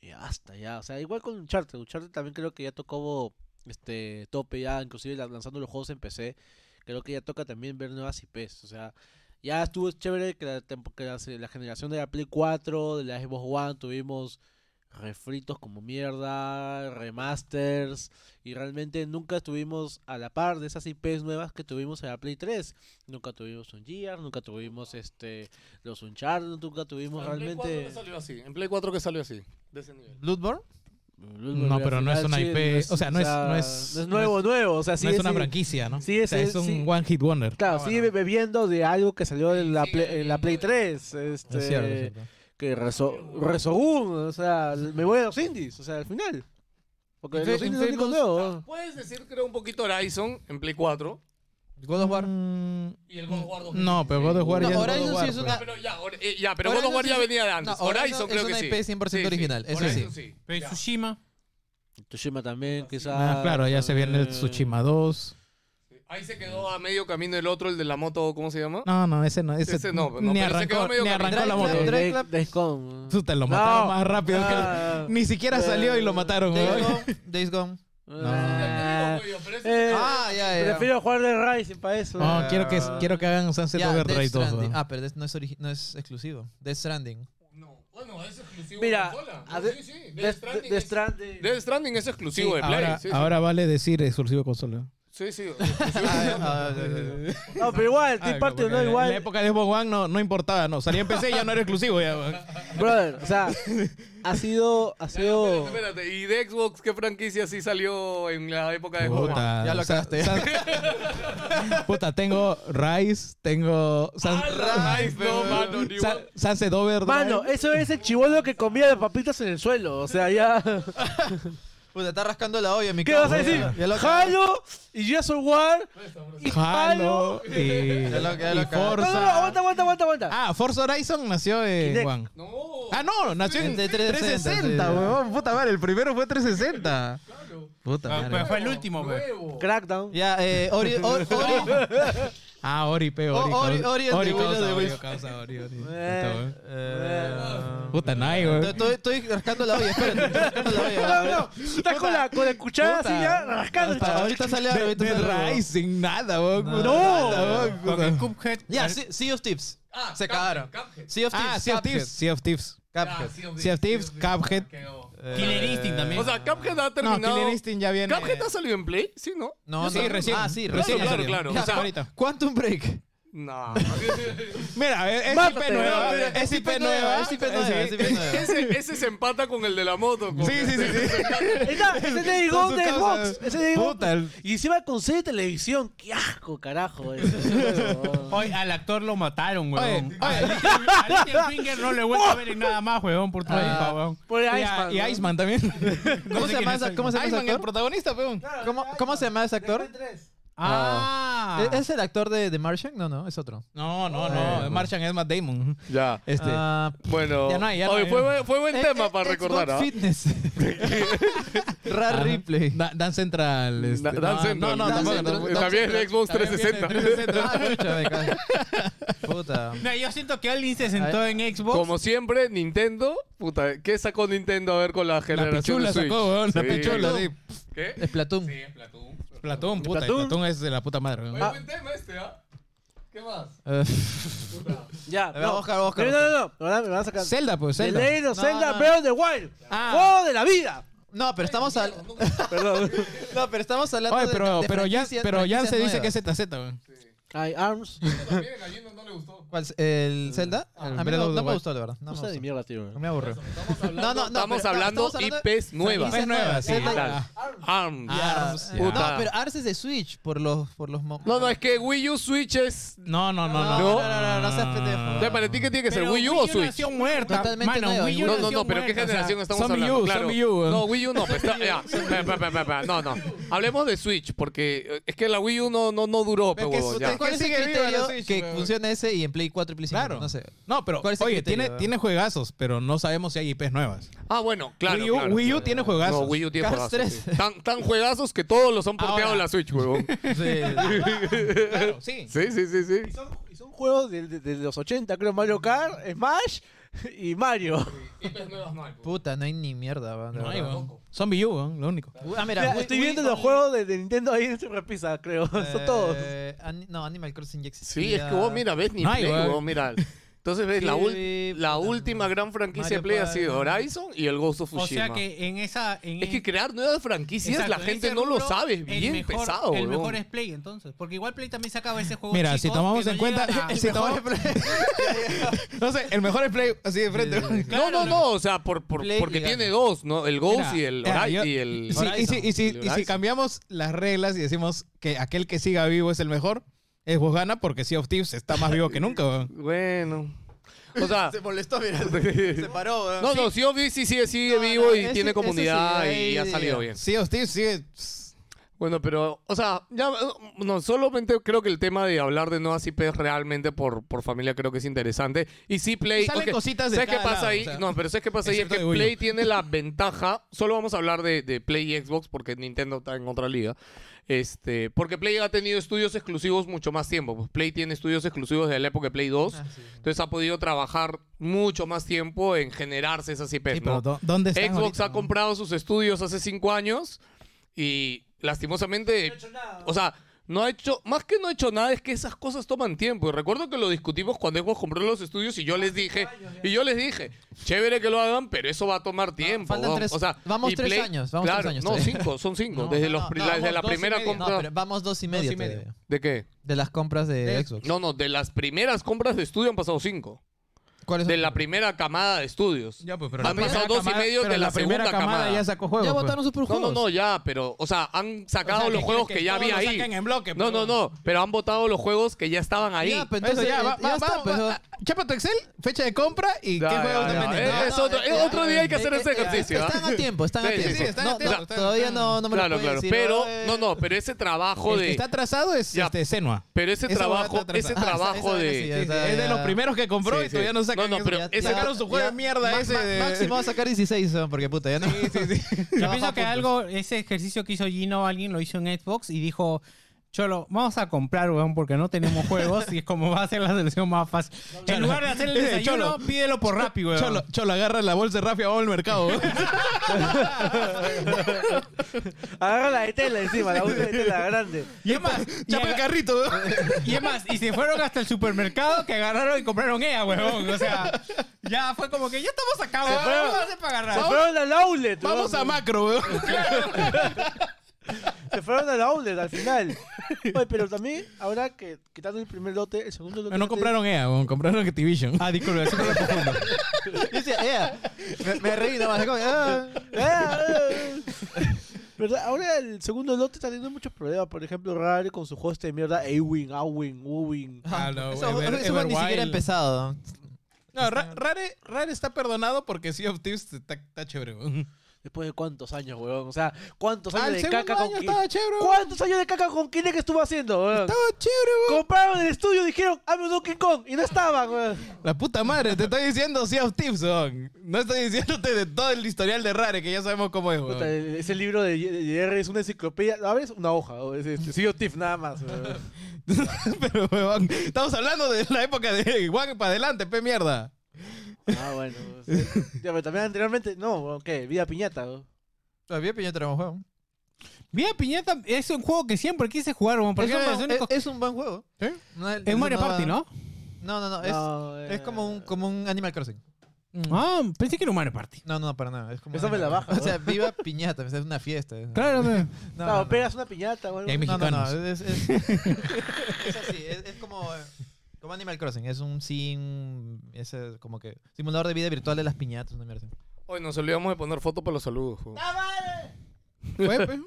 y hasta ya. O sea, igual con Uncharted. Uncharted también creo que ya tocó este tope ya, inclusive la- lanzando los juegos en PC. Creo que ya toca también ver nuevas IPs. O sea, ya estuvo chévere que la, tempo- que la, se- la generación de la Play 4, de la Xbox One, tuvimos refritos como mierda, remasters, y realmente nunca estuvimos a la par de esas IPs nuevas que tuvimos en la Play 3. Nunca tuvimos un Gear, nunca tuvimos este los Uncharted, nunca tuvimos En Play 4 realmente... que salió así. En Play 4 que salió así. De ese nivel. Bloodborne. No, pero no es una IP, o sea, no es- no es- no es no nuevo, nuevo, o sea, no sigue- es una sigue- franquicia, ¿no? Sí, O sea, sí, es un sí. one hit wonder. Claro, sigue bebiendo de algo que salió en la, sigue Play, en la Play bebiendo 3. Este, Es cierto, es cierto. que rezo, Resogun, o sea, me voy a los indies, o sea, al final. Porque Infe- los indies son Infamous- nuevo. Puedes decir, creo, un poquito Horizon en Play 4 God of War. Mm, y el God of War 2016. No, pero God of War No, ya es Horizon God of sí War, es pues. una- Pero ya, or- eh, ya, pero God of Horizon War ya sí- venía de antes. no, Horizon, Horizon creo es que una sí. IP 100% original, eso sí. Horizon sí. Pero Ya. Tsushima. Tsushima también, Eh, quizás. Ah, claro, ya se viene el Tsushima 2. Ahí se quedó a medio camino el otro, el de la moto, ¿cómo se llama? No, no, ese no, ese, Ese no, no, ni pero se quedó arrancó, medio ni arrancó la caminando. moto. Drive- Days Club. eh, Days Gone. Tú te lo mataron No. más rápido. que- Ah, Ni siquiera salió y lo mataron. Days weón. Gone. Days Gone. ah, Te digo, güey, ofrece- eh, Ah, ya, ya. Prefiero jugar de Rising para eso. No, quiero que ah, quiero que hagan Sunset Ya, Death Overdrive 2. Stranding. weón. Ah, pero Death- no es, origi- no es exclusivo. Death Stranding. No, bueno, es exclusivo eh, Mira, de consola. a No, sí, de- sí. Death Death Stranding Death es- Stranding. Death Stranding es exclusivo de Play. ahora, sí, sí. ahora vale decir exclusivo de consola. Sí, sí. <laughs> Ah, ya, ya, ya. No, pero igual, Ah, Tea Party porque no En la igual. época de Xbox One no, no importaba, no. Salía en PC y ya no era exclusivo. Ya, weón. Brother, o sea, ha sido. Ha sido. Espérate, espérate. ¿Y de Xbox qué franquicia sí salió en la época de Xbox? Puta, Ya lo sa- acabaste. <laughs> sa- Puta, tengo Rise, tengo San, Ah, ¡Ala! Nice, no, mano, ni Sa- igual. Sunset Overdrive. Mano, eso es el chivolo que comía las papitas en el suelo. O sea, ya. Puta, Pues está rascando la olla, mi ¿Qué causa. vas a decir? Ya lo acabaste. Halo y Gears of War y Halo. Halo y, Ya lo- ya y lo acabé. No, no, no, Forza. aguanta, aguanta, aguanta, aguanta. Ah, Forza Horizon nació en Kinect. One. No. Ah, no, nació en De 360, 360, sí. weón. Puta madre, el primero fue 360. Puta Ah, madre. pero fue el último, pues. Crackdown. Ya, eh, Ori, Ori, Ori. Ah, Ori, pe, O- Ori. Ori- Ori and the Ori, Will of the causa, Ori, Wisps. causa, Ori, Ori. Puta, Eh, weón. eh. Puta, nadie, weón. Estoy, estoy rascando la olla, espérate. estoy rascando la olla. No, no, está con la, con la cuchara así ya rascando el Hasta chaval. ahorita sale algo, De, ahorita de sale algo. Rise, sin nada, weón. No. Nada, weón, Porque puta. Cuphead. Ya, sí- Sea of Tips. Se cagaron. Sea of Tips. Ah, Sea of Cuphead. Thieves. Sea of Thieves. Cuphead. Sea of Thieves, Cuphead. Eh, Killer Instinct también. O sea, Cuphead ha No, terminado. Killer Instinct ya viene. ¿Cuphead ha salido en Play? Sí, ¿no? No, Sí, no. recién. Ah, sí, recién. Recién Claro, claro, salió. claro. Ya, O sea, ahorita. Quantum Break. <laughs> No. Mira, e- es es Mátate, IP nueva. weón. Es IP nueva. Es IP nueva. Es IP nueva. ese, ese se empata con el de la moto. con- Sí, sí, sí, sí. Está, ese de Con Digón su de causa. Xbox. Ese de Digón. Puta, el- Y encima con serie de televisión. Qué asco, carajo. eh. Eso, Oye, al actor lo mataron, weón. Oye, A oye. Little- a <laughs> Littlefinger no le he vuelto a ver en nada más, weón, por tu culpa, weón. Por Y a- Iceman. Y ¿no? Iceman <laughs> también. <laughs> ¿Cómo se llama esa- cómo se llama ese Iceman, el actor? protagonista, peón. ¿Cómo, ¿Cómo se llama ese actor? ¿E-, Ah. ¿Es- ¿Es el actor de The Martian? No, no, es otro. No, no, no. Martian es Matt Damon. Ya. Este. Ah, Bueno. Ya no hay, ya no Oye, hay. fue, buen- fue buen eh, tema eh, para Xbox recordar, ¿ah? <laughs> Fitness. Rad Ajá. Ripley. Ah. Da- Dan Central. este, Da- Dan no, Central. No, no, Dan tampoco, Central. tampoco. Dan También Central. Xbox También 360. viene 360. Ah, chucha, me cago. Puta. No, yo siento que alguien se sentó en Xbox. Como siempre, Nintendo. Puta, ¿qué sacó Nintendo a ver con la La generación pichula de Switch? sacó, weón. La Sí. pichula, sí. Eh, ¿Qué? Splatoon. Platón, puta. Platón. Platón es de la puta madre, weón. Oye, buen tema este, ¿ah? ¿Qué <laughs> más? Eh, Ya, ver, Oscar, Oscar, No, no, no, no. Me van a- me van a sacar. Zelda, pues, The Zelda. Legend of No, Zelda no. Breath of the Wild. Ah. Juego de la vida. No, pero estamos al... Perdón. <laughs> No, pero estamos hablando Oye, de- pero, de pero ya, franquicias- pero ya se dice franquicias que es nuevas. ZZ, weón. Ay, Arms. También a Gino no le gustó. ¿Cuál es? ¿El Zelda? el a mí Breath no, of the no me Wild. gustó, la verdad. No No me sé de gustó. mierda, ¿eh? tío. Me aburrió. <laughs> No, no, no. Estamos pero- hablando estamos hablando de IPs nuevas. franquicias Es nueva, sí. Zelda- Ah, Claro. ARMS. Ya, Arms, ya. ya. No, pero Ars es de Switch por los... Por los mo- No, no, es que Wii U Switch es. No, no, no, no, no. no, no, no, no seas O pendejo. sea, para ti, ¿qué tiene que ser? Pero ¿Wii U o Switch? nació muerta. Totalmente Mano, nueva, Wii U No, no, no, nació pero ¿qué muerta, o sea, generación estamos son hablando? Wii U, claro. son Wii U, weón. No, Wii U no, pero está- ya, espera, espera, espera, espera, no, no. Hablemos de Switch, porque eh, es que la Wii U no, no, no duró, Pero pe, que huevón, su- ya. ¿Cuál es el sigue viva criterio la Switch, que weón? funciona ese y en Play 4 y Play 5? Claro. No sé. No, pero, ¿Cuál es el oye, criterio, tiene, weón? tiene juegazos, pero no sabemos si hay IPs nuevas. Ah, bueno, claro. Wii U, claro. Wii U tiene juegazos. No, Wii U tiene Cars juegazos. 3. sí. Tan, tan juegazos que todos los han porteado Ahora. a la Switch, huevón. <laughs> Claro, sí. Sí, sí, sí, sí. Y son juegos de, de- de los 80, creo. Mario Kart, Smash y <laughs> Mario. Puta, no hay ni mierda, weón, de No hay, verdad. weón. Son Wii U, weón, lo único. Ah, mira, Mira, Wii- estoy Wii viendo Only- los juegos de, de Nintendo ahí en su repisa, creo. <laughs> Son todos. Eh, ani- no, Animal Crossing ya existía. Sí, es que vos, mira, ves ni No hay, Play, weón. huevón, mira. Entonces ves, la, ul- Sí, la puta, última gran franquicia de Mario Play ha Party. sido Horizon y el Ghost of O Tsushima. sea que en esa. En Es que crear nuevas franquicias Exacto, la en gente ese no lo rubro, sabe, es el bien mejor- pesado. El huevón. mejor es Play, entonces. Porque igual Play también sacaba ese juego. Mira, si chicos, tomamos que en no cuenta. llegan a- <laughs> si tomamos- <laughs> no sé, el mejor es Play así de frente. Sí, sí, sí. No, no, no, o sea, por, por- Play porque gigante. tiene dos, ¿no? El Ghost Mira, y el mira, Horizon yo- y el... Sí, y, si, y, si, El y si Horizon. cambiamos las reglas y decimos que aquel que siga vivo es el mejor, es vos gana porque Sea of Thieves está más vivo que <laughs> nunca. weón. Bueno. O <laughs> sea... molestó, mira. paró, weón. No, no, sí, obvio, sí sigue, sigue No, vivo no, y ese- tiene ese comunidad sí, ahí- y ha salido bien. Sea of Thieves sigue. Bueno, pero, o sea, ya, eh, no, solamente creo que el tema de hablar de nuevas IPs realmente por, por familia creo que es interesante. Y sí, Play. Y salen ok, cositas de ¿Sabes qué cada pasa lado, ahí? o sea. no, pero ¿sabes qué pasa ahí? Es Excepto que de Wii U. Play tiene la ventaja. Solo vamos a hablar de, de Play y Xbox porque Nintendo está en otra liga. Este, porque Play ha tenido estudios exclusivos mucho más tiempo. Pues Play tiene estudios exclusivos desde la época de Play 2. Entonces ha podido trabajar mucho más tiempo en generarse esas IPs. Sí, ¿no? pero ¿dó- ¿dónde está? Xbox ha comprado sus estudios hace cinco años y lastimosamente, o sea, No ha hecho, más que no ha hecho nada, es que esas cosas toman tiempo. Y recuerdo que lo discutimos cuando Xbox compró los estudios y yo les dije, y yo les dije, chévere que lo hagan, pero eso va a tomar tiempo. faltan weón". tres- o sea, vamos y tres años, vamos claro, tres años No, todavía. cinco, <laughs> son cinco. No, desde no, los no, pri- no, la- desde la vamos dos y primera medio. compra. No, pero vamos dos y medio. y medio. todavía. ¿De qué? De las compras de, De- Xbox. No, no, de las primeras compras de estudio han pasado cinco. ¿Cuáles son? De la primera camada de estudios. Ya, pues, pero han la pasado primera dos camada- y medio pero de la, la primera segunda camada camada. ya sacó juegos. Ya pues. votaron sus No, juegos. no, no, ya, pero, o sea, han sacado O sea, los que juegos que, quieren ya todo había lo ahí. saquen en bloque, no, pues, no, no, pero han votado los juegos que ya estaban ahí. Ya, pues, Eso entonces, ya, eh, va, ya va- está, vamos, pues, va. Chapa tu Excel, fecha de compra y Ya, qué ya, juegos ya, te ya. venden. Eh, es otro- es otro día hay que hacer ese ejercicio, ¿ah? Están a tiempo, están a Sí, sí, tiempo. sí, están a No, tiempo, no, están- todavía están- no, no me claro, lo claro. pueden decir, pero, eh. no, no, pero ese trabajo El de. que está atrasado es Ya. este, Senua. Pero ese Esa trabajo, huevada está ese Ah, esa- trabajo esa de. sí, Sí, sí, esa- es de los primeros que compró Sí, y todavía sí. no sacan No, no, eso. pero Ya ese- sacaron su juego de mierda Ma- ese ma- de... Máximo va a sacar 16, son, porque puta, ya no. <laughs> Yo pienso que algo, ese ejercicio que hizo Gino, alguien lo hizo en Xbox y dijo, Cholo, vamos a comprar, weón, porque no tenemos juegos y es como va a ser la selección más fácil. En lugar de hacer el desayuno, Cholo. pídelo por Rappi, weón. Cholo, Cholo, agarra la bolsa de Rafi vamos al mercado. Agarra la de tela encima, la bolsa de tela <laughs> grande. Y es más, y Chapa el haga- carrito. y es más, y se fueron hasta el supermercado que agarraron y compraron ella, weón. O sea, ya fue como que ya estamos acá, weón. fueron. Vamos a hacer para Se agarrar. fueron al outlet. Vamos a weón. macro, weón. Se fueron al outlet al <laughs> final. Oye, pero también, ahora que quitando el primer lote, el segundo lote. Eh, No ya te- <laughs> compraron EA, weón, compraron Activision. Ah, disculpe, eso fue lo profundo. <laughs> Dice, "Ea". Me- Me reí nomás. como, "Ah". Ah, ah. <laughs> ¿Verdad? Ahora el segundo lote está teniendo muchos problemas. Por ejemplo, Rare con su host de mierda, Awin, Awin, Uwin. Ah, no, Eso eso Ever- ni siquiera ha Everwild. empezado. No, Ra- Rare, Rare está perdonado porque Sea of Thieves está, está chévere, weón. Después de cuántos años, weón. O sea, cuántos Ah, años el de segundo caca con año Kinect. estaba chévere, weón. ¿Cuántos años de caca con Kinect estuvo haciendo, weón? Estaba chévere, weón. Compraron el estudio y dijeron, hazme un Donkey Kong. Y no estaban, weón. La puta madre, te estoy diciendo Sea of Thieves, weón. No estoy diciéndote de todo el historial de Rare, que ya sabemos cómo es, Puta, weón. el- ese libro de de Jerry es una enciclopedia. A ver, es una hoja. o Es este, Sea of Thieves, nada más. weón. Pero, weón, estamos hablando de la época de Juan para adelante, pe mierda. Ah, bueno. pues, <laughs> Ya, pero también anteriormente, no, weón, ¿qué? Vida piñata, weón. Todavía Piña tenemos juego. Mira, Piñata es un juego que siempre quise jugar, weón, porque Es era de los un, buen- únicos. es- es un buen juego. ¿Eh? No, Es eso Mario no va- Party, ¿no? No, no, no. Es, No, es eh, como, un, como un Animal Crossing. Ah, pensé que era un Mario Party. No, no, no, para nada. Es como un Esa me la Animal baja, Crossing. O sea, viva piñata. Es una fiesta. No, Claro, weón. no, Claro, no. pegas una piñata, weón. Y hay No, no, no, mexicanos. es, <laughs> es- es así, es, es como, eh, como Animal Crossing, es un sim, es eh, como que simulador de vida virtual de las piñatas, una mierda así. Hoy nos olvidamos de poner fotos para los saludos. pues. jo. Fue, pe.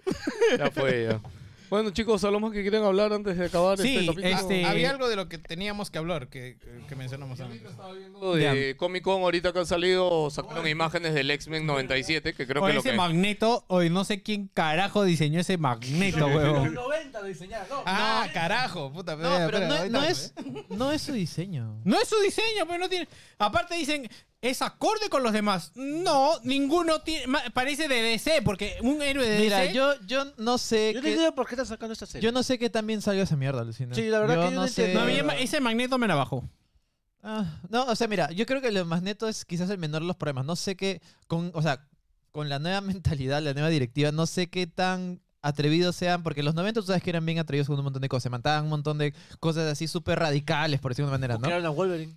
<laughs> Ya fue, ya. Bueno, chicos, ¿algo más que quieren hablar antes de acabar Sí, este capítulo? este- Había algo de lo que teníamos que hablar, que, que mencionamos antes. Hablando De Comic Con, ahorita que han salido, sacaron imágenes del X-Men 97, que creo O que lo ese que. magneto, o no sé quién carajo diseñó ese <laughs> magneto, Los weón. 90 lo diseñaron, no. Ah, carajo, puta. No, pero no, es- eh. no es, <laughs> no es su diseño. No es su diseño, pero no tiene. Aparte dicen, es acorde con los demás. No, ninguno tiene. ma- Parece de DC, porque un héroe de Mira, DC. yo, yo no sé, Yo no qué- entiendo por qué están sacando esta serie. yo no sé qué también salió esa mierda, Lucina. Sí, la verdad que yo no entiendo. eh, No, a mí ya ma- ese magneto me la bajó. Ah, no, o sea, mira, yo creo que lo más neto es quizás el menor de los problemas. No sé qué, con, o sea, con la nueva <laughs> mentalidad, la nueva directiva, no sé qué tan atrevidos sean, porque los 90 tú sabes que eran bien atrevidos con un montón de cosas, se mandaban un montón de cosas así súper radicales, por decirlo de una manera, ¿no? Crearon a Wolverine.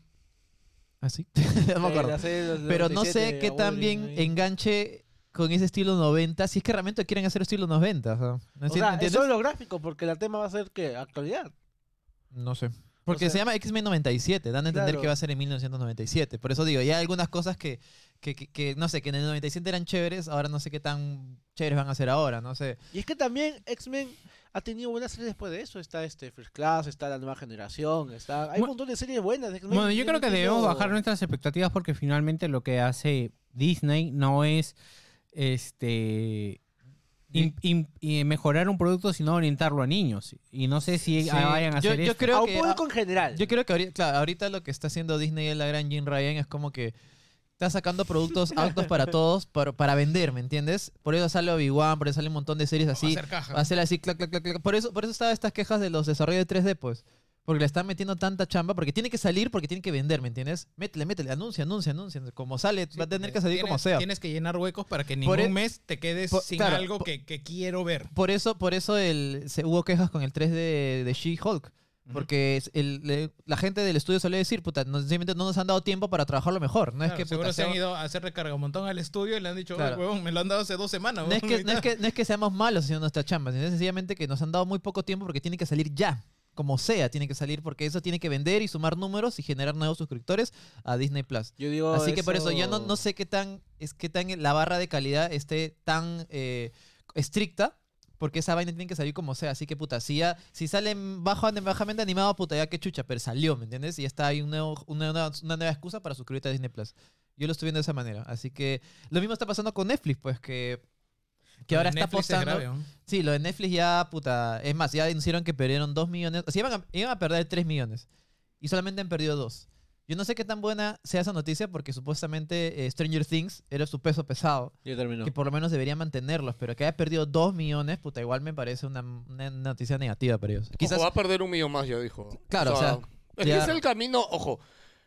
Así. <laughs> no me Sí, acuerdo. la serie de los Pero no 97, sé qué a tan Wolverine bien ahí. enganche con ese estilo 90, si es que realmente quieren hacer estilo 90. O sea, ¿me O enti- sea, entiendes? eso es lo gráfico, porque la tema va a ser que actualidad. No sé. Porque sea- se llama X-Men 97, dan a entender Claro. que va a ser en 1997. Por eso digo, ya hay algunas cosas que, que, que- que, no sé, que en el 97 eran chéveres, ahora no sé qué tan chéveres van a ser ahora, no sé. Y es que también X-Men ha tenido buenas series después de eso. Está este First Class, está la nueva generación, está. Hay Bueno, un montón de series buenas de X-Men. Bueno, yo creo que entiendo- debemos bajar nuestras expectativas porque finalmente lo que hace Disney no es este im- im- eh, mejorar un producto, sino orientarlo a niños. Y no sé si Sí, vayan a yo, hacer yo esto. A creo un que público en general. Yo creo que ahorita, claro, ahorita lo que está haciendo Disney y la gran Jim Ryan es como que está sacando productos aptos para todos, <laughs> para, para vender, ¿me entiendes? Por eso sale Obi-Wan, por eso sale un montón de series así. hacer caja. Hacer así, clac, clac, clac, clac. Por eso, por eso estaban estas quejas de los desarrollos de 3D, pues. Porque le están metiendo tanta chamba, porque tiene que salir, porque tiene que vender, ¿me entiendes? Métele, métele, anuncia, anuncia, anuncia. Como sale, va a tener que salir Tienes- como sea. Tienes que llenar huecos para que Por ningún e- mes te quedes por- sin claro, algo por- que, que quiero ver. Por eso, por eso el, se, hubo quejas con el 3 de, de She-Hulk. Porque es el- le- la gente del estudio solía decir, puta, no, simplemente no nos han dado tiempo para trabajarlo mejor. No es Claro, que, seguro puta, se han sea- ido a hacer recarga un montón al estudio y le han dicho, "Oye, Claro. huevón, me lo han dado hace dos semanas. no es, que, huevón, no, es ahorita". que, no es que seamos malos haciendo nuestra chamba, sino sencillamente que nos han dado muy poco tiempo porque tiene que salir ya. Como sea, tiene que salir porque eso tiene que vender y sumar números y generar nuevos suscriptores a Disney Plus. Yo digo Así que por eso ya no, no sé qué tan es qué tan la barra de calidad esté tan eh, estricta. Porque esa vaina tiene que salir como sea. Así que, puta, si, ya, si sale bajo, bajamente animado, puta, ya que chucha, pero salió, ¿me entiendes? Y está ahí un nuevo- una, nueva- una nueva excusa para suscribirte a Disney Plus. Yo lo estoy viendo de esa manera. Así que lo mismo está pasando con Netflix, pues que, que ahora está Netflix es apostando. grave, ¿no? Sí, lo de Netflix ya, puta. Es más, ya anunciaron que perdieron 2 millones. O sea, iban a, iban a perder 3 millones. Y solamente han perdido 2. Yo no sé qué tan buena sea esa noticia porque supuestamente eh, Stranger Things era su peso pesado. Ya terminó. Que por lo menos debería mantenerlos. Pero que haya perdido 2 millones, puta, igual me parece una, una noticia negativa para ellos. Quizás. Ojo, va a perder un millón más, ya dijo. Claro, o sea, <laughs> es ya- que es el camino, ojo.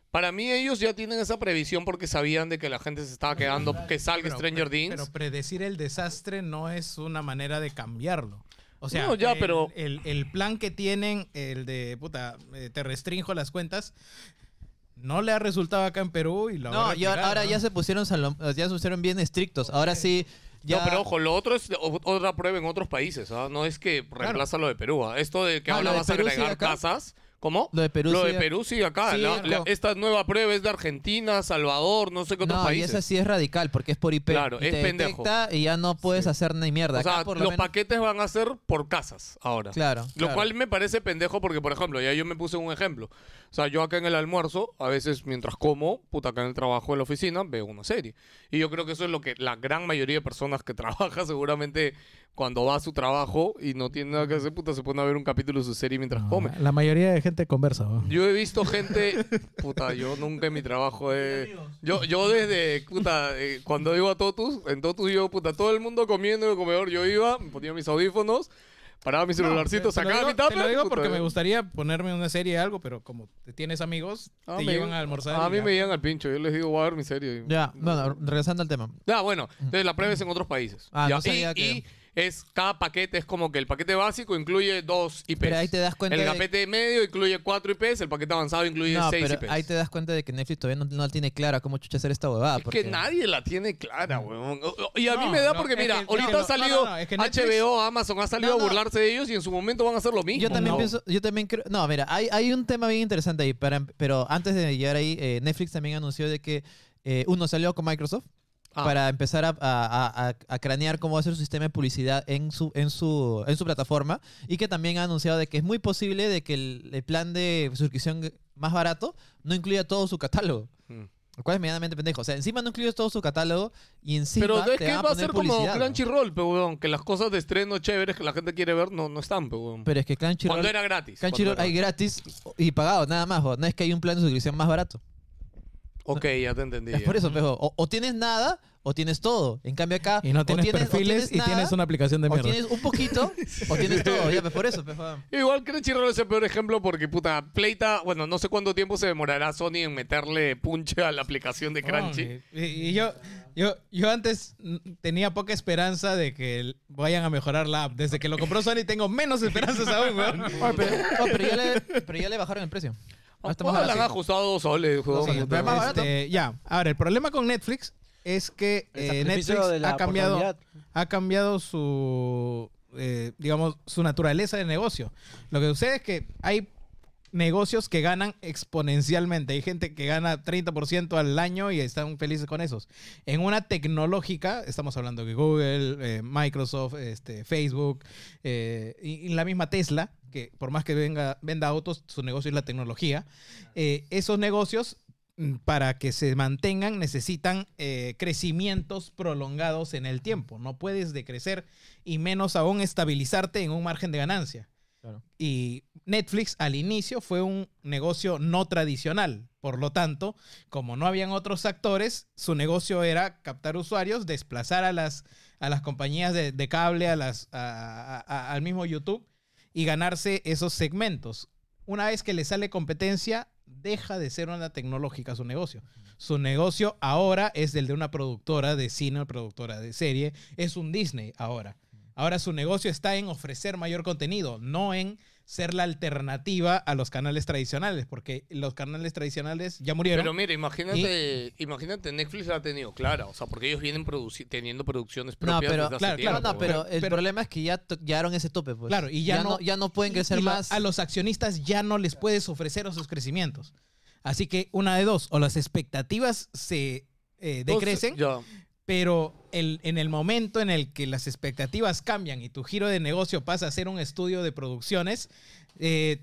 Para mí ellos ya tienen esa previsión porque sabían de que la gente se estaba quedando, que salga Pero- Stranger pero- Things. Pero predecir el desastre no es una manera de cambiarlo. O sea, No, ya, el, pero- el, el plan que tienen, el de, puta, eh, te restrinjo las cuentas, no le ha resultado acá en Perú y lo no, habrá y ahora, aplicado, ahora ¿no? ya se pusieron salom- ya se pusieron bien estrictos. Ahora sí. Ya... No, pero ojo, lo otro es o- otra prueba en otros países, ¿ah? No es que reemplaza lo de Perú, ¿ah? Esto de que Ah, ahora lo de vas a Perú sigue agregar acá. casas, ¿cómo? Lo de Perú Lo de sigue- Perú sigue acá. Sí, La- la- no. esta nueva prueba es de Argentina, Salvador, no sé qué otros No, y países. esa sí es radical porque es por IP. Claro, Y es te pendejo. detecta Y ya no puedes hacer ni mierda. o Acá sea, por lo los menos- paquetes van a ser por casas ahora. Claro. Lo claro. cual me parece pendejo porque, por ejemplo, ya yo me puse un ejemplo. O sea, yo acá en el almuerzo, a veces mientras como, puta, acá en el trabajo, en la oficina, veo una serie. Y yo creo que eso es lo que la gran mayoría de personas que <laughs> trabaja seguramente cuando va a su trabajo y no tiene nada que hacer, puta, se pone a ver un capítulo de su serie mientras come. La mayoría de gente conversa. ¿no? Yo he visto gente, puta, yo nunca en mi trabajo he... Yo, yo desde, puta, eh, cuando iba a Totus, en Totus yo, puta, todo el mundo comiendo en el comedor, yo iba, me ponía mis audífonos, paraba mi celularcito, te lo sacaba digo- mi tapa. Te pues, lo digo porque me gustaría ponerme una serie o algo, pero como te tienes amigos, Ah, te llevan a almorzar. A y mí ya. me llegan al pincho, yo les digo, voy a ver mi serie. Ya, bueno, regresando al tema. Ya, Ah, bueno, entonces la prueba es en otros países. Ah, Ya, no sabía y, que- y es cada paquete, es como que el paquete básico incluye dos IPs. Pero ahí te das cuenta El de- paquete medio incluye cuatro IPs, el paquete avanzado incluye No, seis pero IPs. ahí te das cuenta de que Netflix todavía no, no tiene clara cómo chucha hacer esta huevada. Es porque- que nadie la tiene clara, weón. O- o- Y a mí No, me da no, porque, es que- mira, es que ahorita no, ha no, salido no, no, es que Netflix- HBO, Amazon, ha salido No, no. a burlarse de ellos y en su momento van a hacer lo mismo. Yo también No. pienso, yo también creo, no, mira, hay, hay un tema bien interesante ahí, para- pero antes de llegar ahí, eh, Netflix también anunció de que eh, uno salió con Microsoft Ah. para empezar a, a- a- a- a cranear cómo hacer su sistema de publicidad en su, en su, en su plataforma y que también ha anunciado de que es muy posible de que el, el plan de suscripción más barato no incluya todo su catálogo. Mm. Lo cual es medianamente pendejo. O sea, encima no incluyes todo su catálogo y encima Pero es que te van va a poner ser como publicidad, ¿no? Crunchyroll, pe, weón. Que las cosas de estreno chéveres que la gente quiere ver no, no están, pe, weón. Pero es que Crunchyroll... Mm. Cuando era gratis. Crunchyroll cuando hay era- gratis y pagado, nada más. bo. No es que hay un plan de suscripción más barato. Ok, ya te entendí. Es ya. por eso, pejo. O, o tienes nada o tienes todo. En cambio acá... Y no o tienes, o perfiles y nada, tienes una aplicación de O mierda. tienes un poquito o tienes todo. Ya, pues por eso, pejo. Igual Crunchyroll es el peor ejemplo porque, puta, Pleita, bueno, no sé cuánto tiempo se demorará Sony en meterle punche a la aplicación de Crunchy. Y, y yo, yo, yo antes mm, tenía poca esperanza de que el- vayan a mejorar la app. Desde que lo compró Sony tengo menos esperanzas <laughs> aún, weón. pero, oh, pero ya le, pero ya le bajaron el precio. Ah, Ahora está más le han barato. ajustado dos soles, weón, soles, puta. pero más barato. Este, ya, ahora el problema con Netflix es que El eh, sacrificio Netflix de la ha cambiado, oportunidad. ha cambiado su, eh, digamos, su naturaleza de negocio. Lo que sucede es que hay negocios que ganan exponencialmente. Hay gente que gana 30% al año y están felices con esos. En una tecnológica, estamos hablando de Google, eh, Microsoft, este, Facebook eh, y, y la misma Tesla, que por más que venga, venda autos, su negocio es la tecnología. Eh, esos negocios mm, para que se mantengan necesitan eh, crecimientos prolongados en el tiempo. No puedes decrecer y menos aún estabilizarte en un margen de ganancia. Claro. Y Netflix al inicio fue un negocio no tradicional. Por lo tanto, como no habían otros actores, su negocio era captar usuarios, desplazar a las, a las compañías de, de cable, a las, a- a- a- al mismo YouTube y ganarse esos segmentos. una vez que le sale competencia, deja de ser una tecnológica su negocio. Su negocio ahora es el de una productora de cine, productora de serie, es un Disney ahora. Ahora su negocio está en ofrecer mayor contenido, no en ser la alternativa a los canales tradicionales, porque los canales tradicionales ya murieron. Pero mira, imagínate, imagínate, Netflix la ha tenido clara, o sea, porque ellos vienen produci- teniendo producciones No, propias pero, desde hace claro, tiempo, no, no, weón. pero el Pero- problema es que ya to- llegaron a ese tope, pues. Claro, y ya no- ya no pueden y- crecer y lo- más. A los accionistas ya no les puedes ofrecer esos crecimientos. Así que una de dos, o las expectativas se eh, Entonces, decrecen, ya. pero el- en el momento en el que las expectativas cambian y tu giro de negocio pasa a ser un estudio de producciones, eh,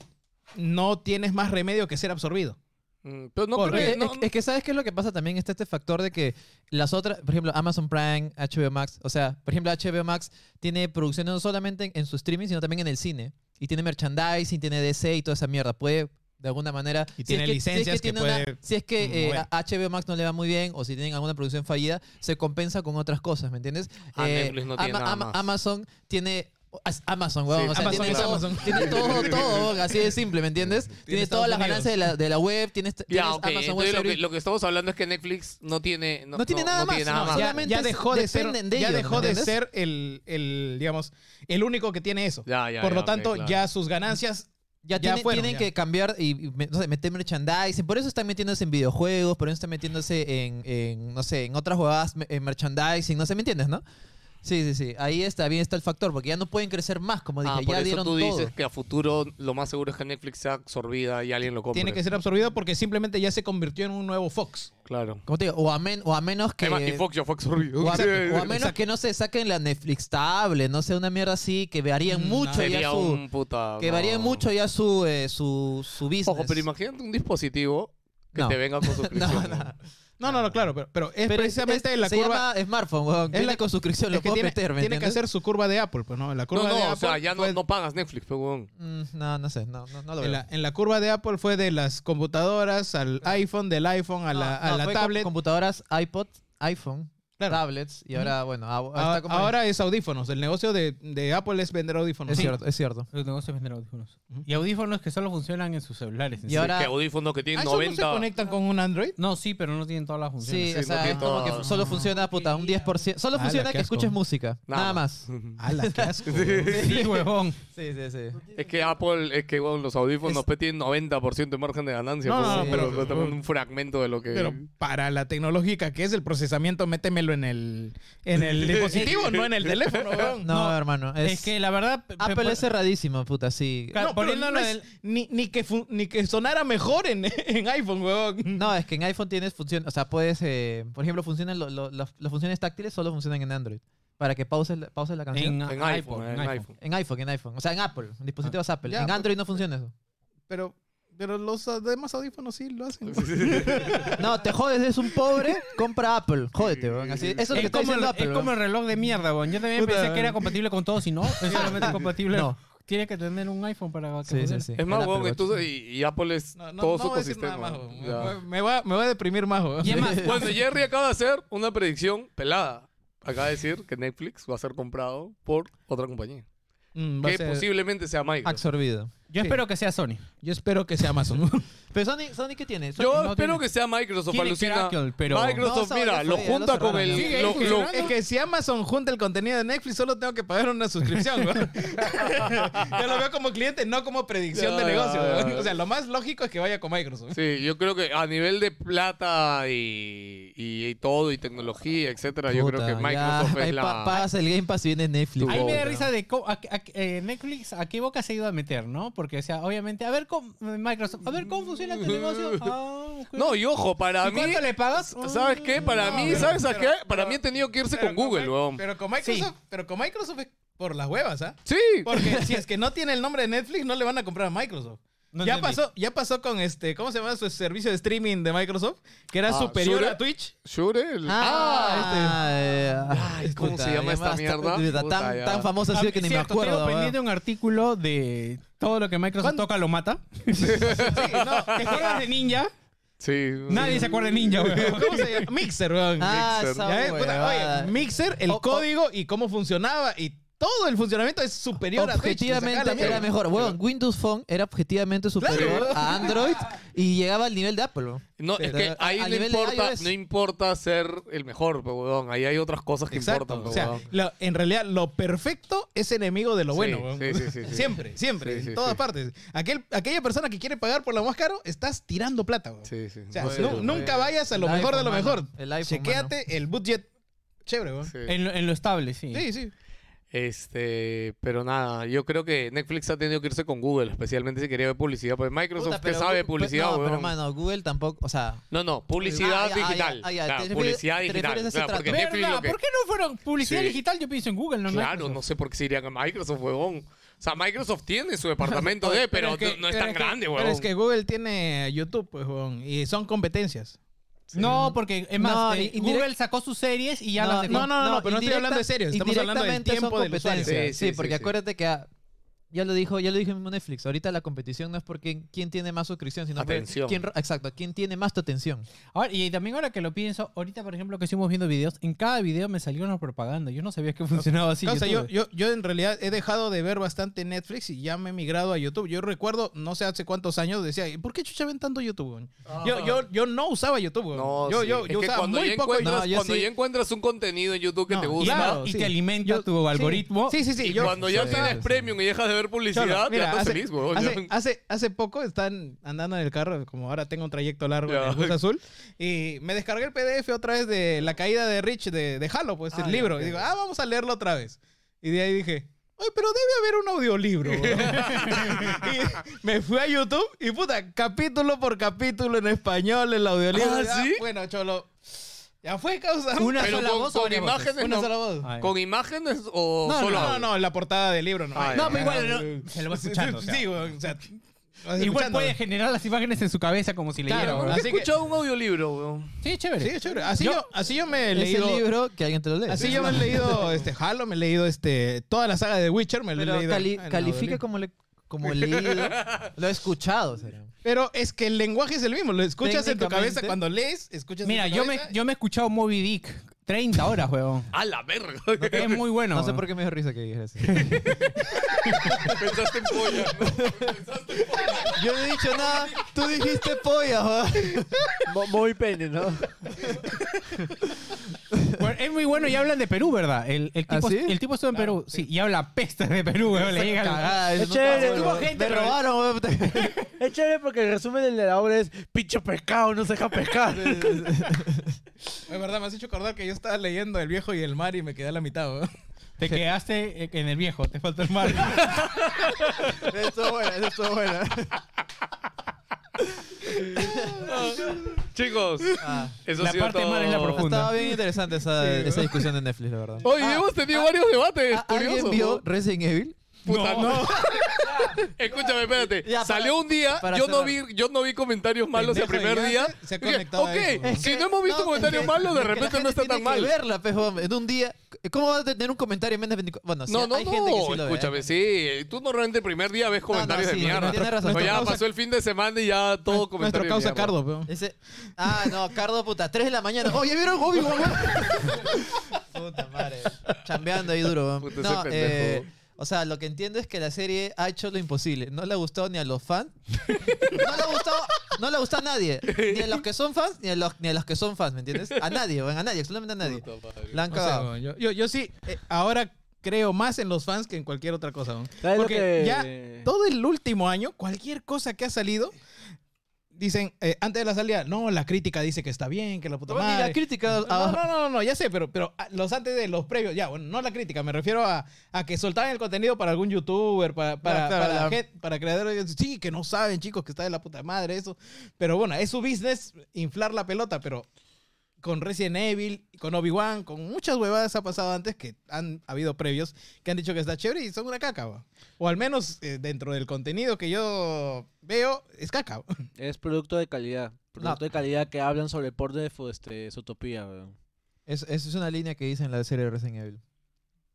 no tienes más remedio que ser absorbido. Mm, Pero no, Porque Porque creo- es, no- es que sabes qué es lo que pasa también está este factor de que las otras, por ejemplo, Amazon Prime, HBO Max, o sea, por ejemplo, HBO Max tiene producciones no solamente en, en su streaming, sino también en el cine. Y tiene merchandising, tiene DC y toda esa mierda. Puede, de alguna manera... Y tiene licencias que tiene una- puede si es que eh, mover. a- HBO Max no le va muy bien o si tienen alguna producción fallida, se compensa con otras cosas, ¿me entiendes? Eh, Ah, Netflix no tiene nada más. Amazon tiene... as- Amazon, weón. Sí, o sea, Amazon tiene, es todo, Amazon. tiene todo, todo, weón, así de simple, ¿me <laughs> entiendes? Tiene Estados todas las Unidos. ganancias de la, de la web, tienes, tienes Ya, ok, Amazon entonces Web lo que, Service. lo que estamos hablando es que Netflix no tiene... No, No tiene nada más, tiene no, más. ya- Ya, Solamente ya es- dejó de ser, dependen de ya ellos, dejó ¿me de entiendes? ser el, el, digamos, el único que tiene eso. ya, Por ya, lo ok, tanto, claro. ya sus ganancias Ya, Ya tienen- fueron, tienen ya. que cambiar y, y me- no sé, meter merchandising. Por eso están metiéndose en videojuegos, por eso están metiéndose en, en, no sé, en otras jugadas, me- en merchandising, no sé, ¿me entiendes, no? Sí, sí, sí. Ahí está, bien está el factor, porque ya no pueden crecer más, como dije, Ah, por ya eso dieron tú todo. dices que a futuro lo más seguro es que Netflix sea absorbida y alguien lo compre. tiene que ser absorbido porque simplemente ya se convirtió en un nuevo Fox. Claro. Como te digo, o a, men- o a menos que... Además, y Fox ya fue absorbido. O <laughs> a, Sí. o a menos que no se saquen la Netflix table, no sé, una mierda así, que varían Mm, mucho ya Sería su... un puta... Que no. varían mucho ya su, eh, su, su business. Ojo, pero imagínate un dispositivo que No. te venga <laughs> con suscripción. No, no. No, no, no, claro, pero, pero es Pero es- precisamente es- la se curva. llama smartphone, weón. es Viene la- con suscripción, es lo que puedo tiene, meter, ¿me tiene que entiendes? hacer su curva de Apple, pues no, En la No, curva de no, o Apple pues. sea, ya no, fue- no pagas Netflix, pero weón. Mm, no, no sé, no, no, no lo veo. en, la, en la curva de Apple fue de las computadoras al iPhone, del iPhone a Ah. No, la, a no, la fue con tablet. Computadoras, iPod, iPhone, Claro. tablets y ahora, bueno, ah, A- está como- ahora es audífonos. El negocio de, de Apple es vender audífonos. es Sí. cierto, es cierto. Los negocios venden audífonos. Y audífonos que solo funcionan en sus celulares. en Y sí. ahora, Que audífonos que ¿Ah, tienen ¿Esos no se 90... conectan con un Android? No, sí, pero no tienen todas las sí, funciones. <laughs> Sí, o no sea, tiene es como todo. que solo funciona, puta, un 10%. Solo Ala, funciona qué que escuches asco. música, Nada nada, más. más. ¡Hala, qué asco! <laughs> Sí, huevón. Sí, sí, sí. Es que Apple, es que weón, los audífonos Es- pe, tienen 90% de margen de ganancia. No, pues, no, no, weón, pero- también un fragmento de lo que... Pero para la tecnológica que es el procesamiento, métemelo en el, en <laughs> el dispositivo, no en el teléfono. weón. No, hermano, Es, es, que la verdad. pe- Apple pe- es cerradísimo, puta, sí. Claro, No, pero poniéndolo no es- ni, ni que fu- ni que sonara mejor en, <laughs> en iPhone, huevón. No, es que en iPhone tienes función, o sea, puedes, eh, por ejemplo, funcionan lo- lo- las, las funciones táctiles solo funcionan en Android. Para que pauses, la- pauses la canción. en, En, en iPhone, iPhone, en iPhone. iPhone, en iPhone. O sea, en Apple, en dispositivos Apple. ya, en pues. Android no funciona eso. Pero, pero los demás audífonos sí lo hacen. No, te jodes, eres un pobre, compra Apple. Jódete, weón. Así, eso es lo que Es está como, el, diciendo es Apple. como el reloj de mierda, weón. Yo también Puta. pensé que era compatible con todos y no. Es <laughs> solamente compatible. No. Tienes que tener un iPhone para que Sí, sí, funcione. sí. Es más, El weón, Apple que tú- Watch. y, y Apple es No, no, todo no su voy a decir nada ecosistema. más, huevón. Ya. Me- me, va, me va a deprimir más, huevón. Y es más, Bueno, Jerry acaba de hacer una predicción pelada. Acaba de decir que Netflix va a ser comprado por otra compañía. Mm, va a Que ser- posiblemente sea Microsoft. Absorbido. yo espero que sea Sony. Yo espero que sea <laughs> Amazon. <laughs> Pero Sony, Sony ¿qué tiene? Sony- Yo no espero tiene- que sea Microsoft, Quiere que alucina. <laughs> Apple, pero- Microsoft, No, mira, ya lo fue, ya lo junta con cerraron. el... Sigue lo- lo- es que si Amazon junta el contenido de Netflix, solo tengo que pagar una suscripción, <laughs> huevón. Yo lo veo como cliente, no como predicción de Ya, negocio, ya, huevón. ya. O sea, lo más lógico es que vaya con Microsoft. Sí, yo creo que a nivel de plata y, y- y todo, y tecnología, etcétera, yo creo Puta, que ya. Microsoft Ahí es la... pa- pagas el Game Pass y viene Netflix. Tu Ahí me da Wow. risa de cómo- a- a- eh, Netflix a qué boca se ha ido a meter, ¿no? Porque, o sea, obviamente, a ver cómo, Microsoft, a ver cómo funciona tu negocio. Ah, ok. No, y ojo, para ¿Y mí... cuánto le pagas? ¿Sabes qué? Para No, mí, pero- ¿sabes a pero- qué? Para pero- mí he tenido que irse con Pero Google, Mi- weón. Pero con Microsoft, pero con Microsoft es por las huevas, ¿ah? Sí. Porque si es que no tiene el nombre de Netflix, no le van a comprar a Microsoft. No ya entendí. pasó, ya pasó con este, ¿cómo se llama su servicio de streaming de Microsoft? Que era Ah, superior Shure. a Twitch. Shure, el- Ah, este. Ah, Ay, ¿cómo se llama esta mierda? Puta, ya. Tan, tan famoso ha Ah, sido que ni me cierto, acuerdo. Tengo weón. pendiente un artículo de todo lo que Microsoft ¿Cuándo? toca lo mata. Sí, no, ¿Te acuerdas de Ninja? Sí. Nadie se acuerda de Ninja, weón. ¿Cómo se llama? Mixer, weón. Ah, Mixer. eh, esa Ya ves, puta, huevada. oye, Mixer, el O- o- código y cómo funcionaba y todo el funcionamiento es superior a Twitch. te saca la objetivamente mierda. era mejor. Weón, Windows Phone era objetivamente superior Claro. a Android y llegaba al nivel de Apple. weón. No, Sí. es que A- ahí a no nivel de importa, iOS. no importa ser el mejor, pe, huevón. Ahí hay otras cosas que Exacto. importan, pe, o sea, huevón. lo- en realidad lo perfecto es enemigo de lo Sí, bueno. sí, weón. sí, sí, sí. Siempre, siempre, Sí, sí, en todas sí. partes. Aquel, aquella persona que quiere pagar por lo más caro, estás tirando plata. weón. Sí, sí. O sea, Bueno, nu- bueno. nunca vayas a lo El mejor de iPhone, lo mano. mejor. El iPhone, Chequéate el budget. Chévere, weón. Sí. En, lo- en lo estable, sí. Sí, sí. Este, pero nada, yo creo que Netflix ha tenido que irse con Google, especialmente si quería ver publicidad. Pues Microsoft, Puta, ¿qué pero sabe Gu- de publicidad, No, pero huevón? mano, Google tampoco, o sea... No, no, publicidad Ah, ya, digital. ah, ya, ah, ya. Claro, Te refieres- publicidad te digital. refieres a ese claro, porque trato. Netflix lo ¿Verdad? que- ¿Por qué no fueron publicidad Sí. digital? Yo pienso en Google, ¿no? en Claro, no Microsoft. sé por qué se irían a Microsoft, huevón. O sea, Microsoft tiene <laughs> su departamento de, pero, es que- no- no es pero tan que- grande, Pero huevón. es que Google tiene YouTube, pues, weón. Y son competencias. No, porque es más, No, eh, indirect- Google sacó sus series y ya las dejó. no, no, no, pero no estoy indirecta- hablando de serio, estamos hablando del indirectamente son tiempo del usuario. competencia. Sí, Sí, sí, porque sí, sí. acuérdate que ah, ya lo dijo, ya lo dijo mismo Netflix, ahorita la competición no es por quién, quién tiene más suscripción, sino por Atención. quién ro- exacto, quién tiene más tu atención. Ahora, y también ahora que lo pienso, ahorita por ejemplo que estuvimos viendo videos, en cada video me salió una propaganda. Yo no sabía que funcionaba así. Causa, yo, YouTube. yo, yo en realidad he dejado de ver bastante Netflix y ya me he migrado a YouTube. Yo recuerdo, no sé hace cuántos años, decía, "¿Y ¿por qué chucha ven tanto YouTube? weón?" Yo, yo, yo no usaba YouTube. weón. Ah. No, yo, sí. yo, Es yo que usaba cuando muy ya poco encuentras- YouTube. No, yo Cuando sí. ya encuentras un contenido en YouTube que No, te Y, gusta, claro, y te alimenta Yo- tu algoritmo. Sí, sí, sí. y yo- cuando ya Sí, tienes sí, sí. premium y dejas de ver publicidad, Cholo, mira, ya estás hace, feliz, huevón. hace, hace, hace poco están andando en el carro, como ahora tengo un trayecto largo en Ya. el Bus Azul, y me descargué el PDF otra vez de La caída de Rich de, de Halo, pues el libro. Y digo, ah, vamos a leerlo otra vez. Y de ahí dije, ay, pero debe haber un audiolibro. weón". y me fui a YouTube y puta, capítulo por capítulo en español, el audiolibro. Ah, Y, ¿sí? bueno, cholo. Ya fue causa. Una Pero sola con- voz o con varias voces? imágenes Una no. sola voz. Ah, ya. ¿Con imágenes o No, solo no, no, audio? no, la portada del libro. No, Ah, Ay, ya. No, pero igual, no, no, se lo va escuchando, Sí, o sea. sí, güey, o sea, vas Igual escuchando. puede generar las imágenes en su cabeza como si Claro, leyera. ¿verdad? Nunca así he que- escuchado un audiolibro, huevón. Sí, chévere. Sí, es chévere. Así yo, así yo me he Es leído. el libro que alguien te lo lee. Así yo me he leído este Halo, me he leído este toda la saga de Witcher, me lo he Pero leído. cali- en califica audiolibro. como le- como leído, lo he escuchado, será. Pero es que el lenguaje es el mismo, lo escuchas en tu cabeza Técnicamente- cuando lees, escuchas Mira, en tu yo me, cabeza. yo me he escuchado Moby Dick 30 <laughs> horas, huevón. A la verga. <laughs> Es muy bueno. No sé huevón. por qué me dio risa que dijeras. Pensaste en polla, ¿no? Pensaste en polla. Yo no he dicho nada, tú dijiste polla, Mo- Muy pene, ¿no? Bueno, es muy bueno y hablan de Perú, ¿verdad? El, el tipo, ¿Ah, sí? el tipo estuvo en Perú, sí. y habla pesta de Perú, <laughs> huevón. Le llega Cagada, Es eso no chévere, pasa, tuvo weón. gente, Me pero- robaron, weón. <laughs> Es chévere porque el resumen de la obra es pinche pescado, no se deja pescar. Es verdad, me has hecho acordar que yo estaba leyendo El viejo y el mar y me quedé a la mitad, weón. <laughs> Te quedaste eh, en el viejo, te falta el mar. Eso es bueno, eso es bueno. Chicos, eso ha La sido parte todo. mar es la profunda. Estaba bien interesante esa, Sí. esa discusión de Netflix, la verdad. Oye, hemos tenido varios debates ¿A- Ah, ¿Alguien curiosos. vio ¿no? Resident Evil? Puta, <laughs> no. Escúchame, espérate. Ya, para- Salió un día, para yo no, cerrar. vi, yo no vi comentarios malos el Pendejo, primer ya día. se- se ha Dije, conectado a ok, eso, ¿no? si no hemos visto comentarios malos, de es que la repente no gente está tan tiene mal. que verla, pues, hombre, en un día. ¿Cómo vas a tener un comentario en menos de 24? Bueno, sí, No, no, hay gente que sí no, lo ve. ¿eh? escúchame, sí. Tú normalmente el primer día ves comentarios sí, de mierda. tienes razón. Pero ya Nuestro pasó el fin de semana y ya todo comentario Nuestro de causa mierda. Cardo, weón. Ese- Ah, no, Cardo, puta, 3 de la mañana. Oye, ¿vieron Obi-Wan? <laughs> puta madre. Chambeando ahí duro. Puta, weón. ese No, pendejo. eh, o sea, lo que entiendo es que la serie ha hecho lo imposible. No le ha gustado ni a los fans. No le ha gustado, no le ha gustado a nadie. Ni a los que son fans, ni a los, ni a los que son fans, ¿me entiendes? A nadie, weón, a nadie, absolutamente a nadie. Puta madre. La han <laughs> No sé, cagado. weón, yo, yo, yo sí, eh, ahora creo más en los fans que en cualquier otra cosa. weón. ¿Sabes lo Porque que- ya todo el último año, cualquier cosa que ha salido, dicen, eh, antes de la salida, no, la crítica dice que está bien, que la puta No, ni la madre. crítica. No, ah, no, no, no, no, ya sé, pero, pero ah, los antes de los previos, ya, bueno, no la crítica, me refiero a, a que soltaban el contenido para algún youtuber, para, para, Ya, claro, para, la- gen- para creadores, sí, que no saben, chicos, que está de la puta madre eso, pero bueno, es su business inflar la pelota, pero con Resident Evil, con Obi-Wan, con muchas huevadas ha pasado antes que han habido previos que han dicho que está chévere y son una caca, va. o al menos eh, dentro del contenido que yo veo, es caca. va. Es producto de calidad. Producto de calidad que hablan sobre el porno de fu- este, Zootopia, weón. Es, es una línea que dicen en la serie de Resident Evil.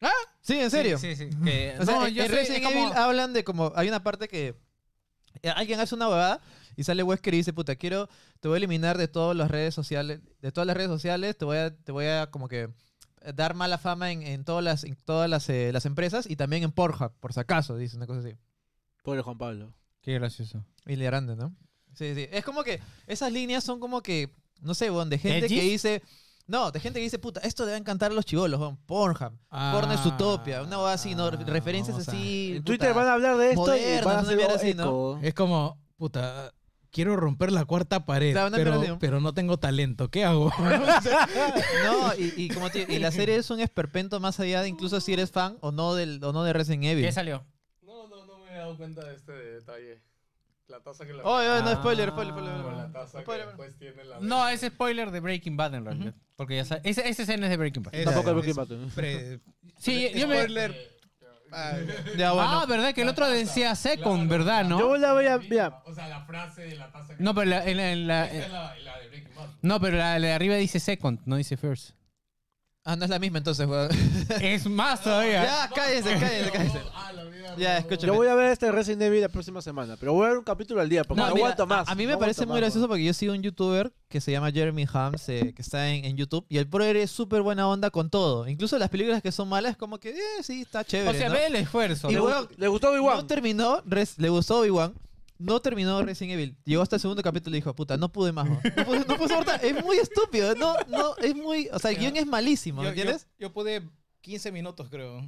¿Ah? Sí, en serio. Sí, <laughs> sí. que- O sea, no, eh, en yo en sé, Resident es como- Evil hablan de como. Hay una parte que. eh, Alguien hace una huevada y sale Wesker y dice, puta, quiero. Te voy a eliminar de todas las redes sociales. De todas las redes sociales, te voy a. Te voy a como que. dar mala fama en, en todas, las, en todas las, eh, las empresas y también en Pornhub, por si acaso, dice una cosa así. Pobre Juan Pablo. Qué gracioso. Y Grande, ¿no? Sí, sí. Es como que esas líneas son como que, no sé, bon, de gente que ¿Edgy? dice... No, de gente que dice, puta, esto debe encantar a los chivolos, bon, Pornhub, Porno es Utopia, una hueá así, ¿no? Referencias vamos a- así... En puta. Twitter van a hablar de esto y moderno, van a una hacer mierda eco. así, ¿no? Es como, puta, quiero romper la cuarta pared, Claro, no, pero, pero sí. pero no tengo talento. ¿Qué <laughs> hago? No, y, y como te- y la serie es un esperpento más allá de incluso si eres fan o no, del, o no de Resident Evil. ¿Qué salió? No, no, no me he dado cuenta de este detalle. La taza que la. Oye, oye, no, Ah. spoiler, spoiler, spoiler. con spoiler. la taza que Spoiler. después tiene la. No, es spoiler de Breaking Bad en realidad. Porque ya sabes, esa, esa escena es de Breaking Bad. Es- Tampoco es- hay Breaking Bad. ¿no? Pre- Sí, yo me... spoiler. Ah, Ya, bueno. Ah, verdad que el otro decía Second, ¿verdad? Yo ¿no? la voy a. Mira, O sea, la frase de la taza que. No, pero la, en la- en la- Esta es eh, la, la de Breaking Bad. no, pero la, la de arriba dice Second, no dice First. Ah, no es la misma entonces, weón. <laughs> Es más todavía. <laughs> ya, cállense, cállense, cállense. Ah, la vida. Ya, escúchame. yo voy a ver este Resident Evil la próxima semana, pero voy a ver un capítulo al día porque No, no, mira, aguanto más. A mí me no parece aguanto muy más, gracioso porque yo sigo un youtuber que se llama Jeremy Hams, eh, que está en, en YouTube, y el pro es súper buena onda con todo. Incluso las películas que son malas, como que, eh, sí, está chévere. O sea, ¿no? ve el esfuerzo. Y ¿no? ¿no? ¿Le, weón, gustó- ¿Le gustó Obi-Wan? No terminó, res- le gustó Obi-Wan. No terminó Resident Evil. Llegó hasta el segundo capítulo y dijo, puta, no pude más. weón. No pude, no pude soportar. Es muy estúpido. No, no, es muy. O sea, el guión es malísimo, yo, ¿me yo- entiendes? yo pude 15 minutos, creo.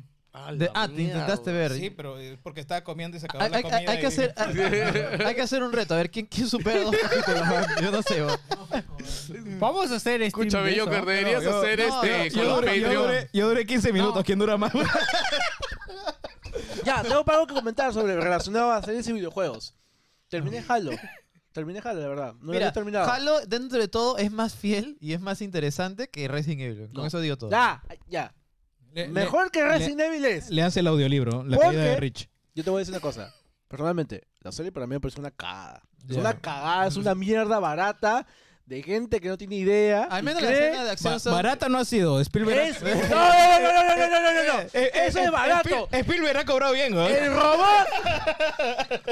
De- ah, te intentaste ver. Sí, pero eh, porque estaba comiendo y se acabó Hay, la hay- comida. hay- hay que y- <laughs> hacer, hay, hay que hacer un reto, a ver quién, quién supera dos capítulos. weón? Yo no sé. weón. Vamos a hacer stream Escúchame, de eso. Joker, deberías yo- hacer no, este yo- con los yo duré- Patreon. yo duré 15 minutos. ¿Quién <laughs> dura más? Ya, tengo algo que comentar sobre relacionado a series y videojuegos. Terminé Halo. Terminé Halo, de verdad. No lo Mira, había terminado. Halo, dentro de todo, es más fiel y es más interesante que Resident Evil. Con No. eso digo todo. Ya, ya. Le- le- Mejor que Resident Evil es. Le hace el audiolibro, la ¿Por caída de qué? Rich. Yo te voy a decir una cosa. Personalmente, la serie para mí me parece una cagada. Es Ya. una cagada, es una mierda barata de gente que no tiene idea. Al y menos la cree- escena de acción Ba- son- barata no ha sido. Spielberg. ha- Es... <laughs> No, no, no, no, no, no, no, no, no. Eh, eh, Eso eh, es barato. Spiel- Spielberg ha cobrado bien, güey. El robot,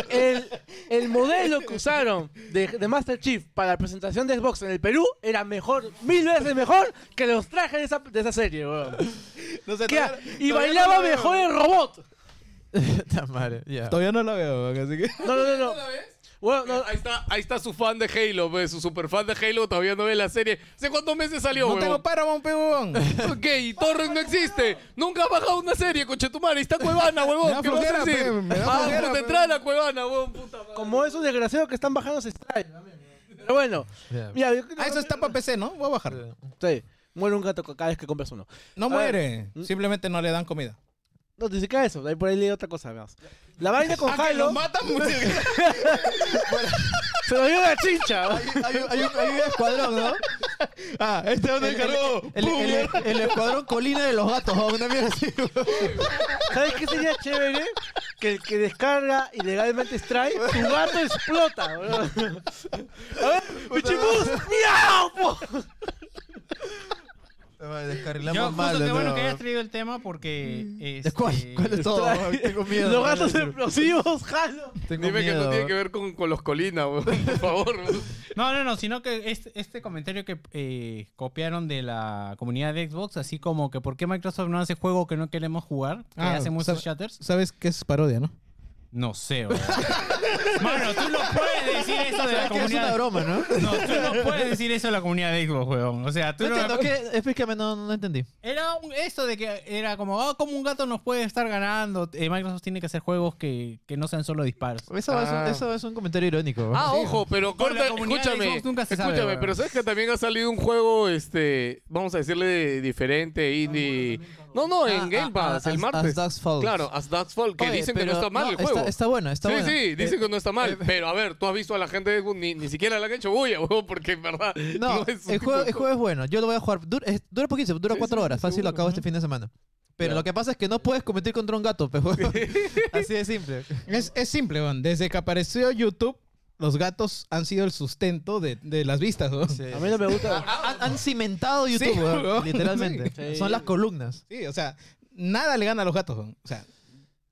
el, el modelo que usaron de, de Master Chief para la presentación de Xbox en el Perú era mejor, mil veces mejor que los trajes de esa, de esa serie, weón. No sé, Que- todavía- y todavía bailaba no la veo. mejor el <laughs> robot. Ta madre, ya. Todavía no la veo, güey, así que. No, no, no, no. Bueno, no, Ahí está, ahí está su fan de Halo, pues, su super fan de Halo todavía no ve la serie. ¿Hace cuántos meses salió, No huevón? tengo Paramount, pe, <laughs> huevón. Gay, Torres no existe. Nunca has bajado una serie, conchetumare. Está Cuevana, Me da huevón. ¿Qué vas flojera, a decir? pe, me da ah, flojera, puta, pe. entra a la Cuevana, huevón, puta madre. como esos desgraciados que están bajando se extraen. Pero bueno, Ya. mira, yo creo Ah, eso está para PC, ¿no? Voy a bajar. Sí, muere un gato cada vez que compras uno. No A muere. Simplemente no le dan comida. No, ni siquiera eso, ahí por ahí leí otra cosa más. La vaina Ah, con Halo matan mucho. se lo dio la chincha. weón. Hay, un- hay un, hay un escuadrón, ¿no? Ah, este es El, el- el- el- el escuadrón colina de los gatos, ¿no? una mierda así. ¿Sabes qué sería chévere? Que el que descarga ilegalmente extrae, tu gato explota, weón. A ver, Michibus, miau, po. Descarrilamos Yo, justo mal. que de bueno nuevo. que hayas traído el tema porque... este, ¿Cuál? ¿Cuál de todo? Extrae. Tengo miedo. Pues Los gatos explosivos, Halo. Tengo Dime que no miedo. tiene que ver con, con los Colina, huevón, por favor. huevón. No, no, no, sino que este, este comentario que eh, copiaron de la comunidad de Xbox, así como que por qué Microsoft no hace juego que no queremos jugar, que Ah, hace muchos sabe- shatters. ¿Sabes qué es parodia, no? No sé, weón. <laughs> Mano, tú no puedes decir eso de la Es que es una comunidad. broma, ¿no? No, tú no puedes decir eso de la comunidad de Xbox, weón. O sea, tú No no. entiendo, ¿qué? Explícame, no, no entendí. Era un- esto de que era como, oh, como un gato nos puede estar ganando. Eh, Microsoft tiene que hacer juegos que, que no sean solo disparos. Eso, es, un, eso es un comentario irónico. Ah, ojo, pero Con la corta, comunidad de escúchame. Xbox nunca se sabe, escúchame, huevón. pero sabes que también ha salido un juego, este, vamos a decirle diferente, indie. No, no, en Ah, Game ah, Pass, ah, el as- martes. As Dusk Falls. Claro, As That's Fall, que Oye, dicen que no pero- está mal el está- juego. Está, bueno, está sí, bueno. sí, dicen Eh, que no está mal. pero a ver, tú has visto a la gente de Xbox, ni, ni siquiera le han hecho bulla, <laughs> huevón, porque en verdad. No, No, es un el, tipo juego, de el juego es bueno. Yo lo voy a jugar. Dura, es- dura poquísimo, dura Sí, cuatro sí, horas. Fácil seguro, lo acabo este fin de semana. Pero Ya. lo que pasa es que no puedes competir contra un gato, <laughs> pero así de simple. Es, es simple, weón. Desde que apareció YouTube, los gatos han sido el sustento de, de las vistas, weón. Sí. Sí. A mí no me gusta. <laughs> Han, han cimentado YouTube, Sí, weón, weón. literalmente. Sí. Son las columnas. o sea, nada le gana a los gatos, weón. O sea,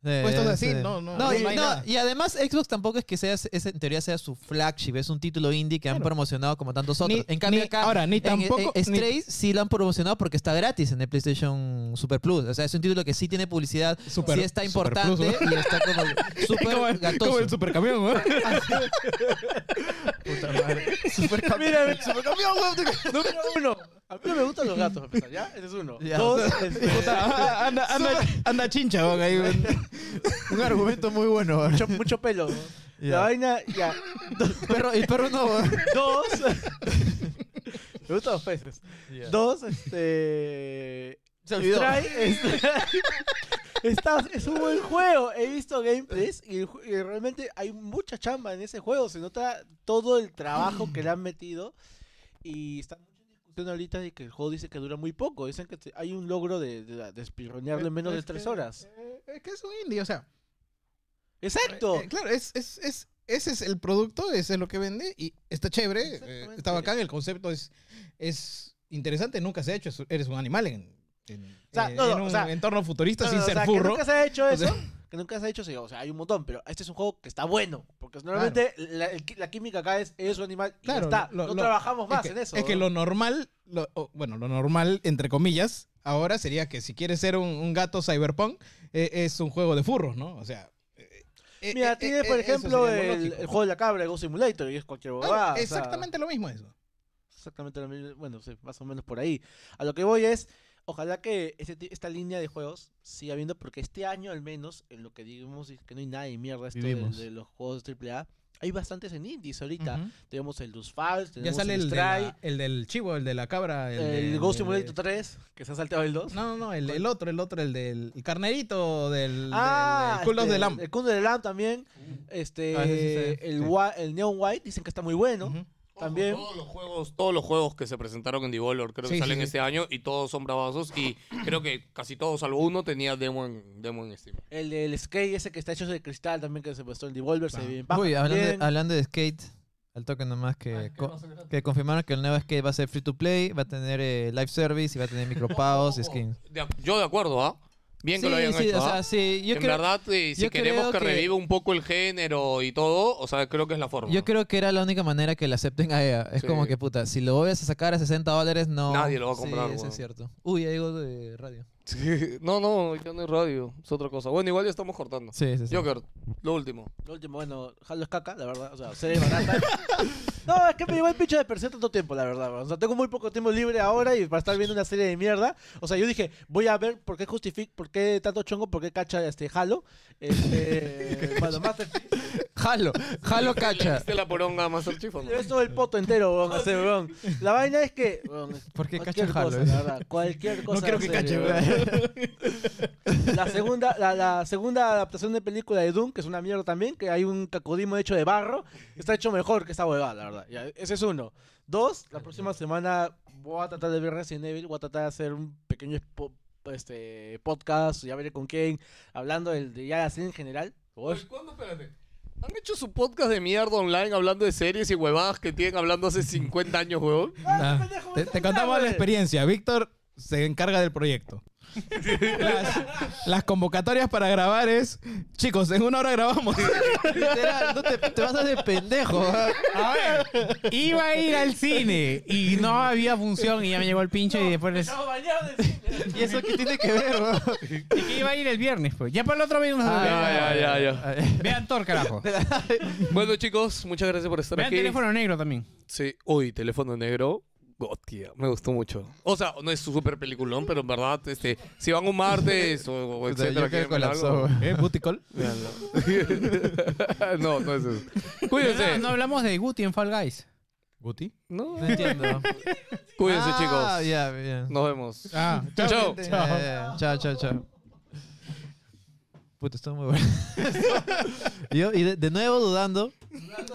Eh, Puestos así, este- no, no, No, no y, hay no, nada. y además Xbox tampoco es que sea, es- en teoría sea su flagship, es un título indie que han promocionado como tantos otros. Ni- en cambio ni- acá, ahora, ni en- tampoco- en ni- Stray sí lo han promocionado porque está gratis en el PlayStation Super Plus. O sea, es un título que sí tiene publicidad, Super- sí está Super importante Plus, y está <laughs> como super Como el- gatoso. Como el supercamión, <laughs> ¿no? Mira, el supercampeón, weón. Número uno. A mí no me gustan los gatos, a pesar, ¿ya? Ese es uno. Ya. Dos, este, Puta, anda, anda, anda chincha, weón, ahí, <laughs> weón. un argumento muy bueno. mucho, mucho <laughs> pelo. weón. La vaina, ya. Perro, el perro no. Dos. <laughs> me gustan los peces. Dos, <laughs> este. Se olvidó. Stray, Stray. <laughs> Está- es un buen juego. He visto gameplays y, el ju- y realmente hay mucha chamba en ese juego. Se nota todo el trabajo que le han metido. Y está mucho en discusión ahorita de que el juego dice que dura muy poco. Dicen que te- hay un logro de, de, de espirronearlo en menos de Eh, Es tres que- horas. eh, Es que es un indie, o sea. ¡Exacto! Eh, claro, es, es, es, ese es el producto, ese es lo que vende y está chévere, eh, Exactamente. está bacán, el concepto es, es interesante, nunca se ha hecho, es- eres un animal en, en- O sea, eh, no, no, en o un sea, entorno futurista No, sin no, o ser sea, que furro. nunca se ha hecho O eso. sea- que nunca se ha hecho eso. O sea, hay un montón, pero este es un juego que está bueno. Porque normalmente la, el qui- la química acá es, es un animal y ya Claro, está. lo- no lo- trabajamos más es que, en eso. es que ¿no? lo normal, lo- o, bueno, lo normal, entre comillas, ahora sería que si quieres ser un, un gato cyberpunk, eh, es un juego de furros, ¿no? O sea... eh, eh, Mira, eh, tiene eh, por eh, eso ejemplo sería lo el, lógico. el juego de la cabra, el Go Simulator, y es cualquier Claro, bobada. o sea, exactamente lo mismo eso. exactamente lo mismo. Bueno, sí, más o menos por ahí. A lo que voy es, ojalá que este ti- esta línea de juegos siga habiendo, porque este año al menos, en lo que digamos es que no hay nada de mierda esto de, Vivimos. de los juegos AAA, hay bastantes en indies ahorita. Ujú. Tenemos el Dust Falls, Ya tenemos sale el el, de Stray. la- el del chivo, el de la cabra. El, El, del- Ghost del- Simulator 3, que se ha saltado el 2. No, no, no, el, eh, el otro, el otro, el del el carnerito del, ah, del culo este, de Lamb. El Culo de Lamb también. Este, Ah, ese sí se- el, sí. Wa- el Neon White dicen que está muy bueno. Ujú. También. Todos los juegos, todos los juegos que se presentaron en Devolver creo que Sí, sí, salen sí. este año y todos son bravazos y creo que casi todos salvo uno tenía demo en, demo en Steam. El, el Skate ese que está hecho de cristal también que se puesto el Devolver. Ah. Se ve bien paja Uy, hablando de, también. hablando de skate, al toque nomás que, co- que confirmaron que el nuevo skate va a ser free to play, va a tener eh, live service y va a tener micropagos y skins. De ac- yo de acuerdo, ¿ah? Bien que lo hayan sí, hecho. o ¿ah? sea, sí, yo en creo- verdad, eh, si yo queremos creo que, que- reviva un poco el género y todo, o sea, creo que es la forma. Yo creo que era la única manera que le acepten a EA. Es Sí. como que, puta, si lo vuelves a sacar a 60 dólares, no. Nadie lo va a comprar, Sí, eso weón. es cierto. Uy, ya digo de radio. <laughs> Sí. No, no, ya no es radio, es otra cosa. Bueno, igual ya estamos cortando. Sí, sí, sí. Joker, lo último. Lo último, bueno, Halo es caca, la verdad. O sea, serie barata. <laughs> no, es que me llegó el pincho de perder tanto tiempo, la verdad. O sea, tengo muy poco tiempo libre ahora y para estar viendo una serie de mierda. O sea, yo dije, voy a ver por qué justific, por qué tanto chongo, por qué cacha este Halo. <laughs> Este, cuando Master Chief- Jalo, jalo cacha. ¿Viste la poronga a Master Chief o no? Le ves todo el poto entero, weón, así, weón. La vaina es que. weón, <laughs> ¿Por qué cualquier cacha cosa, Halo? la verdad, Cualquier cosa. quiero que en serio, weón. La segunda, la, la segunda adaptación de película de Doom, que es una mierda también, que hay un cacodimo hecho de barro, está hecho mejor que esta huevada, la verdad. Ya, ese es uno. Dos, la próxima semana voy a tratar de ver Resident Evil, voy a tratar de hacer un pequeño spo- este, podcast, ya veré con quién, hablando del, de ya la serie en general. Uf, Oye, ¿Cuándo? Espérate. Han hecho su podcast de mierda online hablando de series y huevadas que tienen hablando hace 50 años, huevón. Ah, pendejo, te, me te salta, contamos la güey. experiencia. Víctor se encarga del proyecto. las, las convocatorias para grabar es, chicos, en una hora grabamos. <laughs> Literal, no te, te vas a hacer pendejo. ¿ah? A ver, iba a ir al cine y no había función y ya me llegó el pinche y después... les- Estamos bañados de cine. ¿Y eso qué tiene que ver, weón? Y que iba a ir el viernes, pues. Ya para el otro viernes. Ah, ya, ya, ya. Vean Thor, carajo. Bueno, chicos, muchas gracias por estar Vean aquí. teléfono negro también. Sí, uy, teléfono negro. Gotia, me gustó mucho. O sea, no es su super peliculón, pero en verdad, este, si van un martes o, o Puta, etcétera, Joker quieren ver colapsó, algo, weón. ¿Eh, booty call? véanlo. <laughs> no, no es eso. Cuídense. Ah, No, no hablamos de Guti en Fall Guys. ¿Booty? No, No entiendo. cuídense, Ah, chicos. ya, bien. Nos vemos. Ah, Chao, chao. gente. Eh, Chao, chao, chao. <laughs> Puta, estuvo muy bueno. Yo, y de, de nuevo dudando.